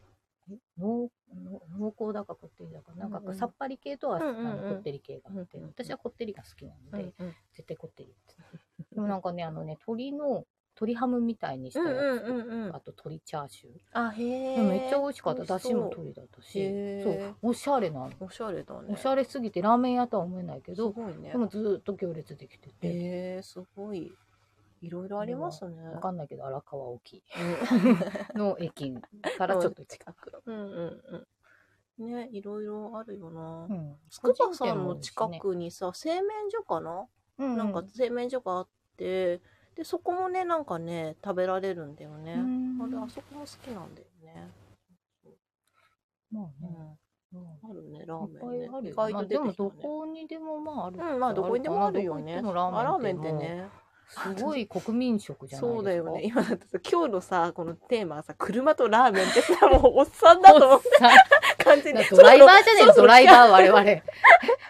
Speaker 2: 濃濃濃厚だかこってりだか、なんか
Speaker 1: うんうん
Speaker 2: さっぱり系とは、
Speaker 1: うんうんうん
Speaker 2: あのこってり系があって、
Speaker 1: うんうん
Speaker 2: 私はこってりが好きなので、
Speaker 1: うん
Speaker 2: 絶対こってりって。 でもなんかね、あのね、鳥の、鳥ハムみたいにした
Speaker 1: うん
Speaker 2: やつとか、
Speaker 1: うんうんうん
Speaker 2: あ。と鳥チャーシュー。
Speaker 1: あ、へえ。
Speaker 2: めっちゃ美味しかった。
Speaker 1: 美
Speaker 2: だ
Speaker 1: 味
Speaker 2: し
Speaker 1: そう
Speaker 2: も鳥だったし、
Speaker 1: へ
Speaker 2: そ
Speaker 1: ー
Speaker 2: う、おしゃれなの。
Speaker 1: おしゃれだね。
Speaker 2: おしゃれすぎてラーメン屋とは思えないけ
Speaker 1: す
Speaker 2: ど、
Speaker 1: ごいね
Speaker 2: で。もずーっと行列できてて。
Speaker 1: へえ、すごい。いろいろあります ね。
Speaker 2: わかんないけど荒川 沖
Speaker 1: うん
Speaker 2: の駅からちょっと近く。
Speaker 1: うんうんうん。ね、いろいろあるよな。
Speaker 2: うん。
Speaker 1: 筑波さんの近くにさ、製麺所かな、
Speaker 2: うん、
Speaker 1: なんか製麺所があって、で、そこもね、なんかね、食べられるんだよね。
Speaker 2: うん
Speaker 1: あれ、あそこも好きなんだよね。
Speaker 2: まあ
Speaker 1: う
Speaker 2: ね、
Speaker 1: ん。
Speaker 2: うん
Speaker 1: あるね、ラー
Speaker 2: い
Speaker 1: メ
Speaker 2: っぱい
Speaker 1: ンね。
Speaker 2: ある
Speaker 1: 意
Speaker 2: よ
Speaker 1: 外
Speaker 2: まあ
Speaker 1: と出
Speaker 2: で
Speaker 1: て
Speaker 2: も
Speaker 1: きた
Speaker 2: ど
Speaker 1: ね。
Speaker 2: こにでもまあある。
Speaker 1: うん、まあどこにでもあるよね。
Speaker 2: どこ行ってもラーメン
Speaker 1: あラーメンって
Speaker 2: ね。
Speaker 1: ね。
Speaker 2: すごい国民食じゃないですか。
Speaker 1: そうだよね。。今だってさ、今日のさ、このテーマはさ、車とラーメンってさ、もうおっさんだと思う完全に。
Speaker 2: ドライバーじゃ
Speaker 1: そ
Speaker 2: ねえ
Speaker 1: ろ
Speaker 2: の
Speaker 1: そ
Speaker 2: ド
Speaker 1: ろ
Speaker 2: ライバー我々。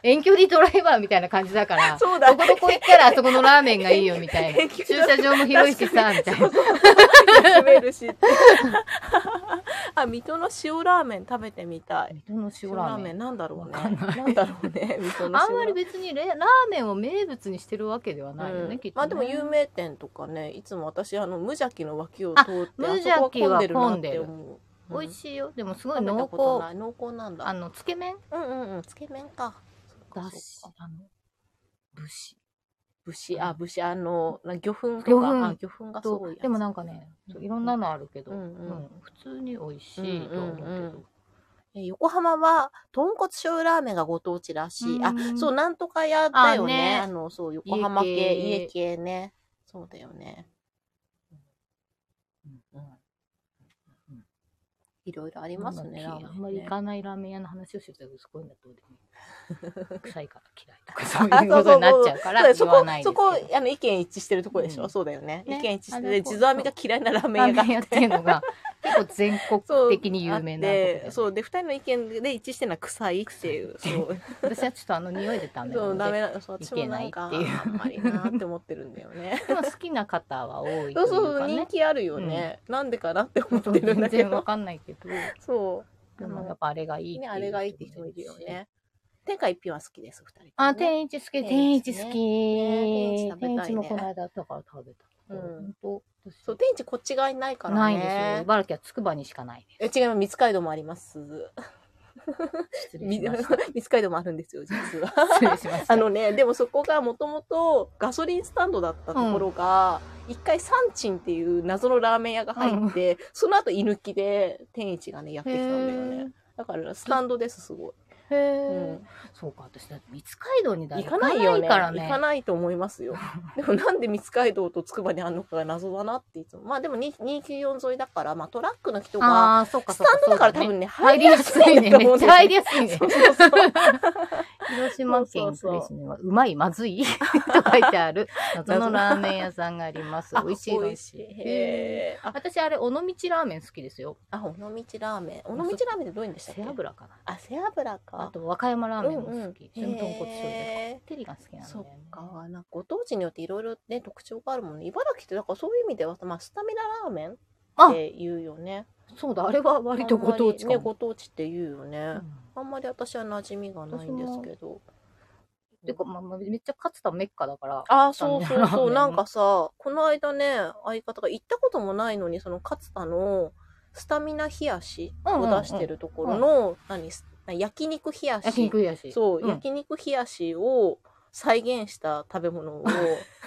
Speaker 2: 遠距離ドライバーみたいな感じ だから。
Speaker 1: そうだ
Speaker 2: ど。こどこ行ったらあそこのラーメンがいいよみたいな。
Speaker 1: 遠距
Speaker 2: 駐
Speaker 1: 離ドラ
Speaker 2: 車場も広いしさ、みたいな。
Speaker 1: 住めるしって。 あ、水戸の塩ラーメン食べてみたい。
Speaker 2: 水戸の
Speaker 1: 塩
Speaker 2: 塩
Speaker 1: ラ
Speaker 2: ラ
Speaker 1: ー
Speaker 2: ー
Speaker 1: メ
Speaker 2: メ
Speaker 1: ン
Speaker 2: ン。
Speaker 1: なんだろうね。
Speaker 2: わかんない
Speaker 1: なんだろうね。水戸の
Speaker 2: あんまり
Speaker 1: 塩
Speaker 2: 別にレラーメンを名物にしてるわけでは
Speaker 1: ラ
Speaker 2: な
Speaker 1: ー
Speaker 2: い
Speaker 1: メン
Speaker 2: よね、
Speaker 1: うん
Speaker 2: きっと、ね。
Speaker 1: まあでも有名店とかね、いつも私あの無邪気の脇を
Speaker 2: あ
Speaker 1: 通って、
Speaker 2: 無
Speaker 1: あそ
Speaker 2: 邪
Speaker 1: こ
Speaker 2: 気
Speaker 1: は混ん
Speaker 2: は
Speaker 1: でるな
Speaker 2: 混
Speaker 1: っ
Speaker 2: んで
Speaker 1: て
Speaker 2: る
Speaker 1: 思う。
Speaker 2: 美味
Speaker 1: い。
Speaker 2: しいよ。でもすごい
Speaker 1: 食べた
Speaker 2: 濃
Speaker 1: こと
Speaker 2: 厚
Speaker 1: な。い濃厚なん
Speaker 2: あ
Speaker 1: だ。
Speaker 2: の、つけ麺
Speaker 1: うんうんうん。つけ麺か。そっか
Speaker 2: だ
Speaker 1: そ
Speaker 2: し
Speaker 1: っか、
Speaker 2: あの、武士
Speaker 1: 武士、あ、武士、あの、な魚粉とか、
Speaker 2: 魚粉
Speaker 1: あ魚粉がす
Speaker 2: と
Speaker 1: ごいやつ。
Speaker 2: でもなんかね、いろんなのあるけど、
Speaker 1: う
Speaker 2: うんん
Speaker 1: うん
Speaker 2: 普通に美味しいと思うけど。
Speaker 1: うんうんうんえ横浜は、豚骨醤油ラーメンがご当地らしい。あ
Speaker 2: う、ん
Speaker 1: そう、なんとか屋だよね。あ
Speaker 2: あね
Speaker 1: の、そう、横浜系、家系
Speaker 2: 家系
Speaker 1: ね。そうだよね。うん
Speaker 2: うん
Speaker 1: いろいろありますね、
Speaker 2: なん
Speaker 1: ラ
Speaker 2: だっ
Speaker 1: ーメ
Speaker 2: けあんま
Speaker 1: ン
Speaker 2: り
Speaker 1: ね
Speaker 2: 行。かないラーメン屋の話をしてたけど、すごいんだどうでも いい。臭いから嫌いとか、そう
Speaker 1: あ
Speaker 2: いうことになっちゃうから、
Speaker 1: そ
Speaker 2: 言
Speaker 1: うそ
Speaker 2: わ
Speaker 1: う
Speaker 2: ないです
Speaker 1: そ
Speaker 2: け
Speaker 1: こ、
Speaker 2: ど。
Speaker 1: そこ、あの、意見一致してるところでしょ、
Speaker 2: うん
Speaker 1: そうだよね。
Speaker 2: ね
Speaker 1: 意見一致して
Speaker 2: あ
Speaker 1: て、
Speaker 2: れ
Speaker 1: 地蔵編みが嫌いなラーメン
Speaker 2: ラ
Speaker 1: 屋が
Speaker 2: ーメン屋っていうの が、結構全
Speaker 1: そう
Speaker 2: 国的に有名なとこ
Speaker 1: あっ
Speaker 2: で
Speaker 1: て、そうで二人の意見で一致してるのは臭いっていうそう
Speaker 2: 私はちょっとあの匂いでダメな
Speaker 1: そう
Speaker 2: の
Speaker 1: ダメ
Speaker 2: で、
Speaker 1: なのそう私もなんか
Speaker 2: いけないっていう
Speaker 1: あんまりなって思ってるんだよ ね
Speaker 2: でも好きな方は多いと
Speaker 1: そ
Speaker 2: いうう
Speaker 1: そうそう
Speaker 2: か
Speaker 1: 人
Speaker 2: ね。
Speaker 1: 気あるよね、なんでかなって思ってるん
Speaker 2: 全
Speaker 1: だけ
Speaker 2: 然わ
Speaker 1: ど
Speaker 2: かんない けど、で
Speaker 1: そう
Speaker 2: もや
Speaker 1: ね
Speaker 2: っぱあれがいい
Speaker 1: あれがいいって人もいるよ。ね天下一品は好きです二人
Speaker 2: あ、天一好き、
Speaker 1: 天
Speaker 2: 天
Speaker 1: 一
Speaker 2: 一
Speaker 1: ね
Speaker 2: 好き。
Speaker 1: ね天一食べたい
Speaker 2: 天
Speaker 1: ね
Speaker 2: 一もこの間だから食べた。
Speaker 1: うん
Speaker 2: 本当。私
Speaker 1: そう天一こっち側にないからね
Speaker 2: ないんですよ。茨城はつくばにしかない
Speaker 1: え違います三つ街道もあります
Speaker 2: です。失礼
Speaker 1: み
Speaker 2: しまし
Speaker 1: 三つ街道もあるんですよ実は
Speaker 2: た。失礼しまし た。
Speaker 1: あのね、でもそこがもともとガソリンスタンドだったところが、一、回サンチンっていう謎のラーメン屋が入って、その後居抜きで天一がね、やってきたんだよね。だからスタンドです、すごい。
Speaker 2: へ
Speaker 1: う
Speaker 2: え
Speaker 1: ん。
Speaker 2: そうか、私だって三街道にだ
Speaker 1: 行かないよね。
Speaker 2: 行かないから
Speaker 1: 行か
Speaker 2: ね。
Speaker 1: ないと思います よ。でもなんで三街道と筑波にあるのかが謎だなっていつも。まあでもに294沿いだから、まあトラックの人が、
Speaker 2: ああ、そうか、
Speaker 1: ス
Speaker 2: そう
Speaker 1: タ
Speaker 2: か
Speaker 1: ン。ドだから
Speaker 2: そう
Speaker 1: 多
Speaker 2: ね
Speaker 1: 分ね、
Speaker 2: 入りやすいね。
Speaker 1: と思
Speaker 2: め
Speaker 1: う
Speaker 2: っ
Speaker 1: んだ
Speaker 2: ち
Speaker 1: よ
Speaker 2: ゃ入りやすいね。
Speaker 1: そうそうそう。
Speaker 2: 広島
Speaker 1: そ
Speaker 2: 県
Speaker 1: うそう
Speaker 2: 呉
Speaker 1: そ
Speaker 2: 市には、うまい、まず いと書いてある謎のラーメン屋さんがあります
Speaker 1: あ。
Speaker 2: 美味しい
Speaker 1: 美
Speaker 2: で
Speaker 1: 味
Speaker 2: す。
Speaker 1: しい。へーあ
Speaker 2: 私、あれ、尾道ラーメン好きですよ。
Speaker 1: あ、尾道ラーメン。尾道ラーメンってどういうんでしたっ
Speaker 2: 背
Speaker 1: け
Speaker 2: 脂かな。
Speaker 1: あ、背脂か。
Speaker 2: あと、和歌山ラーメンも好き。
Speaker 1: うんうん
Speaker 2: それも豚骨醤油
Speaker 1: へー
Speaker 2: で。こってりが好きなんだ
Speaker 1: そ
Speaker 2: よ
Speaker 1: っ
Speaker 2: ね。
Speaker 1: か、なんかご当地によっていろいろね、特徴があるもんね。茨城って、だからそういう意味では、まあ、スタミナラーメンっ
Speaker 2: あ、
Speaker 1: て言うよね。
Speaker 2: そうだ、あれは割とご当地
Speaker 1: あんまり
Speaker 2: か
Speaker 1: ね、
Speaker 2: も。
Speaker 1: ご当地って言うよね。
Speaker 2: うん
Speaker 1: あんまり私は馴染みがないんですけど。
Speaker 2: てか、まあ、まあめっちゃ勝つたメッカだから。
Speaker 1: ああ、そうそう
Speaker 2: スタミナラ
Speaker 1: そ
Speaker 2: ーメ
Speaker 1: う。
Speaker 2: ン
Speaker 1: なんかさ、この間ね、相方が行ったこともないのに、その勝田のスタミナ冷やしを出してるところの、何す何、焼肉冷やし。
Speaker 2: 焼肉やし。
Speaker 1: そう、
Speaker 2: ん
Speaker 1: 焼肉冷やしを再現した食べ 物を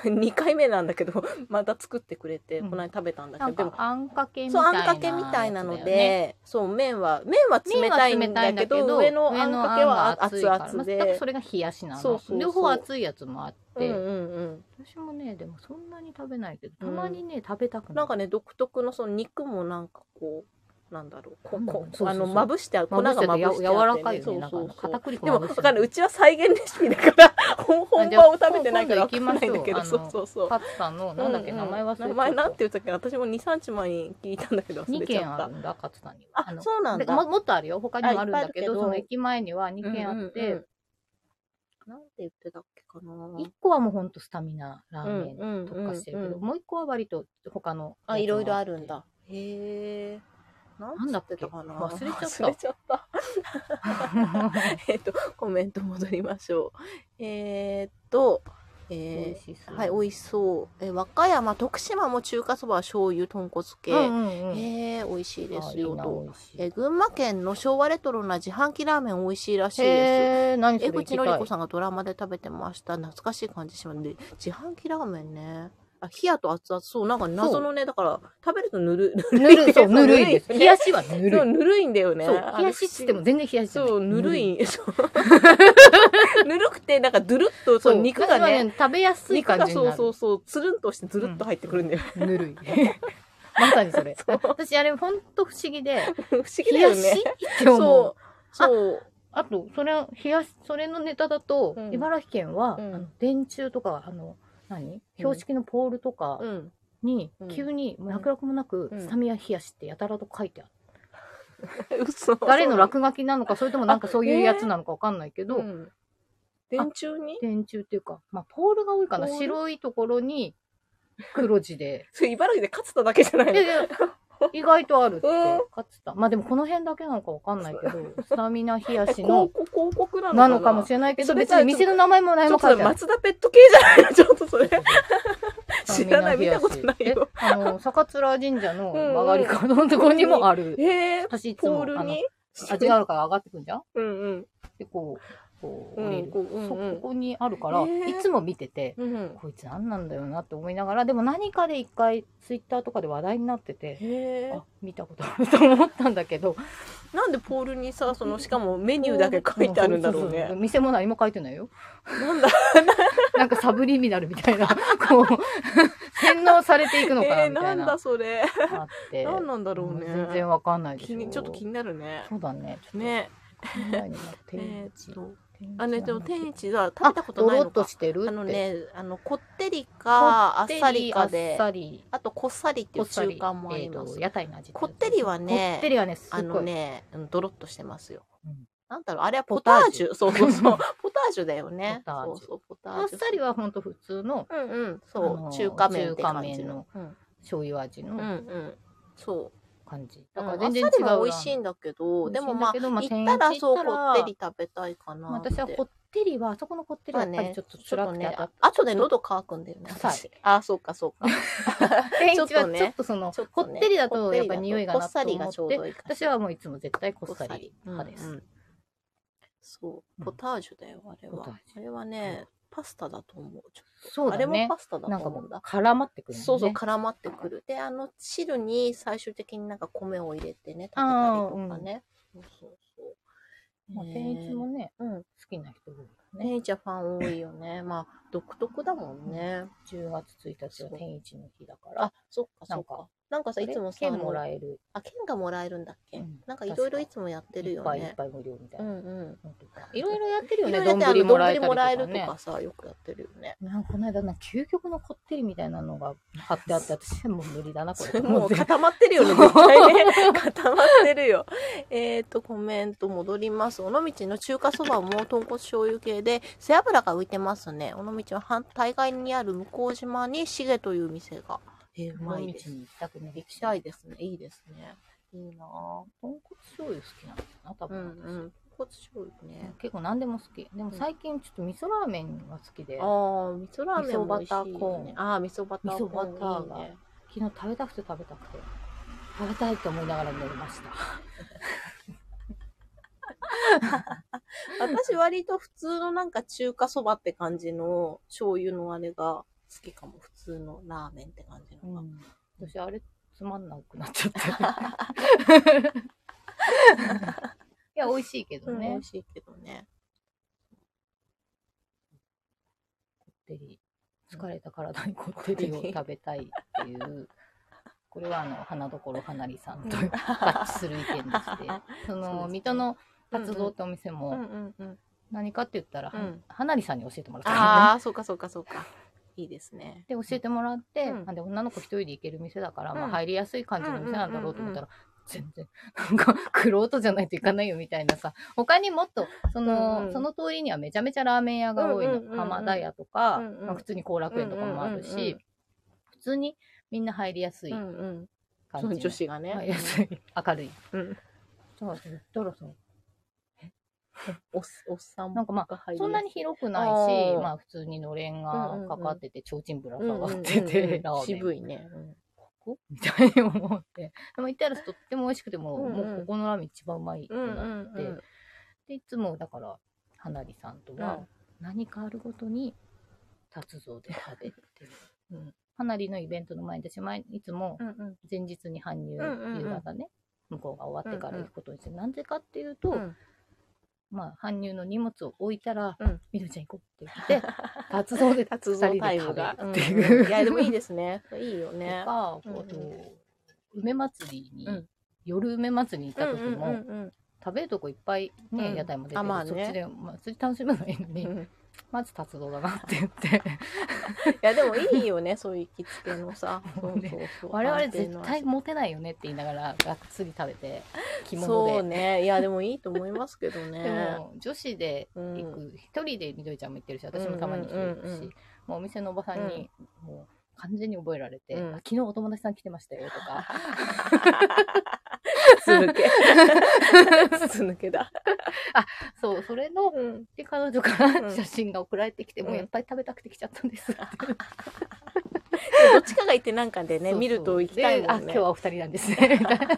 Speaker 1: 2回目なんだけどまた作ってくれて
Speaker 2: うん
Speaker 1: この間食べたんだけ
Speaker 2: な
Speaker 1: ど、
Speaker 2: ん
Speaker 1: で
Speaker 2: か
Speaker 1: も、
Speaker 2: あんかけみた
Speaker 1: そ
Speaker 2: いうな
Speaker 1: あ
Speaker 2: やつだよね。
Speaker 1: んかけみたいなので、そう麺は麺は冷
Speaker 2: 麺
Speaker 1: た
Speaker 2: はい冷
Speaker 1: ん
Speaker 2: たい
Speaker 1: だけ
Speaker 2: んだけ
Speaker 1: ど
Speaker 2: ど、
Speaker 1: 上のあ
Speaker 2: 上
Speaker 1: ん
Speaker 2: の
Speaker 1: か
Speaker 2: あ
Speaker 1: け
Speaker 2: ん
Speaker 1: は
Speaker 2: は
Speaker 1: あ
Speaker 2: 熱
Speaker 1: 熱
Speaker 2: いから。
Speaker 1: 々
Speaker 2: まあだから
Speaker 1: で
Speaker 2: そ。れが冷やしなの。
Speaker 1: そうそうそう
Speaker 2: 両方熱いやつもあっ
Speaker 1: うん
Speaker 2: て、
Speaker 1: うんうん、
Speaker 2: 私もね、でもそんなに食べないけど、た
Speaker 1: うん
Speaker 2: まにね、食べたくなる。
Speaker 1: なんかね独特のその肉もなんかこうなんだろうこ
Speaker 2: うん
Speaker 1: こ、
Speaker 2: そうそうそう
Speaker 1: あのまぶしてあ粉が
Speaker 2: まぶして
Speaker 1: ま
Speaker 2: て
Speaker 1: ぶしてあって、
Speaker 2: や柔らかいよ
Speaker 1: そう
Speaker 2: ね。なんか
Speaker 1: そうそう
Speaker 2: 片栗粉
Speaker 1: でも、
Speaker 2: ま
Speaker 1: わ
Speaker 2: ぶして
Speaker 1: かんない。う
Speaker 2: る。
Speaker 1: ちは再現レシピだ から、本本場を食べてないからわかんないんだけど、
Speaker 2: あじゃあ
Speaker 1: そうそうそう。
Speaker 2: カツさんの、なんだっけ、
Speaker 1: うう
Speaker 2: 名前忘れてた。
Speaker 1: 名前なんて言ったっけ私も2、3日前に聞いたんだけど忘
Speaker 2: 2
Speaker 1: れち
Speaker 2: 軒
Speaker 1: ゃっ
Speaker 2: あ
Speaker 1: た
Speaker 2: る。んだ、勝田には。
Speaker 1: あ、
Speaker 2: の
Speaker 1: そうなん
Speaker 2: で
Speaker 1: だ。
Speaker 2: ももっとあるよ。他にもあるんだ
Speaker 1: あいっぱい
Speaker 2: け
Speaker 1: あるけ
Speaker 2: ど、
Speaker 1: ど
Speaker 2: その駅前には2軒あって、
Speaker 1: うんうんうんなんて言ってたっけかな。
Speaker 2: 1個はもうほんとスタミナラーメン
Speaker 1: うんうんうんうん
Speaker 2: に特化してるけど、もう1個は割と他の。
Speaker 1: あ、いろいろあるん。 だ。へえ。なんつってたかな
Speaker 2: なんだっけ忘れちゃった
Speaker 1: 忘れちゃった。 えっと、コメント戻りましょう。えーっと、
Speaker 2: 美味
Speaker 1: え
Speaker 2: しそう。
Speaker 1: ー、はい、美味しそう。え、和歌山、徳島も中華そば、醤油、豚骨系。
Speaker 2: うんうんうん
Speaker 1: へえ、美味しいですよ、
Speaker 2: あいいな
Speaker 1: と。
Speaker 2: 美味しい
Speaker 1: え、群馬県の昭和レトロな自販機ラーメン美味しいらしいです。
Speaker 2: へー何それ
Speaker 1: 江口のりこ
Speaker 2: ん。
Speaker 1: さんがドラマで食べてました。懐かしい感じしますね。自販機ラーメンね。あ、冷やと熱々。そう、なんか謎のね、だから、食べるとぬる、
Speaker 2: ぬる い、そう、ぬるいです。
Speaker 1: ぬ
Speaker 2: 冷
Speaker 1: るい
Speaker 2: やしはぬ
Speaker 1: そう
Speaker 2: るい。
Speaker 1: ぬるいんだよね。
Speaker 2: そう、
Speaker 1: あ
Speaker 2: 冷
Speaker 1: れ
Speaker 2: やしっつっても全然冷やしじゃない
Speaker 1: そう、ぬる。い。そう ぬるくて、なんか、ドゥルッと、そう、肉がね、、
Speaker 2: 食べやすい
Speaker 1: 肉
Speaker 2: 感
Speaker 1: が
Speaker 2: じに
Speaker 1: そう
Speaker 2: な
Speaker 1: そ
Speaker 2: る
Speaker 1: う。そう、つるんとして、ずるっと入ってくるんだよ。
Speaker 2: ぬるい。まさにそれ。
Speaker 1: そう
Speaker 2: 私、あれ、ほんと不思議で、
Speaker 1: 不思議だ
Speaker 2: 冷
Speaker 1: よ
Speaker 2: やし
Speaker 1: ね。
Speaker 2: って思
Speaker 1: そうう。。そう。
Speaker 2: あと、それ、冷やし、それのネタだと
Speaker 1: う、ん
Speaker 2: 茨城県は、あ
Speaker 1: うん
Speaker 2: の電柱とか、あの、何標識のポールとか
Speaker 1: うん。
Speaker 2: に
Speaker 1: うん、
Speaker 2: 急に、脈絡もなく
Speaker 1: う、ん
Speaker 2: スタミナ冷やしってやたらと書いてある。
Speaker 1: 嘘。
Speaker 2: 誰の落書きなのか、それともなんかそういうやつなのかわかんないけど
Speaker 1: う、ん電柱に
Speaker 2: 電柱っていうか、まあ、ポールが多いかな。
Speaker 1: ポール。
Speaker 2: 白いところに黒字で
Speaker 1: それ茨城で勝つただけじゃない
Speaker 2: いや
Speaker 1: の
Speaker 2: いや意外とあるって、
Speaker 1: うん
Speaker 2: かつた。まあでもこの辺だけなのかわかんないけど、スタミナ冷やし
Speaker 1: 広
Speaker 2: の、
Speaker 1: 告広告なのかな
Speaker 2: なのかもしれないけ
Speaker 1: そ
Speaker 2: ど、
Speaker 1: れ
Speaker 2: 別
Speaker 1: さ
Speaker 2: に店の名前も
Speaker 1: ち
Speaker 2: 何
Speaker 1: ょ
Speaker 2: も
Speaker 1: っ
Speaker 2: 書い
Speaker 1: と
Speaker 2: てない。
Speaker 1: 松田ペット系じゃないちょっとそれ。知らない、見たことないよ。
Speaker 2: えあ の、坂倉神社の
Speaker 1: うんうん
Speaker 2: 曲がり角のところにもある。
Speaker 1: ええー、
Speaker 2: 私いつ
Speaker 1: ポ
Speaker 2: も、
Speaker 1: ー
Speaker 2: あ
Speaker 1: ル
Speaker 2: の
Speaker 1: に、
Speaker 2: 味があるから上がってくんじゃん
Speaker 1: うんうん。
Speaker 2: で、こう、こう、
Speaker 1: う
Speaker 2: 降り
Speaker 1: ん、
Speaker 2: る。
Speaker 1: こう、うん
Speaker 2: そ
Speaker 1: うん
Speaker 2: ここにあるから、
Speaker 1: へー
Speaker 2: いつも見てて、
Speaker 1: うん。
Speaker 2: こいつ何なんだよなって思いながら、でも何かで一回ツイッターとかで話題になってて、
Speaker 1: へえ
Speaker 2: あ。見たことあると 思ったんだけど
Speaker 1: なんでポールにさ、その、しかもメニューだけ書いてあるんだろう
Speaker 2: そそそ
Speaker 1: ね。
Speaker 2: 店も何も書いてないよ
Speaker 1: なんだ
Speaker 2: なんかサブリミナルみたいなこう洗脳されていくの
Speaker 1: え
Speaker 2: かな
Speaker 1: ー、
Speaker 2: みた
Speaker 1: ないん
Speaker 2: な
Speaker 1: だそれ。
Speaker 2: あって
Speaker 1: なんなんだろうね。
Speaker 2: 全然わかんないで
Speaker 1: 気
Speaker 2: しょ
Speaker 1: にちょっと気になるね。
Speaker 2: そうだねちょっと
Speaker 1: ね。
Speaker 2: 考えないな天
Speaker 1: え
Speaker 2: 一
Speaker 1: ーっと。
Speaker 2: 天一
Speaker 1: あ、ね、でも
Speaker 2: なんだ
Speaker 1: 天
Speaker 2: っけ
Speaker 1: 一が食
Speaker 2: あ
Speaker 1: べたことない
Speaker 2: ドロ
Speaker 1: の
Speaker 2: ッと
Speaker 1: か。
Speaker 2: してるって
Speaker 1: あのね、あの、こってりか、あっ
Speaker 2: こってり
Speaker 1: さりかで、
Speaker 2: あっさり
Speaker 1: あとこっさりってい
Speaker 2: こ
Speaker 1: う
Speaker 2: っさ
Speaker 1: 中
Speaker 2: り
Speaker 1: 華もあり
Speaker 2: え
Speaker 1: ま
Speaker 2: ー
Speaker 1: す
Speaker 2: と。屋台の味
Speaker 1: こってりはね
Speaker 2: こってりはねすっ
Speaker 1: あ
Speaker 2: ご
Speaker 1: の
Speaker 2: い
Speaker 1: ね、うんドロッとしてますよ。
Speaker 2: うん
Speaker 1: なんだろう、あれはポ
Speaker 2: ポ
Speaker 1: タ
Speaker 2: タ
Speaker 1: ー
Speaker 2: ー
Speaker 1: ジ
Speaker 2: ジ
Speaker 1: ュ。
Speaker 2: ュ
Speaker 1: そうそう そう。ポタージュだよね。
Speaker 2: ポタージ
Speaker 1: そ
Speaker 2: ュ
Speaker 1: うそう、ポタ
Speaker 2: あ
Speaker 1: ー
Speaker 2: っ
Speaker 1: ジュ。
Speaker 2: さりはほんと普通の
Speaker 1: うんうん、
Speaker 2: あ
Speaker 1: そ
Speaker 2: の
Speaker 1: う、
Speaker 2: ー
Speaker 1: 中華麺って感
Speaker 2: 中華
Speaker 1: じ
Speaker 2: 麺
Speaker 1: の
Speaker 2: の。
Speaker 1: うん
Speaker 2: 醤油味
Speaker 1: うんう
Speaker 2: の
Speaker 1: ん。そう。
Speaker 2: 感じ、
Speaker 1: だ
Speaker 2: だ
Speaker 1: か
Speaker 2: からら
Speaker 1: 全
Speaker 2: 全
Speaker 1: 然
Speaker 2: 然
Speaker 1: 違うな。あっさり
Speaker 2: 違う
Speaker 1: は美味しいんだけど、でもまあ、
Speaker 2: 美味しいんだけどまあ
Speaker 1: 行ったらそう、こ
Speaker 2: 天一行ったら
Speaker 1: ってり食べたいかな
Speaker 2: まあ
Speaker 1: って。
Speaker 2: 私はこってりはあそこのこってりはやっぱりちょっと
Speaker 1: ちょっ
Speaker 2: 辛
Speaker 1: と
Speaker 2: くて
Speaker 1: ね
Speaker 2: 当たっ、
Speaker 1: あとで喉乾くんだよね。
Speaker 2: 臭い
Speaker 1: 私あ、そうか、そうか。
Speaker 2: 天一
Speaker 1: ちょっと
Speaker 2: は
Speaker 1: ね
Speaker 2: ちょっとその
Speaker 1: ちょと
Speaker 2: こ
Speaker 1: ね
Speaker 2: ってりだとやっぱ匂いが
Speaker 1: こ
Speaker 2: な
Speaker 1: っさ
Speaker 2: と
Speaker 1: りがちょう
Speaker 2: 思って
Speaker 1: どいい感じ
Speaker 2: 私はもういつも絶対こっさ
Speaker 1: こっさ
Speaker 2: り
Speaker 1: り
Speaker 2: 派です、
Speaker 1: うんうんそう、ポタージュだよ、あれ
Speaker 2: ポタ
Speaker 1: は
Speaker 2: ー。
Speaker 1: あ
Speaker 2: ジ
Speaker 1: れはね、パスタだと思う。ちょっと
Speaker 2: そう
Speaker 1: あ
Speaker 2: だ
Speaker 1: れも
Speaker 2: ね
Speaker 1: パスタだ
Speaker 2: なん
Speaker 1: と
Speaker 2: か
Speaker 1: 思
Speaker 2: も
Speaker 1: うん
Speaker 2: う
Speaker 1: だ。
Speaker 2: 絡まってくる、ね、
Speaker 1: そうそう、絡まってくる。で、あの、汁に最終的になんか米を入れてね、食べたりとかね。そうそうそう。
Speaker 2: まあ、天一も
Speaker 1: ね。
Speaker 2: ね
Speaker 1: うん。
Speaker 2: 好きな人多いよね
Speaker 1: 天一はファン多いよね。まあ、独特だもんね。
Speaker 2: 10月1日
Speaker 1: そう
Speaker 2: は天一の日だから
Speaker 1: あ、そっか、そ
Speaker 2: な
Speaker 1: っ
Speaker 2: ん
Speaker 1: か
Speaker 2: か。
Speaker 1: なんかさ、
Speaker 2: そ
Speaker 1: い
Speaker 2: れ
Speaker 1: つもさ、
Speaker 2: 券もら
Speaker 1: え
Speaker 2: える
Speaker 1: あ、券がもらえるんだっけ
Speaker 2: うん
Speaker 1: なんかいろいろいつもやってる
Speaker 2: いっ
Speaker 1: よ
Speaker 2: ぱいいっ
Speaker 1: ね。
Speaker 2: ぱい無料みたいうな、
Speaker 1: んうん。
Speaker 2: のとかいろいろやってるよ
Speaker 1: い
Speaker 2: ね
Speaker 1: ろいろねあの
Speaker 2: 丼もらえ
Speaker 1: 丼もらえ
Speaker 2: た
Speaker 1: る
Speaker 2: りとか
Speaker 1: と
Speaker 2: ね
Speaker 1: かさ、よくやってるよね。
Speaker 2: なんかこの間な究極のこってりみたいなのが貼って あって私もう無理だなこれ
Speaker 1: もう
Speaker 2: 絶対
Speaker 1: 固まってるよね、
Speaker 2: そう
Speaker 1: 絶対ね。固まってるよ。 えっと、コメント戻ります。尾道の中華そばも豚骨醤油系で、背脂が浮いてますね。尾道は反対側にある向島にしげという店が。えーう
Speaker 2: う
Speaker 1: ま
Speaker 2: ま
Speaker 1: いで
Speaker 2: い道
Speaker 1: す。
Speaker 2: に行きたくね
Speaker 1: 行きたいですね。いいですね。いいなぁ。
Speaker 2: 豚骨醤油好きなんだな多
Speaker 1: う
Speaker 2: 分
Speaker 1: ん
Speaker 2: 私、
Speaker 1: うん。豚骨醤油ね。
Speaker 2: 結構何でも好きでも最近ちょっと味噌ラーメンが好きで、
Speaker 1: ああ、味噌ラーメンも美味しいよ、ね。
Speaker 2: 味噌バターコーン
Speaker 1: ああ、味噌バターコーン。
Speaker 2: 味噌バター
Speaker 1: い
Speaker 2: が
Speaker 1: いね
Speaker 2: 昨日食べたくて食べたくて食べたいと思いながら飲みました
Speaker 1: 私割と普通のなんか中華そばって感じの醤油のあれが好きかも。普通のラーメンって感じのが。
Speaker 2: 私あれつまんなくなっちゃった。 いや、美味しいけど
Speaker 1: うん美
Speaker 2: ね
Speaker 1: 味。しいけどね。
Speaker 2: こってり。疲れた体にこってりを食べたいっていう。これはあの、花どころ花りさんと合致する意 見でして、そ
Speaker 1: そうです
Speaker 2: の、
Speaker 1: ね
Speaker 2: 水戸の活動ってお店
Speaker 1: うんう
Speaker 2: も、
Speaker 1: んうん。
Speaker 2: 何かって言ったら、
Speaker 1: うん
Speaker 2: 花りさんに教えてもらったから
Speaker 1: あ
Speaker 2: ね。
Speaker 1: あ、そうかそうかそうか。いいですね。
Speaker 2: で、教えてもらって、
Speaker 1: うん
Speaker 2: あで女の子一人で行ける店だから、
Speaker 1: うん
Speaker 2: まあ入りやすい感じの店なんだろうと思ったら、全然、なんか、くろとじゃないといかないよみたいな さ、他にもっと、その、
Speaker 1: うんうん
Speaker 2: その通りにはめちゃめちゃラーメン屋が多い
Speaker 1: う
Speaker 2: の。
Speaker 1: んうんうんうん
Speaker 2: 浜田屋とか、
Speaker 1: うんうん
Speaker 2: まあ、普通に後楽園とかもあるし、
Speaker 1: うんうんうんうん
Speaker 2: 普通にみんな入りやすい
Speaker 1: うん
Speaker 2: 感
Speaker 1: うんその
Speaker 2: じの。
Speaker 1: 女子がね、
Speaker 2: 入りやすい。明るい。
Speaker 1: うん、
Speaker 2: だから、だからさ、
Speaker 1: おっおっさん
Speaker 2: なんかま
Speaker 1: が入りやすい
Speaker 2: そんなに広くない
Speaker 1: あ
Speaker 2: し、
Speaker 1: ー
Speaker 2: まあ普通にのれんがかかってて、ちょうちんぶら
Speaker 1: うん
Speaker 2: 下
Speaker 1: うんうん
Speaker 2: が
Speaker 1: う
Speaker 2: っ
Speaker 1: ん
Speaker 2: てて、ラーメン。
Speaker 1: 渋いね、うん
Speaker 2: ここ みたいに思って。でも行ったらとっても美味しくても、
Speaker 1: うんうん
Speaker 2: もうここのラーメン一番うまいって
Speaker 1: う
Speaker 2: なっ
Speaker 1: ん
Speaker 2: て、
Speaker 1: うんうん
Speaker 2: で、いつもだから、花火さんと
Speaker 1: う
Speaker 2: は
Speaker 1: ん、
Speaker 2: 何かあるごとに、達像で食べてる。うん。花火のイベントの前に、私前、いつも
Speaker 1: うんうん
Speaker 2: 前日に搬入、
Speaker 1: うんうんうん
Speaker 2: 夕方ね、向こうが終わってから行くことにして、なんでかっていうと、
Speaker 1: うん
Speaker 2: まあ、搬入の荷物を置いたら、
Speaker 1: うん
Speaker 2: みどりちゃん行こうって言って、達像で
Speaker 1: 達
Speaker 2: 二
Speaker 1: 像
Speaker 2: 人
Speaker 1: タ
Speaker 2: で
Speaker 1: イ
Speaker 2: 食
Speaker 1: ム
Speaker 2: べる
Speaker 1: が、
Speaker 2: っていう。
Speaker 1: うんいやでもいいですねいいよ
Speaker 2: と
Speaker 1: ね
Speaker 2: か、
Speaker 1: うんうん
Speaker 2: あと梅祭りに、
Speaker 1: うん
Speaker 2: 夜梅祭りに行った時も、
Speaker 1: うんうん
Speaker 2: 食べるとこいっぱいね、
Speaker 1: うん
Speaker 2: 屋台も出てる、
Speaker 1: あまあね
Speaker 2: そっちで祭り楽しめばいいのに、
Speaker 1: うんうん
Speaker 2: まず達郎だなって 言って
Speaker 1: いやでもいいよね そういう行きつけのさ
Speaker 2: もうね
Speaker 1: そうそうそう
Speaker 2: 我々
Speaker 1: 安定
Speaker 2: 絶
Speaker 1: の味
Speaker 2: 対モテないよねって言いながらがっつり食べて着物で
Speaker 1: そうねいやでもいいと思いますけどね
Speaker 2: でも女子で
Speaker 1: う
Speaker 2: 行
Speaker 1: ん
Speaker 2: く一、人でみどりちゃんも行ってるし私もたまに一人行くし、
Speaker 1: うんうんうんうん
Speaker 2: もうお店のおばさんに、もう完全に覚えられて、
Speaker 1: うん
Speaker 2: あ昨日お友達さん来てましたよとか
Speaker 1: つ抜 けつ抜けだ
Speaker 2: そうそれの
Speaker 1: うん
Speaker 2: で彼女から
Speaker 1: うん
Speaker 2: 写真が送られてきて、
Speaker 1: うん
Speaker 2: もうやっぱり食べたくて来ちゃったんですって、
Speaker 1: でどっちかが行ってなんかでね
Speaker 2: そうそう
Speaker 1: 見ると行きたい
Speaker 2: であ
Speaker 1: もん
Speaker 2: 今
Speaker 1: ね
Speaker 2: 日はお二人なんですねみたいない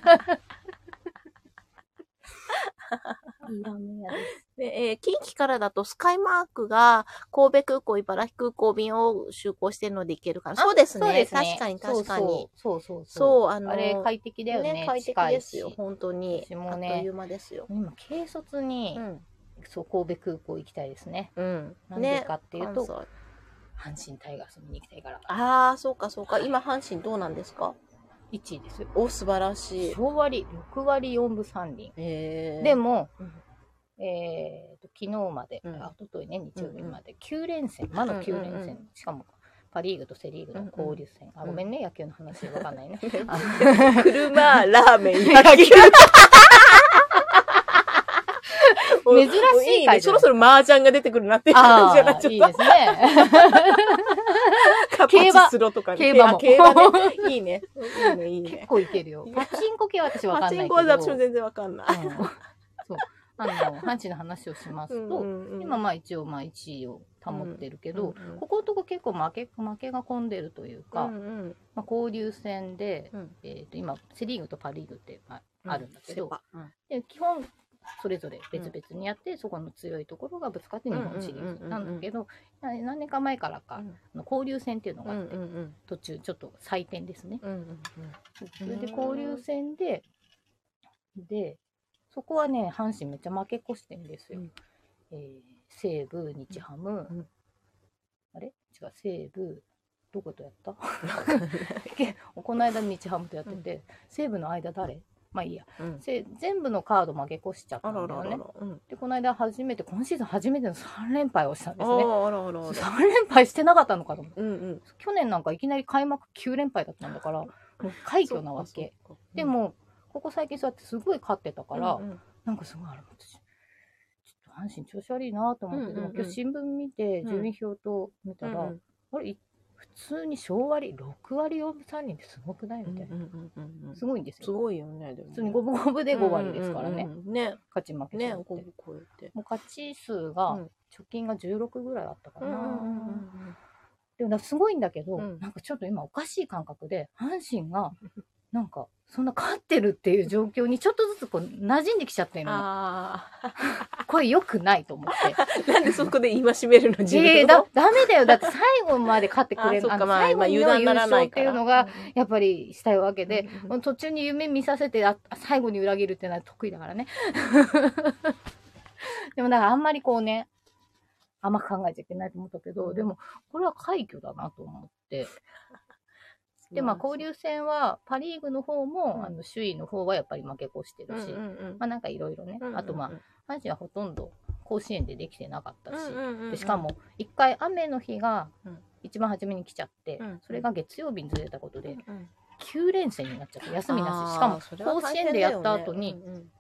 Speaker 2: いラーメン屋です
Speaker 1: で、えー近畿からだとスカイマークが神戸空港、茨城空港便を就航してるので行けるから。そうですね。確かに確かに。そう
Speaker 2: そうそうそうそう
Speaker 1: あのー、
Speaker 2: あれ快適だよね
Speaker 1: 快適
Speaker 2: 近い
Speaker 1: です
Speaker 2: し
Speaker 1: よ。本当に。
Speaker 2: 私
Speaker 1: あ
Speaker 2: も
Speaker 1: っと
Speaker 2: ね
Speaker 1: いう間ですよ。
Speaker 2: 今軽率に、
Speaker 1: うん。
Speaker 2: そう神戸空港行きたいですね
Speaker 1: うん。
Speaker 2: なんでかっていうと、
Speaker 1: 関西
Speaker 2: 阪神タイガース見に行きたいから
Speaker 1: ああ、そうかそうか。今、阪神どうなんですか
Speaker 2: 1位ですよ
Speaker 1: お、素晴らしい。
Speaker 2: 4割6割4分3厘
Speaker 1: へえ。
Speaker 2: で、も、
Speaker 1: うん
Speaker 2: えーと昨日まで、
Speaker 1: うん
Speaker 2: あ一昨日ね、日曜日まで、9連戦、まだ9連戦、
Speaker 1: うんうんう
Speaker 2: しかもパ・リーグとセ・リーグの交流戦、あごめんね、野球の話わかんな いね。あ
Speaker 1: 車、ラーメン、
Speaker 2: 野
Speaker 1: 焼き。
Speaker 2: 球
Speaker 1: お
Speaker 2: 珍しい
Speaker 1: おね
Speaker 2: 回だね
Speaker 1: そろそろ麻雀が出てくるなっていう感じにな
Speaker 2: あ
Speaker 1: っちゃ
Speaker 2: ー
Speaker 1: っ
Speaker 2: いい
Speaker 1: た
Speaker 2: で。すね。
Speaker 1: 活
Speaker 2: 競馬
Speaker 1: 発スロとかね
Speaker 2: 競馬も
Speaker 1: あ競馬ね。いいね。いいね、いい
Speaker 2: 結
Speaker 1: ね。
Speaker 2: 構いけるよ。パチンコ系は私わ
Speaker 1: パ
Speaker 2: かん
Speaker 1: チ
Speaker 2: ない
Speaker 1: ン
Speaker 2: け
Speaker 1: コ
Speaker 2: ど。
Speaker 1: は私も全然わかんない。
Speaker 2: うんそう。あの、阪神の話をしますと、今まあ一応まあ1位を保ってるけど、
Speaker 1: うんうん
Speaker 2: ここのとこ結構負け、負けが混んでるというか、
Speaker 1: うん
Speaker 2: まあ、交流戦で、
Speaker 1: うん
Speaker 2: えー、と今セ・リーグとパ・リーグってまあ
Speaker 1: うん
Speaker 2: あるんだけど、
Speaker 1: うん
Speaker 2: で基本それぞれ別々にやって、そこの強いところがぶつかって日本シリ
Speaker 1: うんうんうんうん
Speaker 2: ー
Speaker 1: う
Speaker 2: ズ
Speaker 1: ん
Speaker 2: なんだけど、な何年か前からか、あの交流戦っていうの
Speaker 1: う
Speaker 2: があっ
Speaker 1: ん
Speaker 2: て、
Speaker 1: うんうん
Speaker 2: 途中ちょっと採点ですね。
Speaker 1: うんうん
Speaker 2: それで交流戦ででそこはね阪神めっちゃ負け越してんですよ。
Speaker 1: うん
Speaker 2: えー西武日ハム、
Speaker 1: うん
Speaker 2: あれ違う西武どことやった けこの間日ハムとやってて、西武の間誰まあいいや
Speaker 1: うん
Speaker 2: せ全部のカード負け越しちゃった
Speaker 1: あ
Speaker 2: ん
Speaker 1: ら
Speaker 2: だ
Speaker 1: ら
Speaker 2: よ
Speaker 1: ら
Speaker 2: ね
Speaker 1: ら。うん
Speaker 2: でこの間初めて今シーズン初めての3連敗をしたんで
Speaker 1: あ
Speaker 2: すね
Speaker 1: ーあらあらあら。
Speaker 2: 3連敗してなかったのかと思って
Speaker 1: うんうん。
Speaker 2: 去年なんかいきなり開幕9連敗だったんだからもう快挙なわけ
Speaker 1: そうか。そうか
Speaker 2: で、もここ最近そうやってすごい勝ってたから、
Speaker 1: うんうん
Speaker 2: なんかすごいあれ私ちょっと阪神調子悪いなと思っ
Speaker 1: う
Speaker 2: て、
Speaker 1: んうんう
Speaker 2: で
Speaker 1: ん
Speaker 2: も今日新聞見て
Speaker 1: うん
Speaker 2: 順位表と見たら、
Speaker 1: うんうん
Speaker 2: あれい普通に小割6割4分3厘ってすごくないみたいな。
Speaker 1: うんうんうんうん
Speaker 2: すごいんです
Speaker 1: す
Speaker 2: よ。
Speaker 1: ごいよね、でもね
Speaker 2: 普通に五分五分で5割ですからね。
Speaker 1: うんうんうんね、
Speaker 2: 勝ち負けち
Speaker 1: ね、
Speaker 2: ゃっ
Speaker 1: 五
Speaker 2: て。
Speaker 1: 分超えて。
Speaker 2: もう勝ち数が、
Speaker 1: うん
Speaker 2: 貯金が16ぐらいあったかな。
Speaker 1: うんうんうん
Speaker 2: でもなんかすごいんだけど、
Speaker 1: うん
Speaker 2: なんかちょっと今おかしい感覚で、阪 神が、なんか、そんな勝ってるっていう状況にちょっとずつこう馴染んできちゃってるの。
Speaker 1: あ
Speaker 2: これ良くないと思って。
Speaker 1: あ。なんでそこで戒めるの 自
Speaker 2: え
Speaker 1: 分
Speaker 2: えだ、ダメだよ。だって最後まで勝ってく
Speaker 1: あ
Speaker 2: れ
Speaker 1: ーそ
Speaker 2: る。
Speaker 1: っ
Speaker 2: あ
Speaker 1: か、
Speaker 2: の
Speaker 1: まあ、
Speaker 2: 最
Speaker 1: ま
Speaker 2: 後
Speaker 1: あ
Speaker 2: に
Speaker 1: 油
Speaker 2: の
Speaker 1: 断
Speaker 2: 優
Speaker 1: ならな
Speaker 2: 勝っ
Speaker 1: い
Speaker 2: て
Speaker 1: か
Speaker 2: い
Speaker 1: ら。
Speaker 2: うのが、
Speaker 1: ん
Speaker 2: やっぱりしたいわけで、
Speaker 1: うんうん
Speaker 2: 途中に夢見させてあ最後に裏切るってのは得意だからね でもだからあんまりこうね甘く考えちゃいけないと思ったけど、
Speaker 1: うん
Speaker 2: でもこれは快挙だなと思ってでまあ交流戦はパ・リーグの方も、
Speaker 1: うん
Speaker 2: あの首位の方はやっぱり負け越してるし、
Speaker 1: うんうんうん
Speaker 2: まあなんかいろいろね、あとまあ阪神はほとんど甲子園でできてなかったし、でしか、も一回雨の日が
Speaker 1: うん
Speaker 2: 一番初めに来ちゃって、
Speaker 1: うん
Speaker 2: それが月曜日にずれたことで、
Speaker 1: うんうん
Speaker 2: 9連戦になっちゃって休みなししか
Speaker 1: あー
Speaker 2: も
Speaker 1: それは大
Speaker 2: 甲子
Speaker 1: 変
Speaker 2: 園
Speaker 1: だ
Speaker 2: で
Speaker 1: よね
Speaker 2: やった後に
Speaker 1: うんうん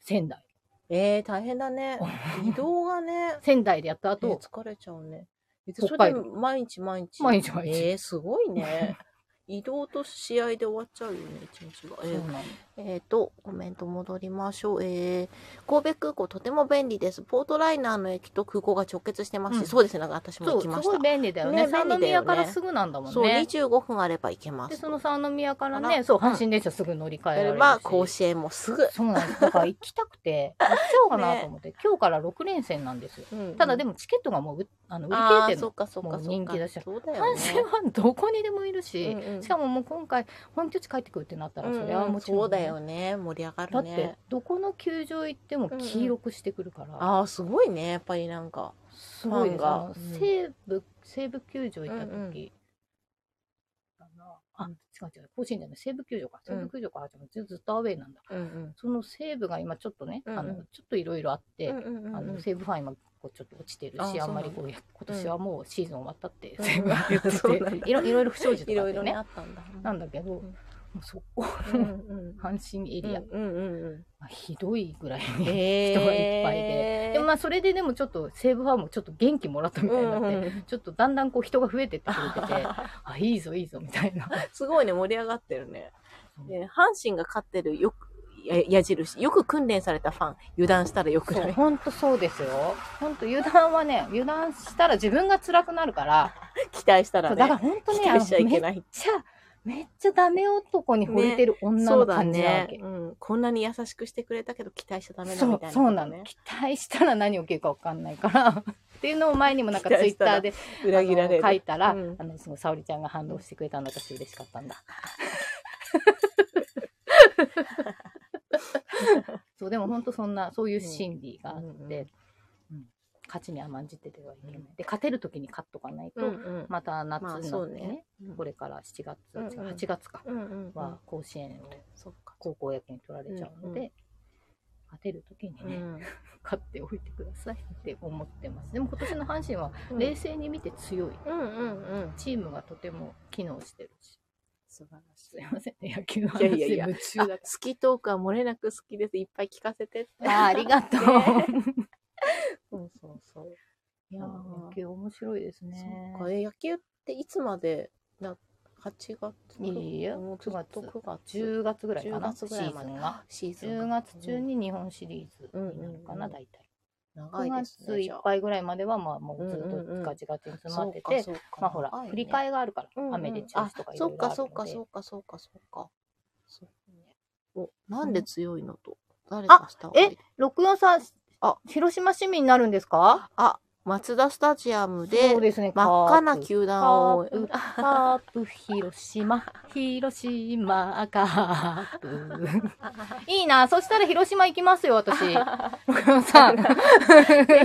Speaker 2: 仙台
Speaker 1: えー、大変だ ね移動がね
Speaker 2: 仙台でやった
Speaker 1: えー
Speaker 2: 後
Speaker 1: 疲れちゃうねえでそ
Speaker 2: 北
Speaker 1: れ
Speaker 2: 海
Speaker 1: で
Speaker 2: 道
Speaker 1: 毎日毎日
Speaker 2: 毎日毎日
Speaker 1: えー、すごい ね移動と試合で終わっちゃうよね一日がえ
Speaker 2: そう
Speaker 1: ー
Speaker 2: なの
Speaker 1: えー、と、コメント戻りましょう。えー、神戸空港とても便利です。ポートライナーの駅と空港が直結してますし、
Speaker 2: うん
Speaker 1: そうですね、なんか私も
Speaker 2: そ
Speaker 1: 行
Speaker 2: う
Speaker 1: き
Speaker 2: す
Speaker 1: まし
Speaker 2: ご
Speaker 1: た。
Speaker 2: い便利だよね
Speaker 1: ね
Speaker 2: 三
Speaker 1: 便利だよ
Speaker 2: 宮
Speaker 1: ね
Speaker 2: からすぐなんだもん
Speaker 1: そう、
Speaker 2: ね
Speaker 1: 25分あれば行けま。
Speaker 2: ですその三宮から
Speaker 1: あら
Speaker 2: ねそう阪神電車すぐ乗り換
Speaker 1: 例
Speaker 2: えられ
Speaker 1: え
Speaker 2: るし
Speaker 1: ば、甲子園もすぐ。
Speaker 2: そうなんですだから行きたくて行っちゃおうかなと思って、今日から6連戦なんですよただで
Speaker 1: も、
Speaker 2: もチケットがもう売あの売り
Speaker 1: あ
Speaker 2: 切れ
Speaker 1: ー
Speaker 2: てる
Speaker 1: そ
Speaker 2: の
Speaker 1: っかそっかそっ
Speaker 2: も
Speaker 1: か。
Speaker 2: う人気だし
Speaker 1: そうだよ
Speaker 2: 阪神
Speaker 1: ね。
Speaker 2: はどこにでもいるし、
Speaker 1: うんうん
Speaker 2: しかももう今回本拠地帰ってくるってなったらそれはもち
Speaker 1: うんうんそ
Speaker 2: ろ
Speaker 1: うんだ
Speaker 2: ね、
Speaker 1: よね。盛り上が
Speaker 2: だ
Speaker 1: る
Speaker 2: って
Speaker 1: ね。
Speaker 2: どこの球場行っても黄色くしてくるから、
Speaker 1: ああ、すごいね。やっぱりなんか。
Speaker 2: すごいです
Speaker 1: ファンが
Speaker 2: あの
Speaker 1: うん
Speaker 2: 西武西武球場行った時、
Speaker 1: うんうん
Speaker 2: かなあ違う違う甲子園じゃない西武球場か
Speaker 1: う
Speaker 2: 西
Speaker 1: ん
Speaker 2: 武球場か、ずずっとアウェーなんだ
Speaker 1: うんうん。
Speaker 2: その西武が今ちょっとね、
Speaker 1: うんうん
Speaker 2: あのちょっといろいろあって、
Speaker 1: うんうんうん
Speaker 2: あの西武ファン今こうちょっと落ちてる
Speaker 1: あそう
Speaker 2: し
Speaker 1: な
Speaker 2: あ
Speaker 1: んだ
Speaker 2: んまりこうや今年はもうシーズン終わったって
Speaker 1: うん
Speaker 2: 西武は言って
Speaker 1: そうなんだ
Speaker 2: ていろいろいろ不祥事と
Speaker 1: い
Speaker 2: かあっ
Speaker 1: ろ
Speaker 2: て
Speaker 1: いろね、
Speaker 2: ね
Speaker 1: あったんだ。
Speaker 2: なんだけど、
Speaker 1: ん
Speaker 2: もうそこ
Speaker 1: うんうん。
Speaker 2: 阪神エ
Speaker 1: うん
Speaker 2: リア、
Speaker 1: うんうんうん。
Speaker 2: まあ、ひどいぐらい
Speaker 1: 人
Speaker 2: に、人がいっぱいでもまあそれででもちょっと西武ファンもちょっと元気もらったみたいになって、ちょっとだんだんこう人が増えてってくれててあいいぞいいぞみたいな
Speaker 1: すごいね、盛り上がってるね。
Speaker 2: そう
Speaker 1: で阪神が勝ってるよくや矢印、よく訓練されたファン、油断したらよく
Speaker 2: そ
Speaker 1: な
Speaker 2: う
Speaker 1: い。
Speaker 2: 本当そうですよ本当油断はね油断したら自分が辛くなるから
Speaker 1: 期待したら
Speaker 2: そう
Speaker 1: ね。
Speaker 2: だから本当
Speaker 1: 期
Speaker 2: ねあ
Speaker 1: 待
Speaker 2: の
Speaker 1: しちゃいけ
Speaker 2: めっ
Speaker 1: ない。
Speaker 2: ちゃめっちゃダメ男に惚れてる女
Speaker 1: そう
Speaker 2: の
Speaker 1: だ
Speaker 2: 感じなわ
Speaker 1: ね
Speaker 2: け、、
Speaker 1: うん。こんなに優しくしてくれたけど期待しちゃダメだ
Speaker 2: そ
Speaker 1: み
Speaker 2: う
Speaker 1: たいなことね、
Speaker 2: そうなの期待したら何起きるか分かんないからっていうのを前にもなんかツイッターで
Speaker 1: 裏切られ
Speaker 2: あの書い
Speaker 1: る。
Speaker 2: たら、
Speaker 1: うん
Speaker 2: あのその沙織ちゃんが反応してくれ たの私嬉しかったんだ。そうでも本当そんなそういう心理があって、
Speaker 1: うんうんうん
Speaker 2: うん勝ちに甘んじててはいけない。で勝てる時に勝っとかないと、
Speaker 1: うんうん。
Speaker 2: また夏にな
Speaker 1: まあ
Speaker 2: ってね,、
Speaker 1: そうねうん
Speaker 2: これから7月、
Speaker 1: うんうん
Speaker 2: 違う8月か、
Speaker 1: うんうんうん
Speaker 2: は甲子園を
Speaker 1: そっか。
Speaker 2: 高校野球に取られちゃうので、
Speaker 1: うんうん
Speaker 2: 勝てる時に
Speaker 1: う
Speaker 2: ね、
Speaker 1: ん
Speaker 2: 勝っておいてくださいって思ってます。でも今年の阪神は
Speaker 1: うん
Speaker 2: 冷静に見て強い。
Speaker 1: うんうんうん。
Speaker 2: チームがとても機能してるし。
Speaker 1: 素晴らし
Speaker 2: すいませんね、野球の
Speaker 1: い
Speaker 2: 話
Speaker 1: や
Speaker 2: に
Speaker 1: いやいや
Speaker 2: 夢
Speaker 1: い。
Speaker 2: 中
Speaker 1: あ
Speaker 2: だっ
Speaker 1: 好きトークは漏れなく好きです。いっぱい聞かせてって。
Speaker 2: た。ああー、ありがとう。
Speaker 1: そうそうそう。
Speaker 2: いやー、野球面白いですね
Speaker 1: そっ。かえ野球っていつまでな8月
Speaker 2: いいよ
Speaker 1: もうずっと9月
Speaker 2: 10月ぐらいかな、シ
Speaker 1: 10月ぐらいま
Speaker 2: ー
Speaker 1: で
Speaker 2: ズンが。
Speaker 1: シーズン
Speaker 2: 10
Speaker 1: が
Speaker 2: 月中に日本シリーズになるか
Speaker 1: う
Speaker 2: な、
Speaker 1: んうんうん
Speaker 2: 大体。
Speaker 1: 長
Speaker 2: 9
Speaker 1: いです
Speaker 2: 月
Speaker 1: ね
Speaker 2: い
Speaker 1: じゃ
Speaker 2: っ
Speaker 1: あ
Speaker 2: ぱいぐらいまでは、まあもうずっ
Speaker 1: うんうんうん
Speaker 2: とガチガチに詰ま
Speaker 1: そ
Speaker 2: っ
Speaker 1: う
Speaker 2: て
Speaker 1: か
Speaker 2: て、
Speaker 1: そうか
Speaker 2: まあほら
Speaker 1: 長い、ね
Speaker 2: 振り替えがあるから
Speaker 1: うんう、ん
Speaker 2: 雨で中止とかい
Speaker 1: そ
Speaker 2: ろ
Speaker 1: っ
Speaker 2: いろ
Speaker 1: か
Speaker 2: ある
Speaker 1: そっ
Speaker 2: の
Speaker 1: かそ
Speaker 2: で
Speaker 1: っ。かそっかそっかそうねおなんで強いのと誰かした方がいい
Speaker 2: え、64さん、
Speaker 1: あ
Speaker 2: 広島市民になるんですか
Speaker 1: あマツダスタジアム
Speaker 2: そう
Speaker 1: で
Speaker 2: ですね、
Speaker 1: 真っ赤な
Speaker 2: カープ
Speaker 1: 球団を
Speaker 2: カー プカープ広島、広島カープ。 いいな、そしたら広島行きますよ、私。 さん、
Speaker 1: ね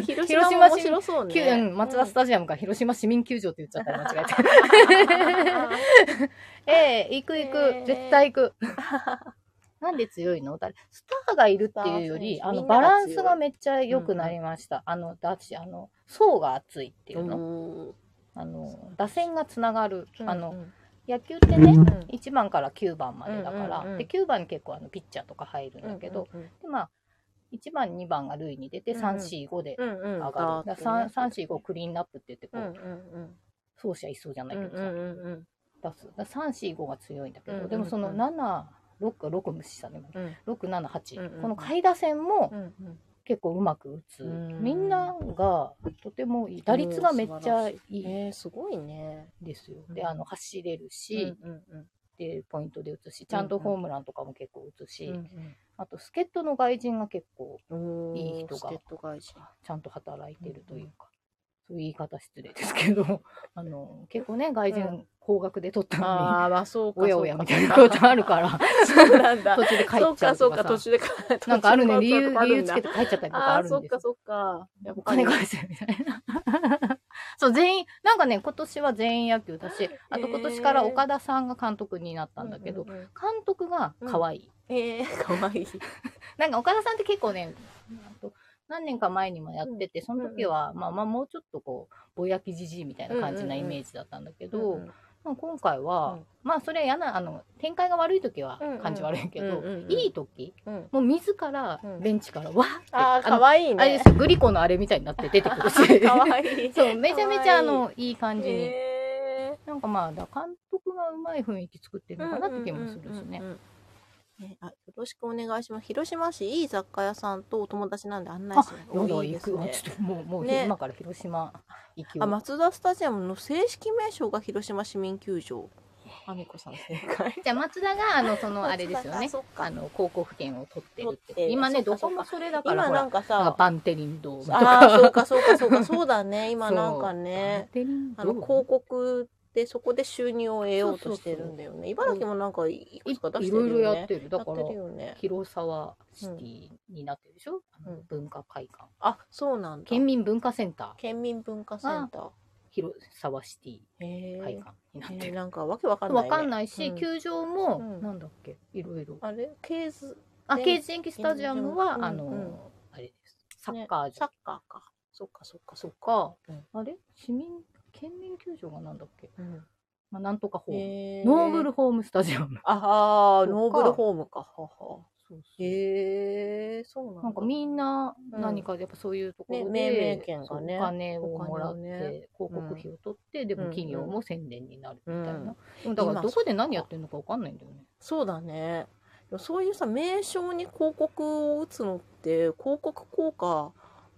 Speaker 1: 広島も面
Speaker 2: 市民
Speaker 1: 白そう
Speaker 2: 球、
Speaker 1: ね
Speaker 2: うん、松田スタジアムから広島市民球場って言っちゃったら間違えて。 ええ行く行
Speaker 1: ええ
Speaker 2: く、絶対行く。なんで強いの誰スターがいるっていうよ
Speaker 1: ス
Speaker 2: り、
Speaker 1: ター
Speaker 2: あ
Speaker 1: 選手
Speaker 2: の、バラン
Speaker 1: みんなが
Speaker 2: ス
Speaker 1: 強い
Speaker 2: がめっちゃ良くなりました。あの、だし、あの、層が厚いっていううんの。
Speaker 1: お
Speaker 2: あの、打線がつながる。
Speaker 1: ー
Speaker 2: あの
Speaker 1: う、ん
Speaker 2: 野球ってね、
Speaker 1: うん
Speaker 2: 1番から9番までだから、
Speaker 1: うんうんうん
Speaker 2: で9番に結構あのピッチャーとか入るんだけど、
Speaker 1: うん
Speaker 2: でまあ、1番2番が塁に出て
Speaker 1: うんうん
Speaker 2: 345で
Speaker 1: うんうん
Speaker 2: 上がる、だから
Speaker 1: だってね
Speaker 2: 345クリーンアップって言ってこ
Speaker 1: う
Speaker 2: う、
Speaker 1: んうん
Speaker 2: 走者いそうじゃな
Speaker 1: う
Speaker 2: い
Speaker 1: ん
Speaker 2: け
Speaker 1: うん
Speaker 2: ど
Speaker 1: う
Speaker 2: さ、
Speaker 1: んうんうん
Speaker 2: 出すだから345が強いんだけど、
Speaker 1: うんうんうん
Speaker 2: でもその76六無視したね
Speaker 1: うん
Speaker 2: 678、
Speaker 1: うんうん
Speaker 2: この下位打線も
Speaker 1: うんうん
Speaker 2: 結構うまく打つ、
Speaker 1: うん
Speaker 2: みんながとてもいい打率がめっちゃいいん
Speaker 1: えー、すごいね。
Speaker 2: ですよ、
Speaker 1: うん
Speaker 2: であの走れるし、
Speaker 1: うんうん
Speaker 2: でポイントで打つしちゃんとホームランとかも結構打つし、
Speaker 1: うん
Speaker 2: あと助っ人の外人が結構
Speaker 1: うん、
Speaker 2: いい人が
Speaker 1: スケット外人
Speaker 2: ちゃんと働いてるというか、そういう言い方失礼ですけど あの結構ね
Speaker 1: う
Speaker 2: 外人高額で取ったのに、
Speaker 1: ああ、まあそうか。
Speaker 2: おやおやみたいなことあるから
Speaker 1: そうなんだ
Speaker 2: 途。中で帰
Speaker 1: そ
Speaker 2: っ
Speaker 1: う
Speaker 2: ちゃ
Speaker 1: か
Speaker 2: う
Speaker 1: そう
Speaker 2: と
Speaker 1: か、
Speaker 2: か
Speaker 1: 途
Speaker 2: さ
Speaker 1: 中で帰る。
Speaker 2: なんかあるね理
Speaker 1: 途中
Speaker 2: 由
Speaker 1: で帰
Speaker 2: 理由
Speaker 1: ると
Speaker 2: つ
Speaker 1: か
Speaker 2: けて帰っちゃったりとか
Speaker 1: あ
Speaker 2: あ
Speaker 1: あー、
Speaker 2: る
Speaker 1: そ
Speaker 2: ん
Speaker 1: っ
Speaker 2: で
Speaker 1: か
Speaker 2: す
Speaker 1: そっか。やっ
Speaker 2: お
Speaker 1: ぱり
Speaker 2: 金返せみたいな そう全員なんかね今年は全員野球だしあと今年から岡田さんが監督になったんだけど、
Speaker 1: うんうんうん
Speaker 2: 監督が可愛い、
Speaker 1: ええかわいい。
Speaker 2: なんか岡田さんって結構ね、あと何年か前にもやってて、その時は、まあまあもうちょっとこう、ぼやきじじいみたいな感じなイメージだったんだけど、
Speaker 1: うんうん
Speaker 2: まあ今回は、
Speaker 1: うん
Speaker 2: まあそれは嫌なあの展開が悪い時は
Speaker 1: うんうん
Speaker 2: 感じ悪いけど、
Speaker 1: うんうんうん
Speaker 2: いい時
Speaker 1: うん、
Speaker 2: もう自ら
Speaker 1: うん
Speaker 2: ベンチからわーって、
Speaker 1: ああ
Speaker 2: あ
Speaker 1: か
Speaker 2: の
Speaker 1: わいい
Speaker 2: あれで
Speaker 1: ね
Speaker 2: すよグリコのあれみたいになって出てくる し
Speaker 1: かわい い
Speaker 2: そうめちゃめちゃあのいい感じに、
Speaker 1: へー
Speaker 2: なんかまあだ監督がうまい雰囲気作ってるのかなって気もするしね
Speaker 1: うんうんうんうんねあよろしくお願いします広島市いい雑貨屋さんとお友達なんで案内
Speaker 2: あ
Speaker 1: しますい
Speaker 2: やだ
Speaker 1: い
Speaker 2: 行
Speaker 1: です
Speaker 2: くわ
Speaker 1: ね
Speaker 2: ちょっともうもう、
Speaker 1: ね
Speaker 2: 今から広島行き
Speaker 1: あ
Speaker 2: を
Speaker 1: 松田スタジアムの正式名称が広島市民球 場あみこさん正解
Speaker 2: じゃあ松田があのそのあれですよね
Speaker 1: そっか
Speaker 2: あの広告権を取ってる
Speaker 1: 取
Speaker 2: って
Speaker 1: ってる
Speaker 2: 今ね
Speaker 1: そっ
Speaker 2: ど
Speaker 1: かそ
Speaker 2: こ
Speaker 1: っか
Speaker 2: もそれだか
Speaker 1: 今
Speaker 2: らほ
Speaker 1: な
Speaker 2: ら
Speaker 1: んか
Speaker 2: あ
Speaker 1: さ
Speaker 2: バンテリンドームと
Speaker 1: ああ
Speaker 2: か
Speaker 1: そうかそうかそうかそうだ ね今なんか
Speaker 2: バン
Speaker 1: ね
Speaker 2: テリンド
Speaker 1: あ
Speaker 2: ーム
Speaker 1: の広告でそこで収入を得ようとしてるんだよね茨城もなんかいくつか出
Speaker 2: い
Speaker 1: して
Speaker 2: ろい
Speaker 1: る
Speaker 2: ろ
Speaker 1: よ
Speaker 2: やっ
Speaker 1: ね
Speaker 2: てるだから
Speaker 1: やってるよね
Speaker 2: 広沢シティになってるでしょ、あ
Speaker 1: う
Speaker 2: の
Speaker 1: ん
Speaker 2: 文化会館
Speaker 1: あそうなんだ
Speaker 2: 県民文化センター
Speaker 1: 県民文化センター
Speaker 2: 広沢シティ
Speaker 1: へえ
Speaker 2: 会館になって
Speaker 1: えー
Speaker 2: る、
Speaker 1: なんかわけわかんない、
Speaker 2: わ
Speaker 1: ね。
Speaker 2: かんないし、
Speaker 1: うん
Speaker 2: 球場も、
Speaker 1: うん
Speaker 2: なんだっけいろいろ
Speaker 1: あれ、ケース、
Speaker 2: あ
Speaker 1: で
Speaker 2: ケージ延期スタジアムは、
Speaker 1: うん
Speaker 2: あの、
Speaker 1: うん
Speaker 2: あれですサッカー
Speaker 1: サ
Speaker 2: 場
Speaker 1: ッカーか。そっかそっかそっ
Speaker 2: とか、
Speaker 1: うん
Speaker 2: あれ市民県民球場がなんだっけ、
Speaker 1: か。うん
Speaker 2: まあ、なんとかホーム、
Speaker 1: へー
Speaker 2: ノーブル。ホームスタジアム
Speaker 1: ああ、
Speaker 2: とか
Speaker 1: ノーブルホームか。はは。
Speaker 2: そうそう
Speaker 1: へえ、そうなんだ。
Speaker 2: なんかみんな
Speaker 1: うん
Speaker 2: 何かやっぱそういうところで、
Speaker 1: ね命名権がね
Speaker 2: そうお金をもらっ
Speaker 1: お
Speaker 2: て、
Speaker 1: 金をね
Speaker 2: 広告費を取って、でも企業も宣伝になるみたいな、
Speaker 1: うん
Speaker 2: でもだから
Speaker 1: 今
Speaker 2: どこで何やってるのかわかんないんだよね
Speaker 1: そうだね。でもそういうさ、名称に広告を打つのって、広告効果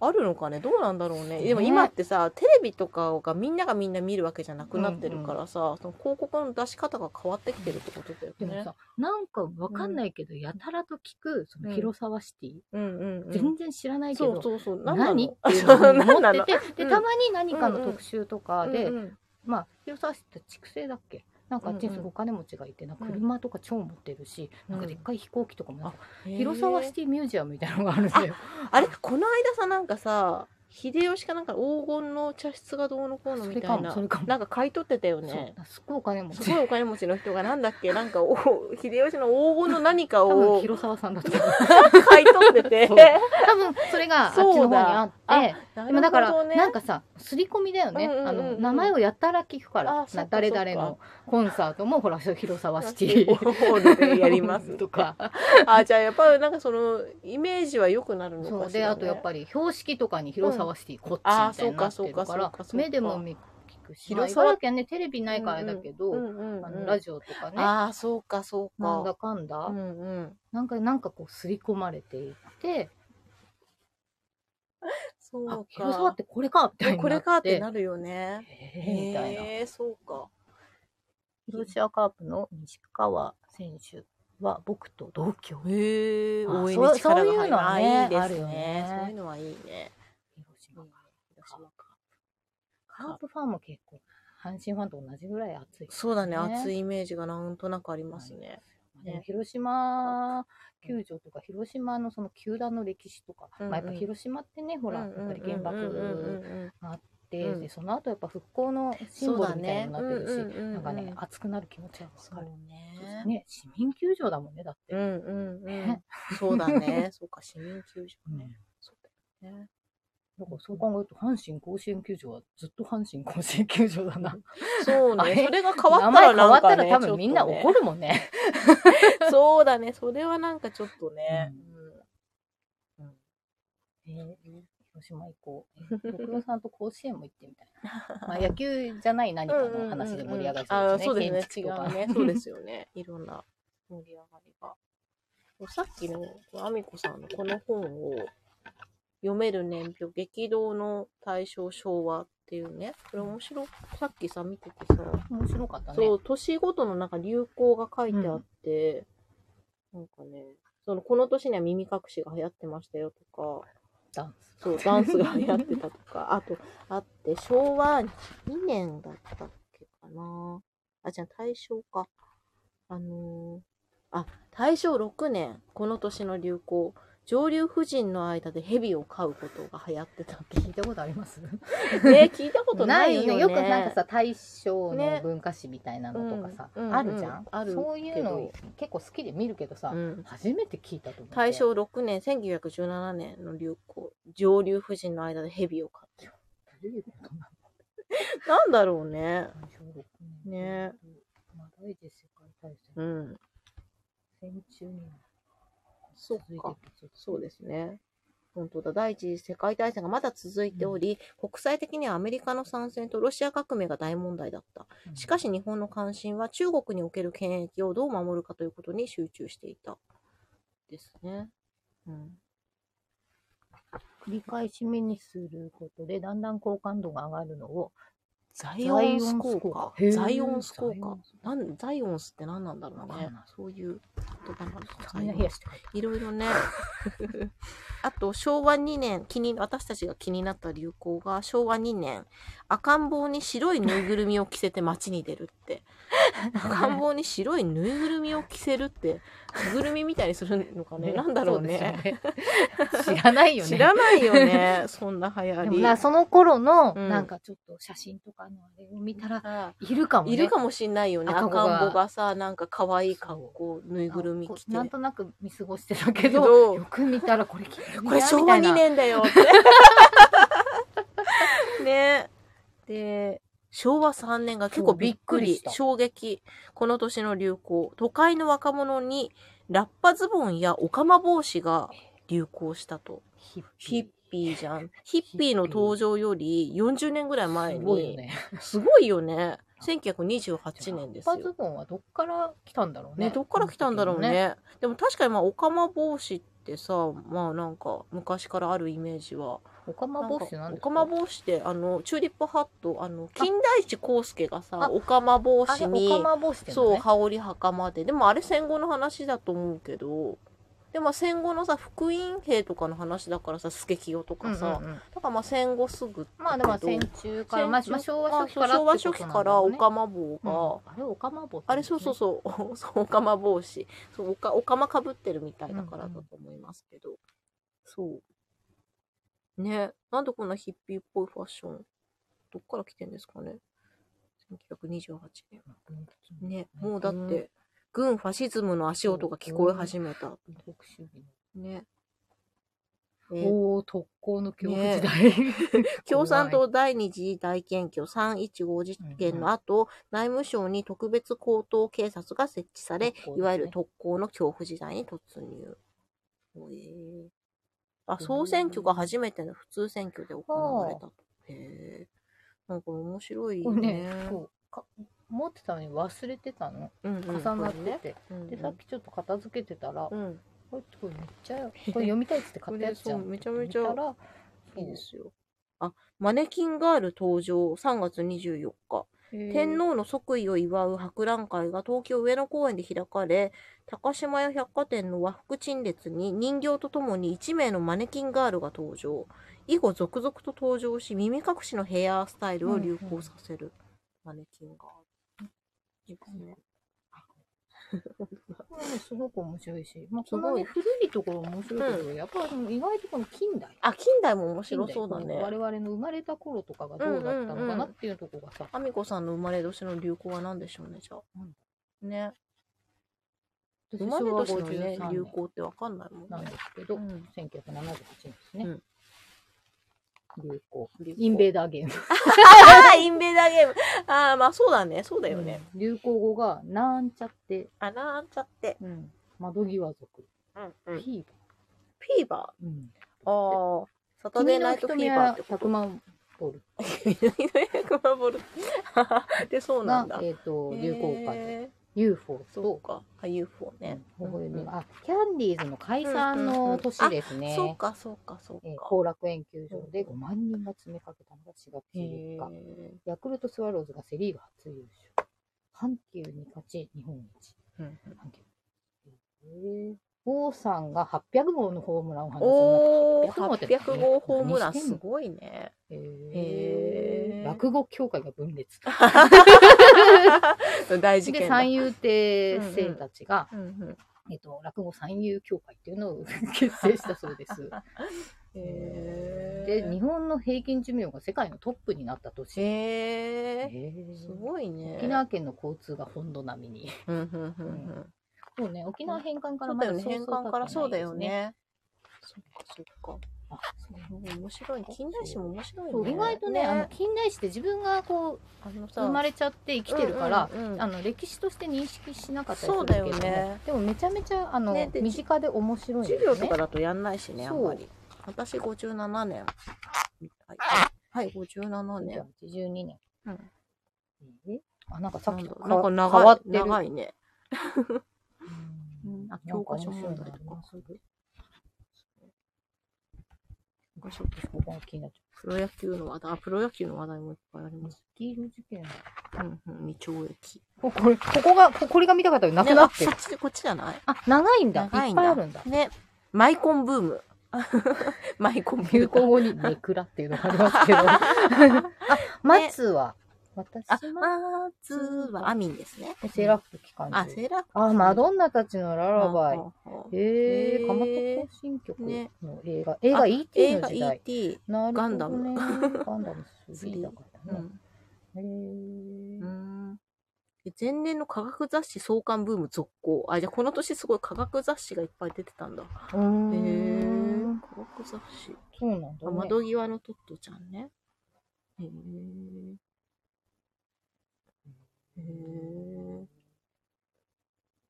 Speaker 1: あるのかねどうなんだろうね。でも
Speaker 2: ね
Speaker 1: 今ってさ、テレビとかがみんながみんな見るわけじゃなくなってるからさ、その広告の出し方が変わってきてるってことだよ
Speaker 2: でも
Speaker 1: ね
Speaker 2: さ、。なんかわかんないけど、やたらと聞くその広沢シティ、
Speaker 1: うんうん、うん。
Speaker 2: 全然知らないけ
Speaker 1: そう
Speaker 2: ど、
Speaker 1: そうそう。何なの
Speaker 2: 何っていう
Speaker 1: そう
Speaker 2: のに
Speaker 1: 何
Speaker 2: 思
Speaker 1: な
Speaker 2: っ
Speaker 1: の
Speaker 2: てて、
Speaker 1: う
Speaker 2: で
Speaker 1: ん
Speaker 2: たまに何かの特集と かで、
Speaker 1: うんうん
Speaker 2: まあ広沢市って畜生だっけなんかあっちにすごいお金持ちがいてなんか車とか超持ってるし、
Speaker 1: うん
Speaker 2: なんかでっかい飛行機とかもなんか、
Speaker 1: へー
Speaker 2: 広沢シティミュージアムみたいなのがあるんだよ。
Speaker 1: あれこの間さなんかさ秀吉かなんか黄金の茶室がどうのこうのみたいな
Speaker 2: それかもそれかも
Speaker 1: なんか買い取ってたよ
Speaker 2: そう
Speaker 1: ね
Speaker 2: すっごいお金持
Speaker 1: す
Speaker 2: ち
Speaker 1: ごいお金持ちの人がなんだっけなん かお秀吉の黄金の何か
Speaker 2: 多分
Speaker 1: を
Speaker 2: 広沢さんだと思う
Speaker 1: 買い取ってて
Speaker 2: そう多分それがあっちの方にあって
Speaker 1: そう
Speaker 2: でもだから
Speaker 1: なるほどね
Speaker 2: なんかさ刷り込みだよね、
Speaker 1: うんうんうんうん
Speaker 2: あの名前をやたら聞くから
Speaker 1: あ
Speaker 2: な
Speaker 1: そっか
Speaker 2: 誰々のコンサートもほら広沢シテ
Speaker 1: ホ
Speaker 2: ィ
Speaker 1: ール でやります
Speaker 2: とか
Speaker 1: あじゃあやっぱりなんかそのイメージは良くなるのかしら、ね、
Speaker 2: そうであとやっぱり標識とかに広沢シティこっちみたいになってる
Speaker 1: あーそうかそうか
Speaker 2: か
Speaker 1: そう
Speaker 2: ら
Speaker 1: かそうか
Speaker 2: 目でも見聞くしまあ
Speaker 1: 広沢
Speaker 2: 茨城はねテレビないからあれだけ
Speaker 1: うん
Speaker 2: ど
Speaker 1: うんうん
Speaker 2: あのラジオとかね
Speaker 1: あーそうかそうか
Speaker 2: なんだかんだ
Speaker 1: うんうん
Speaker 2: なんかなんかこう刷り込まれていって
Speaker 1: そう
Speaker 2: あ
Speaker 1: か
Speaker 2: 広沢ってこれかみたいになって
Speaker 1: これかってなるよね。
Speaker 2: へーみたいな
Speaker 1: へーそうか。
Speaker 2: 広島カープの西川選手は僕と同郷
Speaker 1: へえ、
Speaker 2: あ
Speaker 1: 応援に力が入る。
Speaker 2: そうそういうのはね
Speaker 1: あいいで
Speaker 2: あ
Speaker 1: す
Speaker 2: るよ
Speaker 1: ね
Speaker 2: ね。
Speaker 1: そういうのはいいね。
Speaker 2: 広島
Speaker 1: 広島か
Speaker 2: カープファンも結構阪神ファンと同じぐらい熱い
Speaker 1: そうだね、
Speaker 2: ね
Speaker 1: 熱いイメージがなんとなくありますね。
Speaker 2: まあでも広島球場とか広島のその球団の歴史とか、
Speaker 1: うんうん
Speaker 2: まあ、やっぱ広島ってねほらやっぱり原
Speaker 1: うんうんうん
Speaker 2: 爆
Speaker 1: うん
Speaker 2: で,、
Speaker 1: うん
Speaker 2: でその後やっぱ復興のシンボルみたいになってるし、
Speaker 1: そうだねうんうんうんうん
Speaker 2: なんかね熱くなる気持ちは分
Speaker 1: そ
Speaker 2: か
Speaker 1: う
Speaker 2: る、
Speaker 1: ね。
Speaker 2: ね市民球場だもんねだって、
Speaker 1: うんうんうん
Speaker 2: ね。
Speaker 1: そうだね。そうか、市民球場ね。そうだよね。
Speaker 2: だからそう考えると阪神甲子園球場はずっと阪神甲子園球場だな
Speaker 1: そう
Speaker 2: あ
Speaker 1: ね。
Speaker 2: れ
Speaker 1: それが変わ
Speaker 2: 名
Speaker 1: った
Speaker 2: 前
Speaker 1: ら
Speaker 2: 変わ
Speaker 1: な
Speaker 2: っ
Speaker 1: んか
Speaker 2: たら
Speaker 1: ね、
Speaker 2: 多分みんな怒
Speaker 1: る。
Speaker 2: るもんね
Speaker 1: そうだね。それはなんかちょっとね。うんうん
Speaker 2: ね広島行こう六郎さんと甲子園も行ってみたいな まあ野球じゃない何かの話で盛り上がり
Speaker 1: あそ
Speaker 2: そううですね
Speaker 1: です
Speaker 2: 建
Speaker 1: ね。違
Speaker 2: 築とか
Speaker 1: う ね。そうですよね。いろんな盛り上がりが。さっきの、あみこさんのこの本を読める年表、激動の大正昭和っていうね、これ面白い、さっきさ、見ててさ、
Speaker 2: 面白かったね
Speaker 1: そう、年ごとのなんか流行が書いてあって、なんかね、その、この年には耳隠しが流行ってましたよとか、
Speaker 2: ダンス
Speaker 1: そう、ダンスが流行ってたとか、あ と、あって、昭和2年だったっけかな。あ、じゃあ大正か。あのーあ、大正6年、この年の流行。上流婦人の間で蛇を飼うことが流行ってた って
Speaker 2: 聞いたことあります
Speaker 1: ね、聞いたことないよね。
Speaker 2: よくなんかさ大正の文化史みたいなのとかさ、
Speaker 1: ねうん
Speaker 2: あるじゃん、
Speaker 1: うんうんあるけど
Speaker 2: そういうの結構好きで見るけどさ、
Speaker 1: うん
Speaker 2: 初めて聞いたと思って
Speaker 1: 大正6年、1917年の流行。上流婦人の間で蛇を飼う。
Speaker 2: どういうことなの
Speaker 1: なんだろうね。
Speaker 2: 2006年
Speaker 1: ね
Speaker 2: まだいで世界大
Speaker 1: う
Speaker 2: 戦
Speaker 1: ん。
Speaker 2: 戦中に
Speaker 1: そっ
Speaker 2: 続い
Speaker 1: か。
Speaker 2: てきて
Speaker 1: そうですね。本当だ。第一次世界大戦がまだ続いており、国際的にはアメリカの参戦とロシア革命が大問題だった。
Speaker 2: うん
Speaker 1: しかし日本の関心は中国における権益をどう守るかということに集中していた。ですね。うん。
Speaker 2: 繰り返し目にすることでだんだん好感度が上がるのを
Speaker 1: ザイオンス効果。ザ
Speaker 2: ザ
Speaker 1: イ
Speaker 2: イ
Speaker 1: オ
Speaker 2: オ
Speaker 1: ン
Speaker 2: ン
Speaker 1: ス
Speaker 2: ス
Speaker 1: 効
Speaker 2: 効果
Speaker 1: 果。なんザイオンスって何なんだろう
Speaker 2: わか
Speaker 1: ね
Speaker 2: んない。
Speaker 1: そういう言葉なんですか
Speaker 2: みんな冷やして書いた
Speaker 1: いろいろね。 あと、昭和2年、気に、私たちが気になった流行が、昭和2年、赤ん坊に白いぬいぐるみを着せて街に出るって。赤ん坊に白いぬいぐるみを着せるって、ぬぐるみみたいにするのかね。なんだろうね。
Speaker 2: そうですよね知らないよね
Speaker 1: 知らないよ ね。そんな流
Speaker 2: で
Speaker 1: 行
Speaker 2: も
Speaker 1: り。
Speaker 2: なその頃の
Speaker 1: うん
Speaker 2: なんかちょっと写真とかのあれを見たら
Speaker 1: あ
Speaker 2: いるかもね
Speaker 1: いるかもしんないよね。赤
Speaker 2: 赤
Speaker 1: ん
Speaker 2: 子が
Speaker 1: 坊がさ、なんか可愛い格好、ぬいぐるみ着て。
Speaker 2: なんとなく見過ごしてたけ
Speaker 1: け
Speaker 2: ど
Speaker 1: ど
Speaker 2: よく見たらこれ
Speaker 1: これ昭和2年だよ って。ねで、昭和3年が結構びっく
Speaker 2: そうびっくり
Speaker 1: り
Speaker 2: し、た
Speaker 1: 衝撃。この年の流行。都会の若者にラッパズボンやオカマ帽子が流行したと。
Speaker 2: ヒッ
Speaker 1: ヒッピーじゃん。ヒッピーの登場より40年ぐらい前に。
Speaker 2: すごいよね
Speaker 1: すごいよね。1928年です
Speaker 2: ラ
Speaker 1: よ
Speaker 2: ッパ。ズボンはどっから来たんだろうね
Speaker 1: ね、どっから来たんだろうね。でも確かにまあ、オカマ帽子ってさ、まあなんか昔からあるイメージは。
Speaker 2: オカマ帽子なん
Speaker 1: オ
Speaker 2: です
Speaker 1: カ
Speaker 2: か
Speaker 1: マ帽子って、あの、チューリップハット、あの、金田一耕助がさ、
Speaker 2: あ
Speaker 1: オカマ帽
Speaker 2: あれ
Speaker 1: 子
Speaker 2: オ
Speaker 1: に、
Speaker 2: カマ帽子って
Speaker 1: そう、
Speaker 2: ね
Speaker 1: 羽織袴で。でもあれ戦後の話だと思うけど、でも戦後のさ、福音兵とかの話だからさ、スケキヨとかさ、
Speaker 2: うんうんうん
Speaker 1: だからまあ戦後すぐだけど。
Speaker 2: まあでも戦中からまあまあ昭和初期
Speaker 1: ま
Speaker 2: か
Speaker 1: あ
Speaker 2: ら
Speaker 1: そう昭和初期からオ
Speaker 2: カ
Speaker 1: カマ帽が、
Speaker 2: あれオカマ帽って言んです
Speaker 1: あ
Speaker 2: ね
Speaker 1: れそうそう そう、そうおかま帽子。そう、おか、おかまかぶってるみたいだからだと思いますけど。そう。ねなんでこんなヒッピーっぽいファッション、どっから来てんですかね。1928年。ね、もうだって、軍ファシズムの足音が聞こえ始めた。
Speaker 2: 特殊技
Speaker 1: ね。えー
Speaker 2: 能おお特攻の教育時 代
Speaker 1: 共産党第二次大検挙315事件の後、内務省に特別高等警察が設置され、
Speaker 2: 特攻ですね
Speaker 1: いわゆる特攻の恐怖時代に突入。ほえーあ、総選挙が初めての普通選挙で行われたと。へえ。なんか面白い
Speaker 2: こ
Speaker 1: よ
Speaker 2: れ
Speaker 1: ね
Speaker 2: ね。そうか持ってたのに忘れてたの
Speaker 1: うんうん
Speaker 2: 重なってて、
Speaker 1: これね
Speaker 2: でさっきちょっと片付けてたら、
Speaker 1: うん。
Speaker 2: これこれめっちゃこれ読みたいっつって買ったやつじゃん
Speaker 1: これそうめちゃめちゃ
Speaker 2: 見たら
Speaker 1: う
Speaker 2: そ
Speaker 1: ん。
Speaker 2: う
Speaker 1: いいですよ。あ、マネキンガール登場3月24日。天皇の即位を祝う博覧会が東京上野公園で開かれ、高島屋百貨店の和服陳列に人形とともに1名のマネキンガールが登場。以後続々と登場し、耳隠しのヘアスタイルを流行させる。マネキンガール。いいですね。
Speaker 2: これもすごく面白いし、まあ、
Speaker 1: す
Speaker 2: こ
Speaker 1: ごい
Speaker 2: のね古いところも面白いけど、やっぱり意外とこの近代
Speaker 1: あ、近代も面白そうだ
Speaker 2: 近代この我
Speaker 1: ね。
Speaker 2: 々の生まれた頃とかがどうだったのかなっていうところがさ、
Speaker 1: あみこさんの生まれ年の流行は何でしょうね、じゃあ。ね。生まれ年のね、流行ってわかんないもん
Speaker 2: なん
Speaker 1: ね
Speaker 2: です。けど、
Speaker 1: うん
Speaker 2: 1978年ですね、
Speaker 1: うん
Speaker 2: 流行
Speaker 1: 流行
Speaker 2: インベーダーゲー ム
Speaker 1: ああ、インベーダーゲーム。ああ、まあそうだね、そうだよね。
Speaker 2: うん流行語がなんちゃって、
Speaker 1: あらーんちゃって。
Speaker 2: うん、窓際族、
Speaker 1: うん
Speaker 2: フィーバ
Speaker 1: フィーバ
Speaker 2: ー、うん、
Speaker 1: ー。ああ。サタデーナイトフィーバーってこ
Speaker 2: 100万ボル
Speaker 1: と。君の役はボル。で、そうな
Speaker 2: が
Speaker 1: んだ。
Speaker 2: えっ、と流行歌で
Speaker 1: へー
Speaker 2: UFO
Speaker 1: そう
Speaker 2: と
Speaker 1: か。あ、UFO ね。
Speaker 2: 微笑み
Speaker 1: うん
Speaker 2: あキャンディーズの解散の年ですね。
Speaker 1: そうか、そうか、そう
Speaker 2: えー
Speaker 1: か。
Speaker 2: 後楽園球場で5万人が詰めかけたのが4月4日。
Speaker 1: へ
Speaker 2: ヤクルトスワローズがセ・リーグ初優勝。阪急に勝ち、日本一。
Speaker 1: ー
Speaker 2: 阪急。えー王さんが800号のホームランを放つ
Speaker 1: おー、
Speaker 2: 800号って
Speaker 1: 800号ホームラン、
Speaker 2: 何してん
Speaker 1: す
Speaker 2: の
Speaker 1: ごいね。
Speaker 2: え
Speaker 1: へー
Speaker 2: ー落語協会が分裂。
Speaker 1: 大事
Speaker 2: で、
Speaker 1: 件だ。
Speaker 2: 三遊亭生たちが、
Speaker 1: うんうん
Speaker 2: えっと、落語三遊協会っていうのを結成したそう です。
Speaker 1: へ
Speaker 2: で、
Speaker 1: ー
Speaker 2: 日本の平均寿命が世界のトップになった年。
Speaker 1: へー
Speaker 2: へー
Speaker 1: すごいね。
Speaker 2: 沖縄県の交通が本土並みに。
Speaker 1: うんうんうんうん。
Speaker 2: そうね、沖縄返還か
Speaker 1: そ
Speaker 2: ら
Speaker 1: う
Speaker 2: ま
Speaker 1: だよ
Speaker 2: だ
Speaker 1: ね。
Speaker 2: そう
Speaker 1: 返
Speaker 2: そう経って
Speaker 1: 還
Speaker 2: ないですね
Speaker 1: からそうだよ。ね。そっかそっか。
Speaker 2: あ、そう
Speaker 1: ね面白い近代史も面白い
Speaker 2: そう
Speaker 1: ね
Speaker 2: 意外とねあの近代史って自分がこう
Speaker 1: あのさ
Speaker 2: 生まれちゃって生きてるから、
Speaker 1: うんうんうん
Speaker 2: あの歴史として認識しなかったりす
Speaker 1: そうだ
Speaker 2: るけど
Speaker 1: よね
Speaker 2: でもめちゃめちゃあの、
Speaker 1: ねで
Speaker 2: 身近で面白いんです
Speaker 1: 授
Speaker 2: ね
Speaker 1: 業とかだとやんないしねあ
Speaker 2: そ
Speaker 1: ん
Speaker 2: う
Speaker 1: まり私57年はい、はい、57年、
Speaker 2: 82年、
Speaker 1: うん
Speaker 2: えあなんかさっきと
Speaker 1: なんか
Speaker 2: 変わ
Speaker 1: 長
Speaker 2: っ
Speaker 1: い
Speaker 2: てる
Speaker 1: 長いね、
Speaker 2: うん
Speaker 1: あ
Speaker 2: な
Speaker 1: 教
Speaker 2: んか
Speaker 1: 科
Speaker 2: 面
Speaker 1: 書問
Speaker 2: 白いのあ
Speaker 1: 題
Speaker 2: り
Speaker 1: と
Speaker 2: ま
Speaker 1: か
Speaker 2: す
Speaker 1: 教科書
Speaker 2: ここが気になっちゃう
Speaker 1: プロ野球の話題あプロ野球の話題もいっぱいあります
Speaker 2: スキール事件
Speaker 1: うんうん未懲役
Speaker 2: ここれここがここれが見たかったけどなく
Speaker 1: ね
Speaker 2: な
Speaker 1: あ
Speaker 2: ってる、
Speaker 1: そっちこっちじゃない
Speaker 2: あ長いんだ
Speaker 1: 長
Speaker 2: い
Speaker 1: い
Speaker 2: っ
Speaker 1: ん
Speaker 2: ぱ
Speaker 1: だ
Speaker 2: いあるんだ
Speaker 1: ねマイコンブー ムマイコンブ
Speaker 2: 流
Speaker 1: ー
Speaker 2: 行
Speaker 1: ム
Speaker 2: 語にネクラっていうのがあります けどあ松は、私
Speaker 1: あ
Speaker 2: は
Speaker 1: まずはアミンですね
Speaker 2: セーラー服期間
Speaker 1: あ
Speaker 2: 中
Speaker 1: セーラー服
Speaker 2: あマドンナたちのララバイ
Speaker 1: ほうほうほう
Speaker 2: へえ
Speaker 1: へー
Speaker 2: ー、鎌倉行進曲
Speaker 1: ね
Speaker 2: の映画、映画
Speaker 1: あ
Speaker 2: E.T.
Speaker 1: 映
Speaker 2: の
Speaker 1: 画
Speaker 2: 時代
Speaker 1: E.T.
Speaker 2: なるほどね
Speaker 1: ガンダム
Speaker 2: ガンダム3だから
Speaker 1: う
Speaker 2: ね
Speaker 1: ん
Speaker 2: へ
Speaker 1: う
Speaker 2: え
Speaker 1: ん前年の科学雑誌創刊ブーム続行あじゃあこの年すごい科学雑誌がいっぱい出てたんだへ
Speaker 2: うー
Speaker 1: え
Speaker 2: ん
Speaker 1: 科学雑誌
Speaker 2: そうなんだ
Speaker 1: あ
Speaker 2: ね
Speaker 1: 窓際のトットちゃんねへえへえ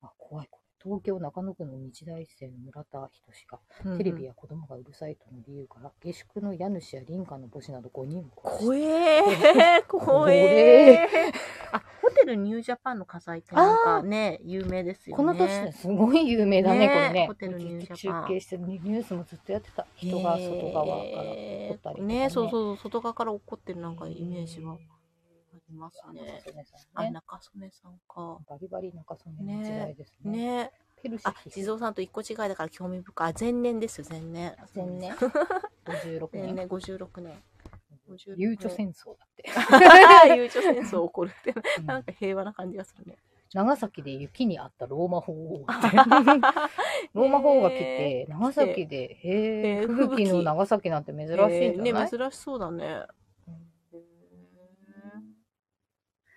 Speaker 2: あ怖いこれ東京中野区の日大生の村田仁がテレビや子供がうるさいとの理由から下宿の家主や林家の母子など5人を殺し
Speaker 1: 怖えー、怖えー。あ、ホテルニュージャパンの火災ってなんかね、有名ですよね。
Speaker 2: この年ねすごい有名だね
Speaker 1: ね
Speaker 2: これね
Speaker 1: ホテルニュージャパン
Speaker 2: 中継してニュースもずっとやってた人が外側から撮ったりとか
Speaker 1: ねそうそうそう、外側から怒ってるなんかイメージはありますね。あ、
Speaker 2: ね
Speaker 1: 中曽根さんか。
Speaker 2: バリバリ中曽根の時代ですね。
Speaker 1: ね
Speaker 2: ペルシ
Speaker 1: あ、
Speaker 2: ヒ
Speaker 1: 地蔵さんと一個違いだから興味深い。あ前年ですよ、前年。
Speaker 2: 前年56
Speaker 1: 前
Speaker 2: 年
Speaker 1: 年、56年。56
Speaker 2: ゆうちょ戦争だっ て。
Speaker 1: 友情戦争起こる って、なんか平和な感じがするね。
Speaker 2: 長崎で雪にあったローマ法王って ローマ法王が来て、長崎で、へ
Speaker 1: へ
Speaker 2: え、
Speaker 1: ー
Speaker 2: 吹雪
Speaker 1: 吹
Speaker 2: の
Speaker 1: 雪
Speaker 2: 長崎なんて珍しいんじゃ
Speaker 1: え
Speaker 2: ない
Speaker 1: ーね、珍しそうだね。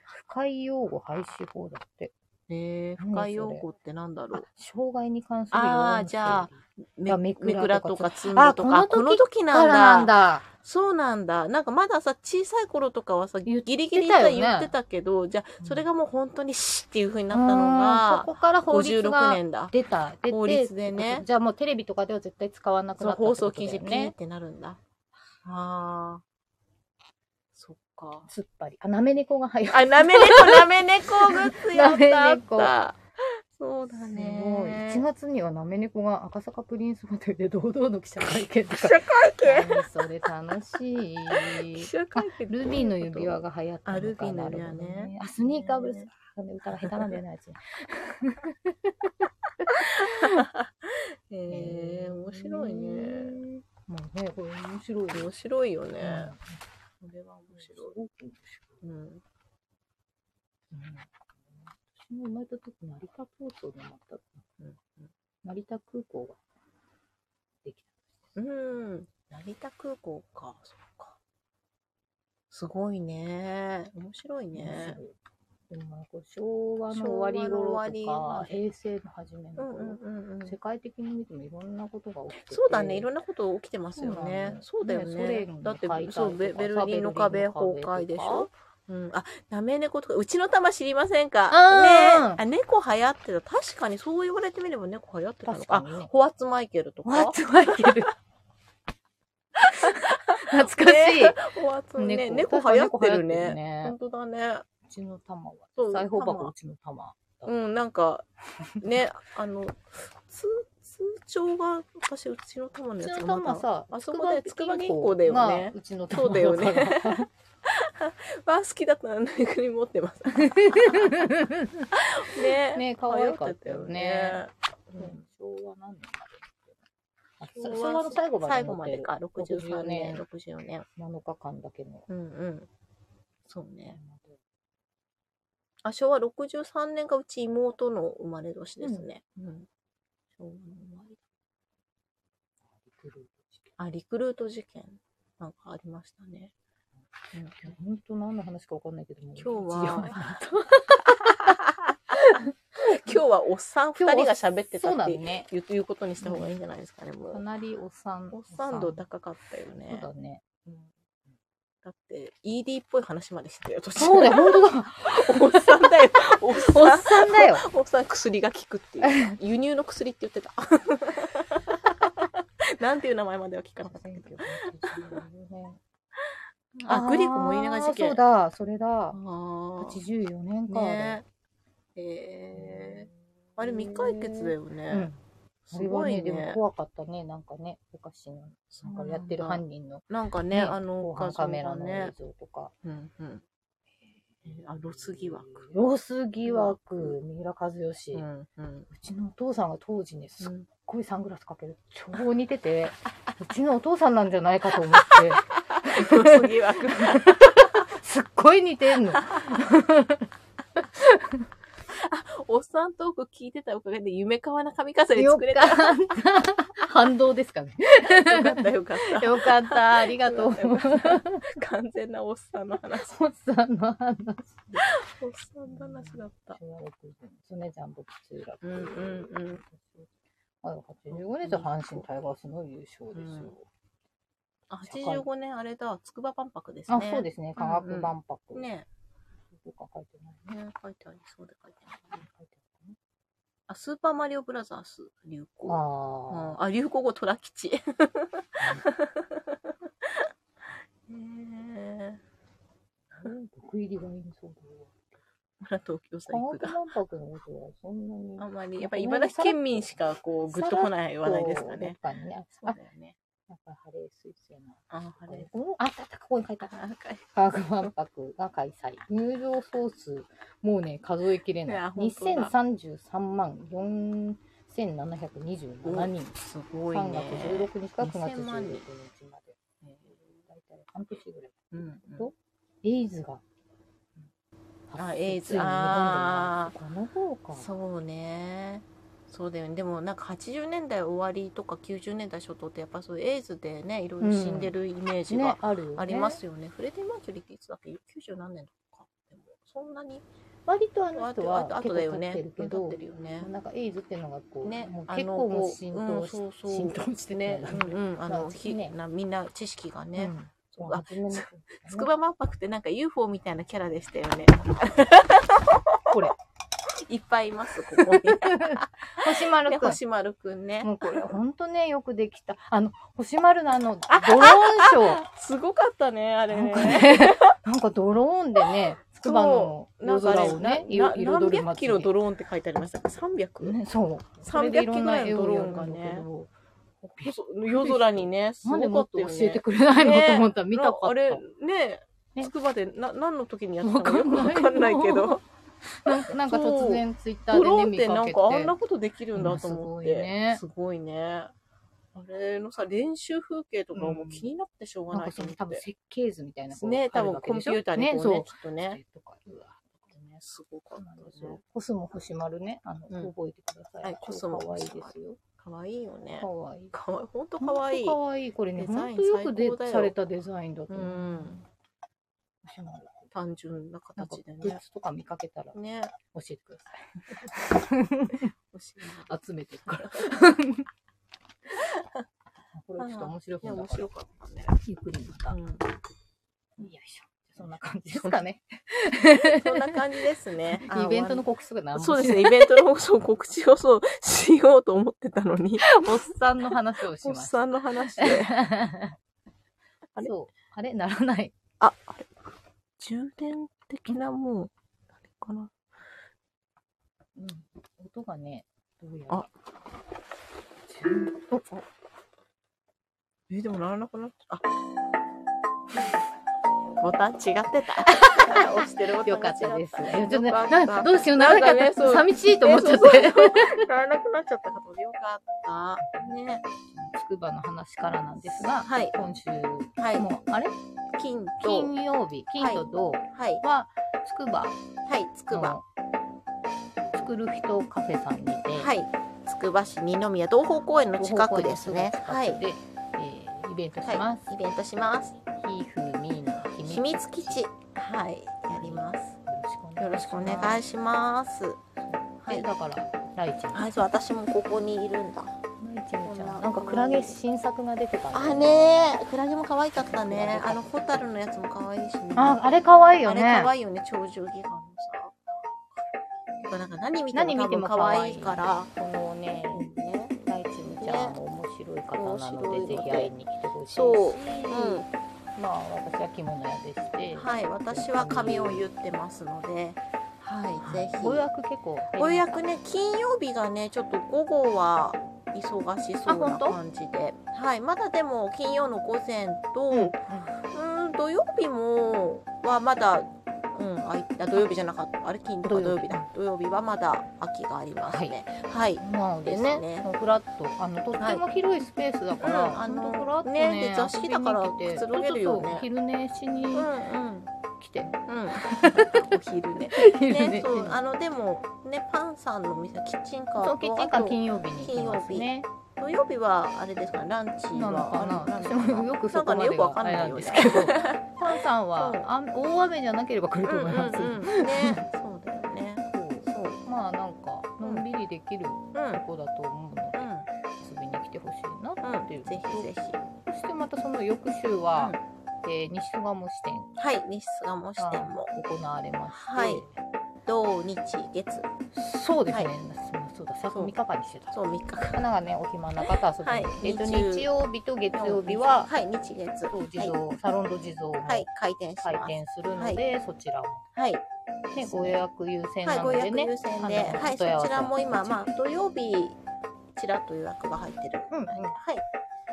Speaker 2: 不快用語廃止法だって。
Speaker 1: えー、
Speaker 2: 何
Speaker 1: 不快
Speaker 2: そ
Speaker 1: 用
Speaker 2: れ
Speaker 1: 語ってなんだろ
Speaker 2: あ
Speaker 1: う。
Speaker 2: 障害に関する用語
Speaker 1: あーじゃあ
Speaker 2: あ
Speaker 1: め
Speaker 2: め
Speaker 1: めく
Speaker 2: くら
Speaker 1: ら
Speaker 2: と
Speaker 1: と
Speaker 2: か
Speaker 1: かつんだとか、
Speaker 2: あ
Speaker 1: あ
Speaker 2: こ
Speaker 1: こ
Speaker 2: の
Speaker 1: の
Speaker 2: 時
Speaker 1: 時
Speaker 2: な
Speaker 1: なんん
Speaker 2: だ。
Speaker 1: だ。
Speaker 2: なんだ。
Speaker 1: そうなんだ。なんかまださ、小さい頃とかはさ、
Speaker 2: 言
Speaker 1: ギ
Speaker 2: ってたよね
Speaker 1: リギリさ、言ってたけど、じゃあ、それがもう本当にシっていう風になった
Speaker 2: うん
Speaker 1: の
Speaker 2: そこか
Speaker 1: が、
Speaker 2: ら法律
Speaker 1: 56
Speaker 2: が
Speaker 1: 年だ。
Speaker 2: 出た。出て
Speaker 1: 法律でね
Speaker 2: じゃあもうテレビとかでは絶対使わなく
Speaker 1: そ
Speaker 2: な
Speaker 1: う、
Speaker 2: ったってこ
Speaker 1: 放
Speaker 2: と
Speaker 1: 送
Speaker 2: だ
Speaker 1: 禁
Speaker 2: よ
Speaker 1: 止ピーっ
Speaker 2: ね。
Speaker 1: てなるんだ。ああ。そっか。
Speaker 2: 突っ張り。あ、なめ猫が入る。
Speaker 1: あ、なめ 猫、なめ猫グッズやっ
Speaker 2: な
Speaker 1: た、
Speaker 2: め
Speaker 1: あっ
Speaker 2: 猫
Speaker 1: た。そうだ
Speaker 2: すごい。
Speaker 1: ね。
Speaker 2: 1月にはなめ猫が赤坂プリンスホテルで堂々の記者会見と
Speaker 1: 記者
Speaker 2: か。
Speaker 1: 会見
Speaker 2: 何それ楽しい。
Speaker 1: 記者会見
Speaker 2: あルビーの指輪が流行ったのか
Speaker 1: あルビーの指輪ね
Speaker 2: なるほどあ、スニーカーブルース。あ歌が下手なんだよな、あいつ。
Speaker 1: へえ、面白いね。。
Speaker 2: まあね、これ面白いよ。
Speaker 1: 面白いよ
Speaker 2: う
Speaker 1: ね。これは面白い。
Speaker 2: ん
Speaker 1: うん。
Speaker 2: 私も生まれた時成田空港でまた、
Speaker 1: うん
Speaker 2: 成田空港ができ
Speaker 1: うん。成田空港か、そっか。すごいね。面白い
Speaker 2: た、
Speaker 1: ね。
Speaker 2: でもなんか昭和の終わり
Speaker 1: 昭和の
Speaker 2: 頃
Speaker 1: 終
Speaker 2: と
Speaker 1: わ
Speaker 2: か
Speaker 1: り
Speaker 2: 平成の初めの
Speaker 1: う
Speaker 2: 頃
Speaker 1: ん、うんうんうん。
Speaker 2: 世界的に見てもいろんなことが起きてて
Speaker 1: そうだね、いろんなこと起きてますよね。
Speaker 2: そ
Speaker 1: そうう
Speaker 2: な
Speaker 1: だ
Speaker 2: の
Speaker 1: よ
Speaker 2: よ
Speaker 1: ね。だっ
Speaker 2: ねソ
Speaker 1: てそうベ、
Speaker 2: 連の解体とか、さ
Speaker 1: ベルリンの
Speaker 2: ベ
Speaker 1: 壁
Speaker 2: ルリンの壁
Speaker 1: 崩
Speaker 2: とか
Speaker 1: 壊でしょうん、あ、なめ猫とか、うちの玉知りませんか
Speaker 2: あー
Speaker 1: ねあ、猫流行ってた。確かにそう言われてみれば猫流行ってたの
Speaker 2: 確
Speaker 1: か。
Speaker 2: か
Speaker 1: あ
Speaker 2: にね
Speaker 1: ホワッツマイケルとか。
Speaker 2: ワッツマイケル懐かしい、
Speaker 1: ね ホワッツね、猫流行ってる
Speaker 2: 確かに猫流行
Speaker 1: ね。本当だね。
Speaker 2: うちの玉は
Speaker 1: そう
Speaker 2: 裁縫箱
Speaker 1: 玉
Speaker 2: うちの玉
Speaker 1: うん、なんか、ね、 あの、通、通帳が、私、うちの玉の
Speaker 2: うち
Speaker 1: やつ
Speaker 2: の
Speaker 1: がま
Speaker 2: 玉
Speaker 1: だ。
Speaker 2: さ、
Speaker 1: あそこで
Speaker 2: 筑
Speaker 1: 筑
Speaker 2: 波
Speaker 1: 波
Speaker 2: 銀
Speaker 1: 銀
Speaker 2: 行
Speaker 1: 行だよ
Speaker 2: が
Speaker 1: ね
Speaker 2: うちの
Speaker 1: そうだよねわあ、好きだったな、ぬいぐるみ持ってます。ね
Speaker 2: ね可愛かったよね。
Speaker 1: 流行って
Speaker 2: 昭和何年まで
Speaker 1: たよね
Speaker 2: 昭和の最後まで。
Speaker 1: 最後までか、63年、
Speaker 2: 64
Speaker 1: 64年。
Speaker 2: 7日間だけの。
Speaker 1: うんうん。そうね。あ、昭和63年がうち妹の生まれ年ですね。うん。昭和の終わりあ、リクルート事件なんかありましたね。うん
Speaker 2: 本当何の話かわかんないけども。
Speaker 1: 今日は
Speaker 2: 一時間、
Speaker 1: 今今日はおっさん2人が喋ってた
Speaker 2: そう
Speaker 1: っ
Speaker 2: だ
Speaker 1: ていう,、
Speaker 2: ね
Speaker 1: いうことにした方がいいんじゃないですかね、も
Speaker 2: か
Speaker 1: う。
Speaker 2: なりおっさん
Speaker 1: おっさん度高かったよね。
Speaker 2: そうだね
Speaker 1: だって、ED っぽい話までしてたよ、途中
Speaker 2: そうだよ、本当だ。
Speaker 1: おっさんだよ。おっ
Speaker 2: お
Speaker 1: さ
Speaker 2: っ
Speaker 1: ん。
Speaker 2: さんだよ。
Speaker 1: おっさん薬が効くっていう。輸入の薬って言 ってた。なんていう名前までは聞かなかったけど。あグリコ森永事件
Speaker 2: あーそうだ、それだ。
Speaker 1: あ
Speaker 2: 84年
Speaker 1: あ。
Speaker 2: か。
Speaker 1: ねえー。あれ未解決だよね。
Speaker 2: うん。
Speaker 1: すごい
Speaker 2: あれはでも
Speaker 1: ね。
Speaker 2: 怖かったね、なんかね、おかしいな。なんかやってる犯人の、
Speaker 1: なんかね、
Speaker 2: ね、
Speaker 1: あの、
Speaker 2: 防
Speaker 1: 画
Speaker 2: 犯
Speaker 1: 像
Speaker 2: カ
Speaker 1: が
Speaker 2: メラの映
Speaker 1: ね。
Speaker 2: 像とか。
Speaker 1: うんうん。あ、ロス疑惑。
Speaker 2: ロス疑惑、三浦和義。
Speaker 1: う
Speaker 2: うん
Speaker 1: うん。
Speaker 2: ちのお父さんが当時ね、すっ ごいサングラスかける。超似てて、 うちのお父さんなんじゃないかと思って。
Speaker 1: ロス疑惑。
Speaker 2: すっごい似てんの。
Speaker 1: おっさんトーク聞いてたおかげで夢川な髪飾り
Speaker 2: よ
Speaker 1: 作れた。よ
Speaker 2: かった。 反動ですかね。
Speaker 1: かったよかった。
Speaker 2: よかった。ありがとう。
Speaker 1: よかったよかった完全なおっさんの話。
Speaker 2: おっさんの話。
Speaker 1: おっさん話だ った。
Speaker 2: そうね、ジャンボ吉浦
Speaker 1: うんうんうん。
Speaker 2: あの85年と阪神タイガースの優勝ですよ。
Speaker 1: あ、85年あれだ、筑波万博ですね。
Speaker 2: あ、そうですね。科学万博。
Speaker 1: ね
Speaker 2: どこか書いてないね。
Speaker 1: ね書いてありそうで書いてある。
Speaker 2: 書いて
Speaker 1: あ、スーパーマリオブラザーズ流
Speaker 2: ある
Speaker 1: 行。
Speaker 2: かな
Speaker 1: あ
Speaker 2: あ
Speaker 1: あ流行語虎吉。へえ。
Speaker 2: ー。毒入りがいいそうだよ。
Speaker 1: ほら、東京
Speaker 2: 科
Speaker 1: 細工
Speaker 2: 学
Speaker 1: が。
Speaker 2: 万博のことはそんなに。
Speaker 1: あんまり、やっぱり茨城県民しか、こう、ぐっとこない話題ですかね。
Speaker 2: そう。どっかにね。
Speaker 1: そ
Speaker 2: あ
Speaker 1: う、だよね。
Speaker 2: やっぱりハレー水星の。
Speaker 1: あ、あれ。
Speaker 2: ああったあった、ここに書いてあった。
Speaker 1: あ、かい。
Speaker 2: 科学万博が開催。入場総数、もうね、数えきれ
Speaker 1: い
Speaker 2: な
Speaker 1: や
Speaker 2: い。
Speaker 1: 本当だ
Speaker 2: 2033万4727人。
Speaker 1: すごい
Speaker 2: 3
Speaker 1: ね
Speaker 2: 月。16日から9月
Speaker 1: 2000
Speaker 2: 16
Speaker 1: 万人
Speaker 2: 日まで。大体半年ぐらい。
Speaker 1: うんうん。
Speaker 2: エイズが。
Speaker 1: あエイズ
Speaker 2: ついに日本でも
Speaker 1: あー
Speaker 2: この頃か。
Speaker 1: そうねそうだよねでもなんか80年代終わりとか90年代初頭ってやっぱそういうエイズでねいろいろ死んでるイメージ
Speaker 2: ね
Speaker 1: が、
Speaker 2: あるよね。
Speaker 1: ありますよねフレディ・マーキュリーっていつだっけ90何年とかでもそんなに
Speaker 2: 割とあ
Speaker 1: あ
Speaker 2: の人
Speaker 1: と
Speaker 2: は
Speaker 1: あとあ
Speaker 2: 結
Speaker 1: とだ
Speaker 2: 構経
Speaker 1: よ
Speaker 2: っ
Speaker 1: ね
Speaker 2: てる
Speaker 1: 経
Speaker 2: け
Speaker 1: っ
Speaker 2: ど
Speaker 1: て、るよね
Speaker 2: なんかエイズっていうのがこう、
Speaker 1: ね
Speaker 2: もう
Speaker 1: あの
Speaker 2: 結構も
Speaker 1: こ
Speaker 2: う
Speaker 1: う
Speaker 2: 浸
Speaker 1: う
Speaker 2: 透
Speaker 1: ん
Speaker 2: し
Speaker 1: そうそう
Speaker 2: 浸透して
Speaker 1: ね
Speaker 2: ね。
Speaker 1: うんうんあの、
Speaker 2: まあ
Speaker 1: ひ
Speaker 2: ね
Speaker 1: なみんな知識がね、
Speaker 2: うんそう
Speaker 1: あ
Speaker 2: 初めの頃
Speaker 1: 筑波万博ってなんか UFO みたいなキャラでしたよね
Speaker 2: これ。
Speaker 1: いっぱいいますこ こに
Speaker 2: 星丸
Speaker 1: ね
Speaker 2: くん。
Speaker 1: 星丸くんね
Speaker 2: もうこれほんとね、よくできた。あの、星丸のあの、ドローンショー。
Speaker 1: すごかったねあれ
Speaker 2: なん
Speaker 1: ね
Speaker 2: かね、なんかドローンでね、つくばの
Speaker 1: な
Speaker 2: 夜
Speaker 1: んか
Speaker 2: 空
Speaker 1: ね
Speaker 2: をね、
Speaker 1: なな何
Speaker 2: 彩る
Speaker 1: 百キロ
Speaker 2: 祭
Speaker 1: ド
Speaker 2: り。
Speaker 1: ローンって書いてありましたか ?300?、
Speaker 2: ね、そう。それ
Speaker 1: 300
Speaker 2: でい
Speaker 1: 機
Speaker 2: ろ
Speaker 1: ぐ
Speaker 2: んな
Speaker 1: らい
Speaker 2: 絵
Speaker 1: の
Speaker 2: を
Speaker 1: ドロー
Speaker 2: やる
Speaker 1: ン
Speaker 2: ん
Speaker 1: が
Speaker 2: だけ
Speaker 1: ね、
Speaker 2: ど、
Speaker 1: 夜空にね、す
Speaker 2: なんで
Speaker 1: ごか
Speaker 2: もっ
Speaker 1: った
Speaker 2: と
Speaker 1: よ
Speaker 2: 教
Speaker 1: ね。
Speaker 2: えてくれないの
Speaker 1: ね
Speaker 2: と思ったら見た
Speaker 1: な
Speaker 2: か
Speaker 1: あ
Speaker 2: っ
Speaker 1: れ、
Speaker 2: た。
Speaker 1: ねえ、
Speaker 2: ね
Speaker 1: つくばでな何の時にやったの
Speaker 2: わか
Speaker 1: かよ
Speaker 2: ん
Speaker 1: く
Speaker 2: ない
Speaker 1: わかんないけ ど、
Speaker 2: なんかなんか突然ツイッター
Speaker 1: ドロー
Speaker 2: で
Speaker 1: ン
Speaker 2: ね、
Speaker 1: って
Speaker 2: 見
Speaker 1: な
Speaker 2: か
Speaker 1: ん
Speaker 2: け
Speaker 1: かあんな
Speaker 2: て。
Speaker 1: ことできるんだと思って、
Speaker 2: うんすごいね
Speaker 1: すごいね。あれのさ、練習風景とかもう気になってしょうがな
Speaker 2: なんか
Speaker 1: いと
Speaker 2: そ
Speaker 1: 思
Speaker 2: の
Speaker 1: っ
Speaker 2: 多分
Speaker 1: て。
Speaker 2: 設計図みたいなこう
Speaker 1: ね多
Speaker 2: ある
Speaker 1: 分
Speaker 2: わけ
Speaker 1: コン
Speaker 2: でし
Speaker 1: ピ
Speaker 2: ょ
Speaker 1: ューターにこうね、
Speaker 2: そう
Speaker 1: きっとね。
Speaker 2: とかうわ
Speaker 1: ねすごか
Speaker 2: そう
Speaker 1: っ
Speaker 2: なんです
Speaker 1: たね
Speaker 2: よ。コスモ星丸ね、あの、
Speaker 1: うん
Speaker 2: 覚えてください。
Speaker 1: はいコスモ
Speaker 2: 可愛い
Speaker 1: 星
Speaker 2: で
Speaker 1: 丸
Speaker 2: すよ。
Speaker 1: かわいいよね
Speaker 2: 可。愛い。
Speaker 1: かわい、ほんとかわいい。
Speaker 2: かわいい。これね、
Speaker 1: デザイ
Speaker 2: 本
Speaker 1: ン
Speaker 2: 当よくで
Speaker 1: 最高だよ
Speaker 2: されたデザインだと
Speaker 1: う
Speaker 2: 思う。
Speaker 1: ん。
Speaker 2: 星丸
Speaker 1: 単純な
Speaker 2: なんか
Speaker 1: 形で
Speaker 2: グ
Speaker 1: ね
Speaker 2: ッ。ズとか見かけたら教
Speaker 1: ね。
Speaker 2: えてくださ
Speaker 1: 欲しい
Speaker 2: い。集めてるから。 これちょっと面白い
Speaker 1: な。いや、面
Speaker 2: 本だから
Speaker 1: 白かったね。
Speaker 2: ゆっくりまた。よ
Speaker 1: うん。
Speaker 2: いしょ。そんな感じですかね。。
Speaker 1: そんな感じですね
Speaker 2: イベントの告知とか
Speaker 1: あ
Speaker 2: 何も
Speaker 1: そうです
Speaker 2: ね。
Speaker 1: ね、イベントのそう告知をそうしようと思ってたのに、
Speaker 2: おっさんの話をし
Speaker 1: おっ
Speaker 2: ました。
Speaker 1: さんの話で。
Speaker 2: あれ そう。あれならない。
Speaker 1: あ、あれ充電的なもう、あれかな。
Speaker 2: うん。音がね、どうや
Speaker 1: あ
Speaker 2: ら。
Speaker 1: おあえ、でもならなくなっちゃった。あボタン違ってた。押してるボタ
Speaker 2: よ
Speaker 1: ン
Speaker 2: か
Speaker 1: が違
Speaker 2: ったです。いやちょっとね
Speaker 1: よかった
Speaker 2: などうしよう、ならなか
Speaker 1: なん
Speaker 2: っ
Speaker 1: かねそ
Speaker 2: た。
Speaker 1: う
Speaker 2: 寂しいと思っちゃっ
Speaker 1: え
Speaker 2: て。
Speaker 1: そうそうならなくなっちゃったかと。よかった。ね。
Speaker 2: つくばの話からなんですが、
Speaker 1: はい
Speaker 2: 今週、
Speaker 1: はい
Speaker 2: もうあれ
Speaker 1: 金と、
Speaker 2: 金曜日、金と銅
Speaker 1: はい、
Speaker 2: は、つくば
Speaker 1: はい、つくば。
Speaker 2: の作る人カフェさんにて、
Speaker 1: はい、つくば市二宮東方公園の近くですね。
Speaker 2: 東
Speaker 1: は
Speaker 2: 方
Speaker 1: い、
Speaker 2: 公園のすぐ近くで、えーイベントしま
Speaker 1: は
Speaker 2: す。
Speaker 1: い、イベントします。
Speaker 2: ひふみの
Speaker 1: 秘密基地
Speaker 2: よ、
Speaker 1: はい、やります。
Speaker 2: ろしくお願いします。
Speaker 1: よろしくお願いします。は
Speaker 2: で
Speaker 1: い、
Speaker 2: だから、ライチム
Speaker 1: あそう私もここにいるんだ
Speaker 2: ライチムちゃんなんかクラゲ新作が出てたんだよ
Speaker 1: あねえクラゲも可愛かったねあのホタルのやつも可愛いしね
Speaker 2: ああれ可愛いよね
Speaker 1: あれ可愛いよね鳥獣戯画のさやっぱなんか何見ても
Speaker 2: 何見ても
Speaker 1: 多分可愛いか
Speaker 2: 可
Speaker 1: ら
Speaker 2: このね
Speaker 1: ね
Speaker 2: ライチムちゃんも面白い方なので、
Speaker 1: ね
Speaker 2: ぜひ会いに来てほしいし
Speaker 1: そう
Speaker 2: まあ私は着物屋でして、
Speaker 1: はい私は髪を言ってますのではいぜひ
Speaker 2: ご予約結構
Speaker 1: ご予約ね金曜日がねちょっと午後は忙しそうな
Speaker 2: あ本当
Speaker 1: 感じではいまだでも金曜の午前と、
Speaker 2: うん
Speaker 1: うん土曜日もはまだ、うん、あいあ土曜日じゃなかったあれ金とか土
Speaker 2: 土
Speaker 1: 曜
Speaker 2: 曜
Speaker 1: 日
Speaker 2: 日
Speaker 1: だ土曜日はまだ空きがありますねはい、
Speaker 2: なので
Speaker 1: です
Speaker 2: ね
Speaker 1: ね
Speaker 2: もうフラットあのとっても広いスペースだから、
Speaker 1: はいうんあの
Speaker 2: ほんとフラット
Speaker 1: ねで座敷だから
Speaker 2: 遊びに来て
Speaker 1: くつろげるよね
Speaker 2: そうそうそう昼寝しに
Speaker 1: うんうん
Speaker 2: 来て、
Speaker 1: うんお昼ね
Speaker 2: 昼
Speaker 1: ねそうあ
Speaker 2: の
Speaker 1: のでもねパンさんの店キッチンカー
Speaker 2: そう
Speaker 1: と
Speaker 2: キッチンカ
Speaker 1: あ
Speaker 2: ー
Speaker 1: と
Speaker 2: 金曜日に行きますね
Speaker 1: 土曜日はあれですかねランチは
Speaker 2: なのかな
Speaker 1: ある
Speaker 2: 私
Speaker 1: のか
Speaker 2: も
Speaker 1: な
Speaker 2: よく
Speaker 1: な
Speaker 2: そ
Speaker 1: んか
Speaker 2: こま
Speaker 1: ねよ
Speaker 2: で
Speaker 1: くわ
Speaker 2: は
Speaker 1: か
Speaker 2: あ
Speaker 1: ん
Speaker 2: れ
Speaker 1: な
Speaker 2: ないん
Speaker 1: よ
Speaker 2: です
Speaker 1: ね
Speaker 2: けどパンさんは
Speaker 1: そう
Speaker 2: あん大雨じゃなければ来ると思います、
Speaker 1: うんうんうん、ねそうだよね
Speaker 2: そう
Speaker 1: そう
Speaker 2: まあなんかのんびりできる
Speaker 1: うん
Speaker 2: とこだと思うので遊びに来来てほしいな
Speaker 1: うん
Speaker 2: って
Speaker 1: う
Speaker 2: い
Speaker 1: ん
Speaker 2: う
Speaker 1: ぜひぜひ
Speaker 2: そしてまたその翌週は、えー西戸鴨支店
Speaker 1: はい西巣鴨支店も
Speaker 2: 行われまして、
Speaker 1: はい土日月
Speaker 2: そうですね、
Speaker 1: はい
Speaker 2: そうそうださ
Speaker 1: そう
Speaker 2: 3日間にしてた
Speaker 1: そう3日間
Speaker 2: なんかねお暇な方は遊びに、
Speaker 1: はい
Speaker 2: えっと
Speaker 1: 日中
Speaker 2: 日曜日と月曜日は、
Speaker 1: はい日月
Speaker 2: そう地
Speaker 1: はい
Speaker 2: 蔵、サロンと地蔵も
Speaker 1: はい開
Speaker 2: 開
Speaker 1: 店します
Speaker 2: 店するので、そちらも、
Speaker 1: はい
Speaker 2: ね、ご予約優先
Speaker 1: はい
Speaker 2: なの
Speaker 1: ご予
Speaker 2: で
Speaker 1: 約
Speaker 2: ね、
Speaker 1: 優先
Speaker 2: あ
Speaker 1: で
Speaker 2: の
Speaker 1: はい
Speaker 2: お問い合わ
Speaker 1: そ
Speaker 2: せ
Speaker 1: ちらも今まあ土曜日ちらっと予約が入ってる
Speaker 2: うんうん
Speaker 1: はい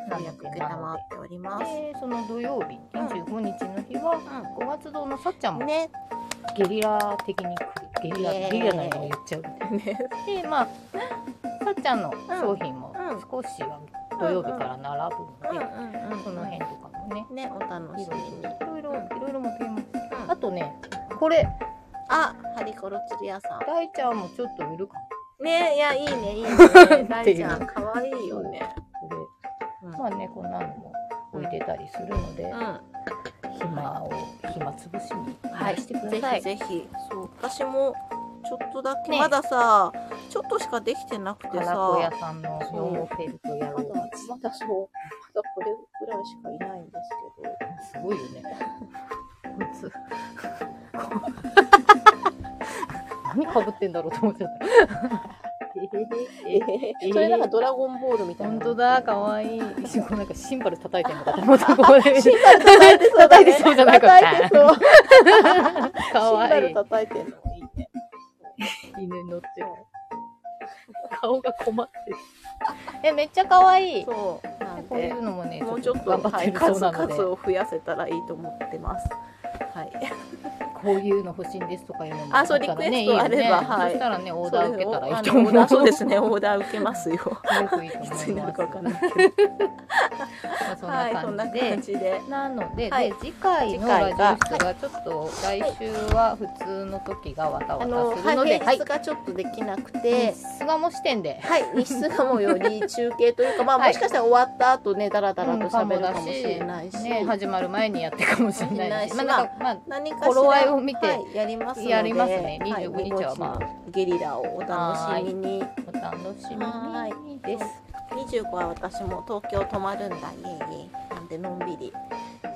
Speaker 2: な
Speaker 1: 予
Speaker 2: の
Speaker 1: 約
Speaker 2: で
Speaker 1: 承
Speaker 2: なの
Speaker 1: っております
Speaker 2: ででその土曜日25日の日は、
Speaker 1: う
Speaker 2: 五月堂のさっちゃん
Speaker 1: ん
Speaker 2: も
Speaker 1: ね
Speaker 2: ゲリラ的に来るゲリラ、
Speaker 1: イエーイ
Speaker 2: ゲリラなのを言っちゃう
Speaker 1: ね
Speaker 2: でまあさっちゃんの商品も
Speaker 1: うん
Speaker 2: 少しは土曜日から並ぶので、
Speaker 1: ん
Speaker 2: その辺とかもね
Speaker 1: ねお楽
Speaker 2: い
Speaker 1: し
Speaker 2: ろ
Speaker 1: み
Speaker 2: い
Speaker 1: に
Speaker 2: ろいろいろいろいろ持ってきます、
Speaker 1: うん
Speaker 2: あとねこれ
Speaker 1: あハリコロ釣り屋さん
Speaker 2: 大ちゃんもちょっといるか
Speaker 1: ねいやいいねい いね大ちゃん可愛いよね
Speaker 2: もこ
Speaker 1: う
Speaker 2: れまあねこんなのも置いてたりするので、
Speaker 1: ん
Speaker 2: 暇を暇つぶしに
Speaker 1: はい
Speaker 2: してください、
Speaker 1: ぜひぜひそう私もちょっとだけ
Speaker 2: ね
Speaker 1: まださちょっとしかできてなくて
Speaker 2: カ
Speaker 1: さ
Speaker 2: ラコ屋さんの養フェルトや
Speaker 1: ま
Speaker 2: ろ
Speaker 1: だ
Speaker 2: う
Speaker 1: まだそうまだこれぐらいしかいないんですけど
Speaker 2: すごいよね。こいつ。何かぶってんだろうと思っちゃった。ええー
Speaker 1: それなんかドラゴンボールみたいな
Speaker 2: 本当だ、かわいい。一瞬こうなんかシンバル叩いてんのかと思った。こ こで
Speaker 1: シンバル叩いてそうだね
Speaker 2: 叩いてそうじゃなかった
Speaker 1: 叩いてそう
Speaker 2: か
Speaker 1: シンバ
Speaker 2: わい
Speaker 1: ル
Speaker 2: い。
Speaker 1: 叩いてんのいいね
Speaker 2: 犬乗ってる。顔が困ってる。 え、めっちゃかわいい。
Speaker 1: そうなん
Speaker 2: こうい
Speaker 1: で
Speaker 2: うのもね、
Speaker 1: もうちょっと
Speaker 2: 頑張
Speaker 1: は
Speaker 2: って
Speaker 1: い
Speaker 2: るそう
Speaker 1: 数
Speaker 2: なので、
Speaker 1: 数を増やせたらいいと思ってますはい
Speaker 2: こういうの欲しいんですとかいうのも
Speaker 1: あそう
Speaker 2: ったら
Speaker 1: リクエストあれば
Speaker 2: いいよね
Speaker 1: はい
Speaker 2: そしたらね、オーダー受けたらいいと
Speaker 1: そう
Speaker 2: 思
Speaker 1: オ
Speaker 2: う
Speaker 1: ー。ダーそうですねオーダー受けますよ
Speaker 2: すごくいいと思い
Speaker 1: い
Speaker 2: ま
Speaker 1: つ
Speaker 2: す。
Speaker 1: になるかわかんないけど
Speaker 2: まあそん
Speaker 1: はいそん
Speaker 2: な
Speaker 1: な
Speaker 2: 感じで
Speaker 1: 感。じで
Speaker 2: なので、
Speaker 1: はい
Speaker 2: で次回のラジオ室がちょっと来週は普通の時がわた
Speaker 1: あ
Speaker 2: わ
Speaker 1: の
Speaker 2: たするの
Speaker 1: はい
Speaker 2: で、
Speaker 1: 平
Speaker 2: はい
Speaker 1: 日、がちょっとできなくて、
Speaker 2: 巣鴨支店で。
Speaker 1: はい、西巣鴨より中継というか、まあ、
Speaker 2: はい
Speaker 1: もしかしたら終わった後ね、だらだらと喋るかもしれないし。
Speaker 2: ね、始まる前にやってるかもしれないし、
Speaker 1: かもしれないし
Speaker 2: まあ、なんか、まあ、
Speaker 1: 何かしら
Speaker 2: 頃合いを見て
Speaker 1: はいやりますので
Speaker 2: やりますね
Speaker 1: は
Speaker 2: 25日はまあ
Speaker 1: 25ゲリラをお楽しみに
Speaker 2: お楽しみにです。
Speaker 1: 25は私も東京泊まるんだいえいえなんでのんびり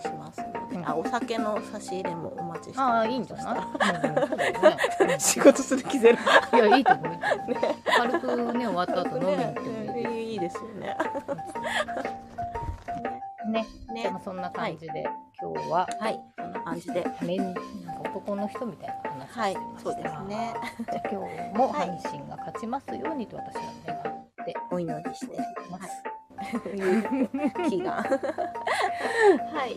Speaker 1: しますので、
Speaker 2: うん
Speaker 1: あお酒の差し入れもお待ちして
Speaker 2: あ
Speaker 1: ま
Speaker 2: あ、
Speaker 1: す
Speaker 2: いいんじゃない。うんうんそうだよ ね
Speaker 1: 仕事する気ゼロ
Speaker 2: うんいや、いいと思う。いいと思う軽くね、終わった後飲みに行ってもいい
Speaker 1: ねいいですよね
Speaker 2: ね。
Speaker 1: ね
Speaker 2: でも、そんな感じで、今日は。
Speaker 1: はいこんな感じで
Speaker 2: 目になんか男の人みたいな話を
Speaker 1: はい
Speaker 2: してまし
Speaker 1: そ
Speaker 2: た、
Speaker 1: うですね
Speaker 2: じゃあ今日も阪神が勝ちますようにと私は願って
Speaker 1: お祈りして
Speaker 2: ます。
Speaker 1: という祈 願はい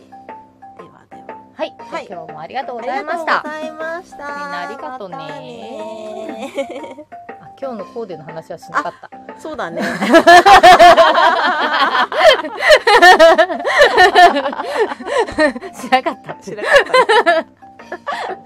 Speaker 1: ではでは
Speaker 2: はい、
Speaker 1: はい
Speaker 2: 今日もありがとうご
Speaker 1: あり
Speaker 2: ざいま
Speaker 1: がと
Speaker 2: し
Speaker 1: う
Speaker 2: た。
Speaker 1: ご
Speaker 2: あ
Speaker 1: ざいましたみん
Speaker 2: なありがとね今日のコーデの話はしなかった。
Speaker 1: そうだ ね
Speaker 2: しなかった。
Speaker 1: 知らなかった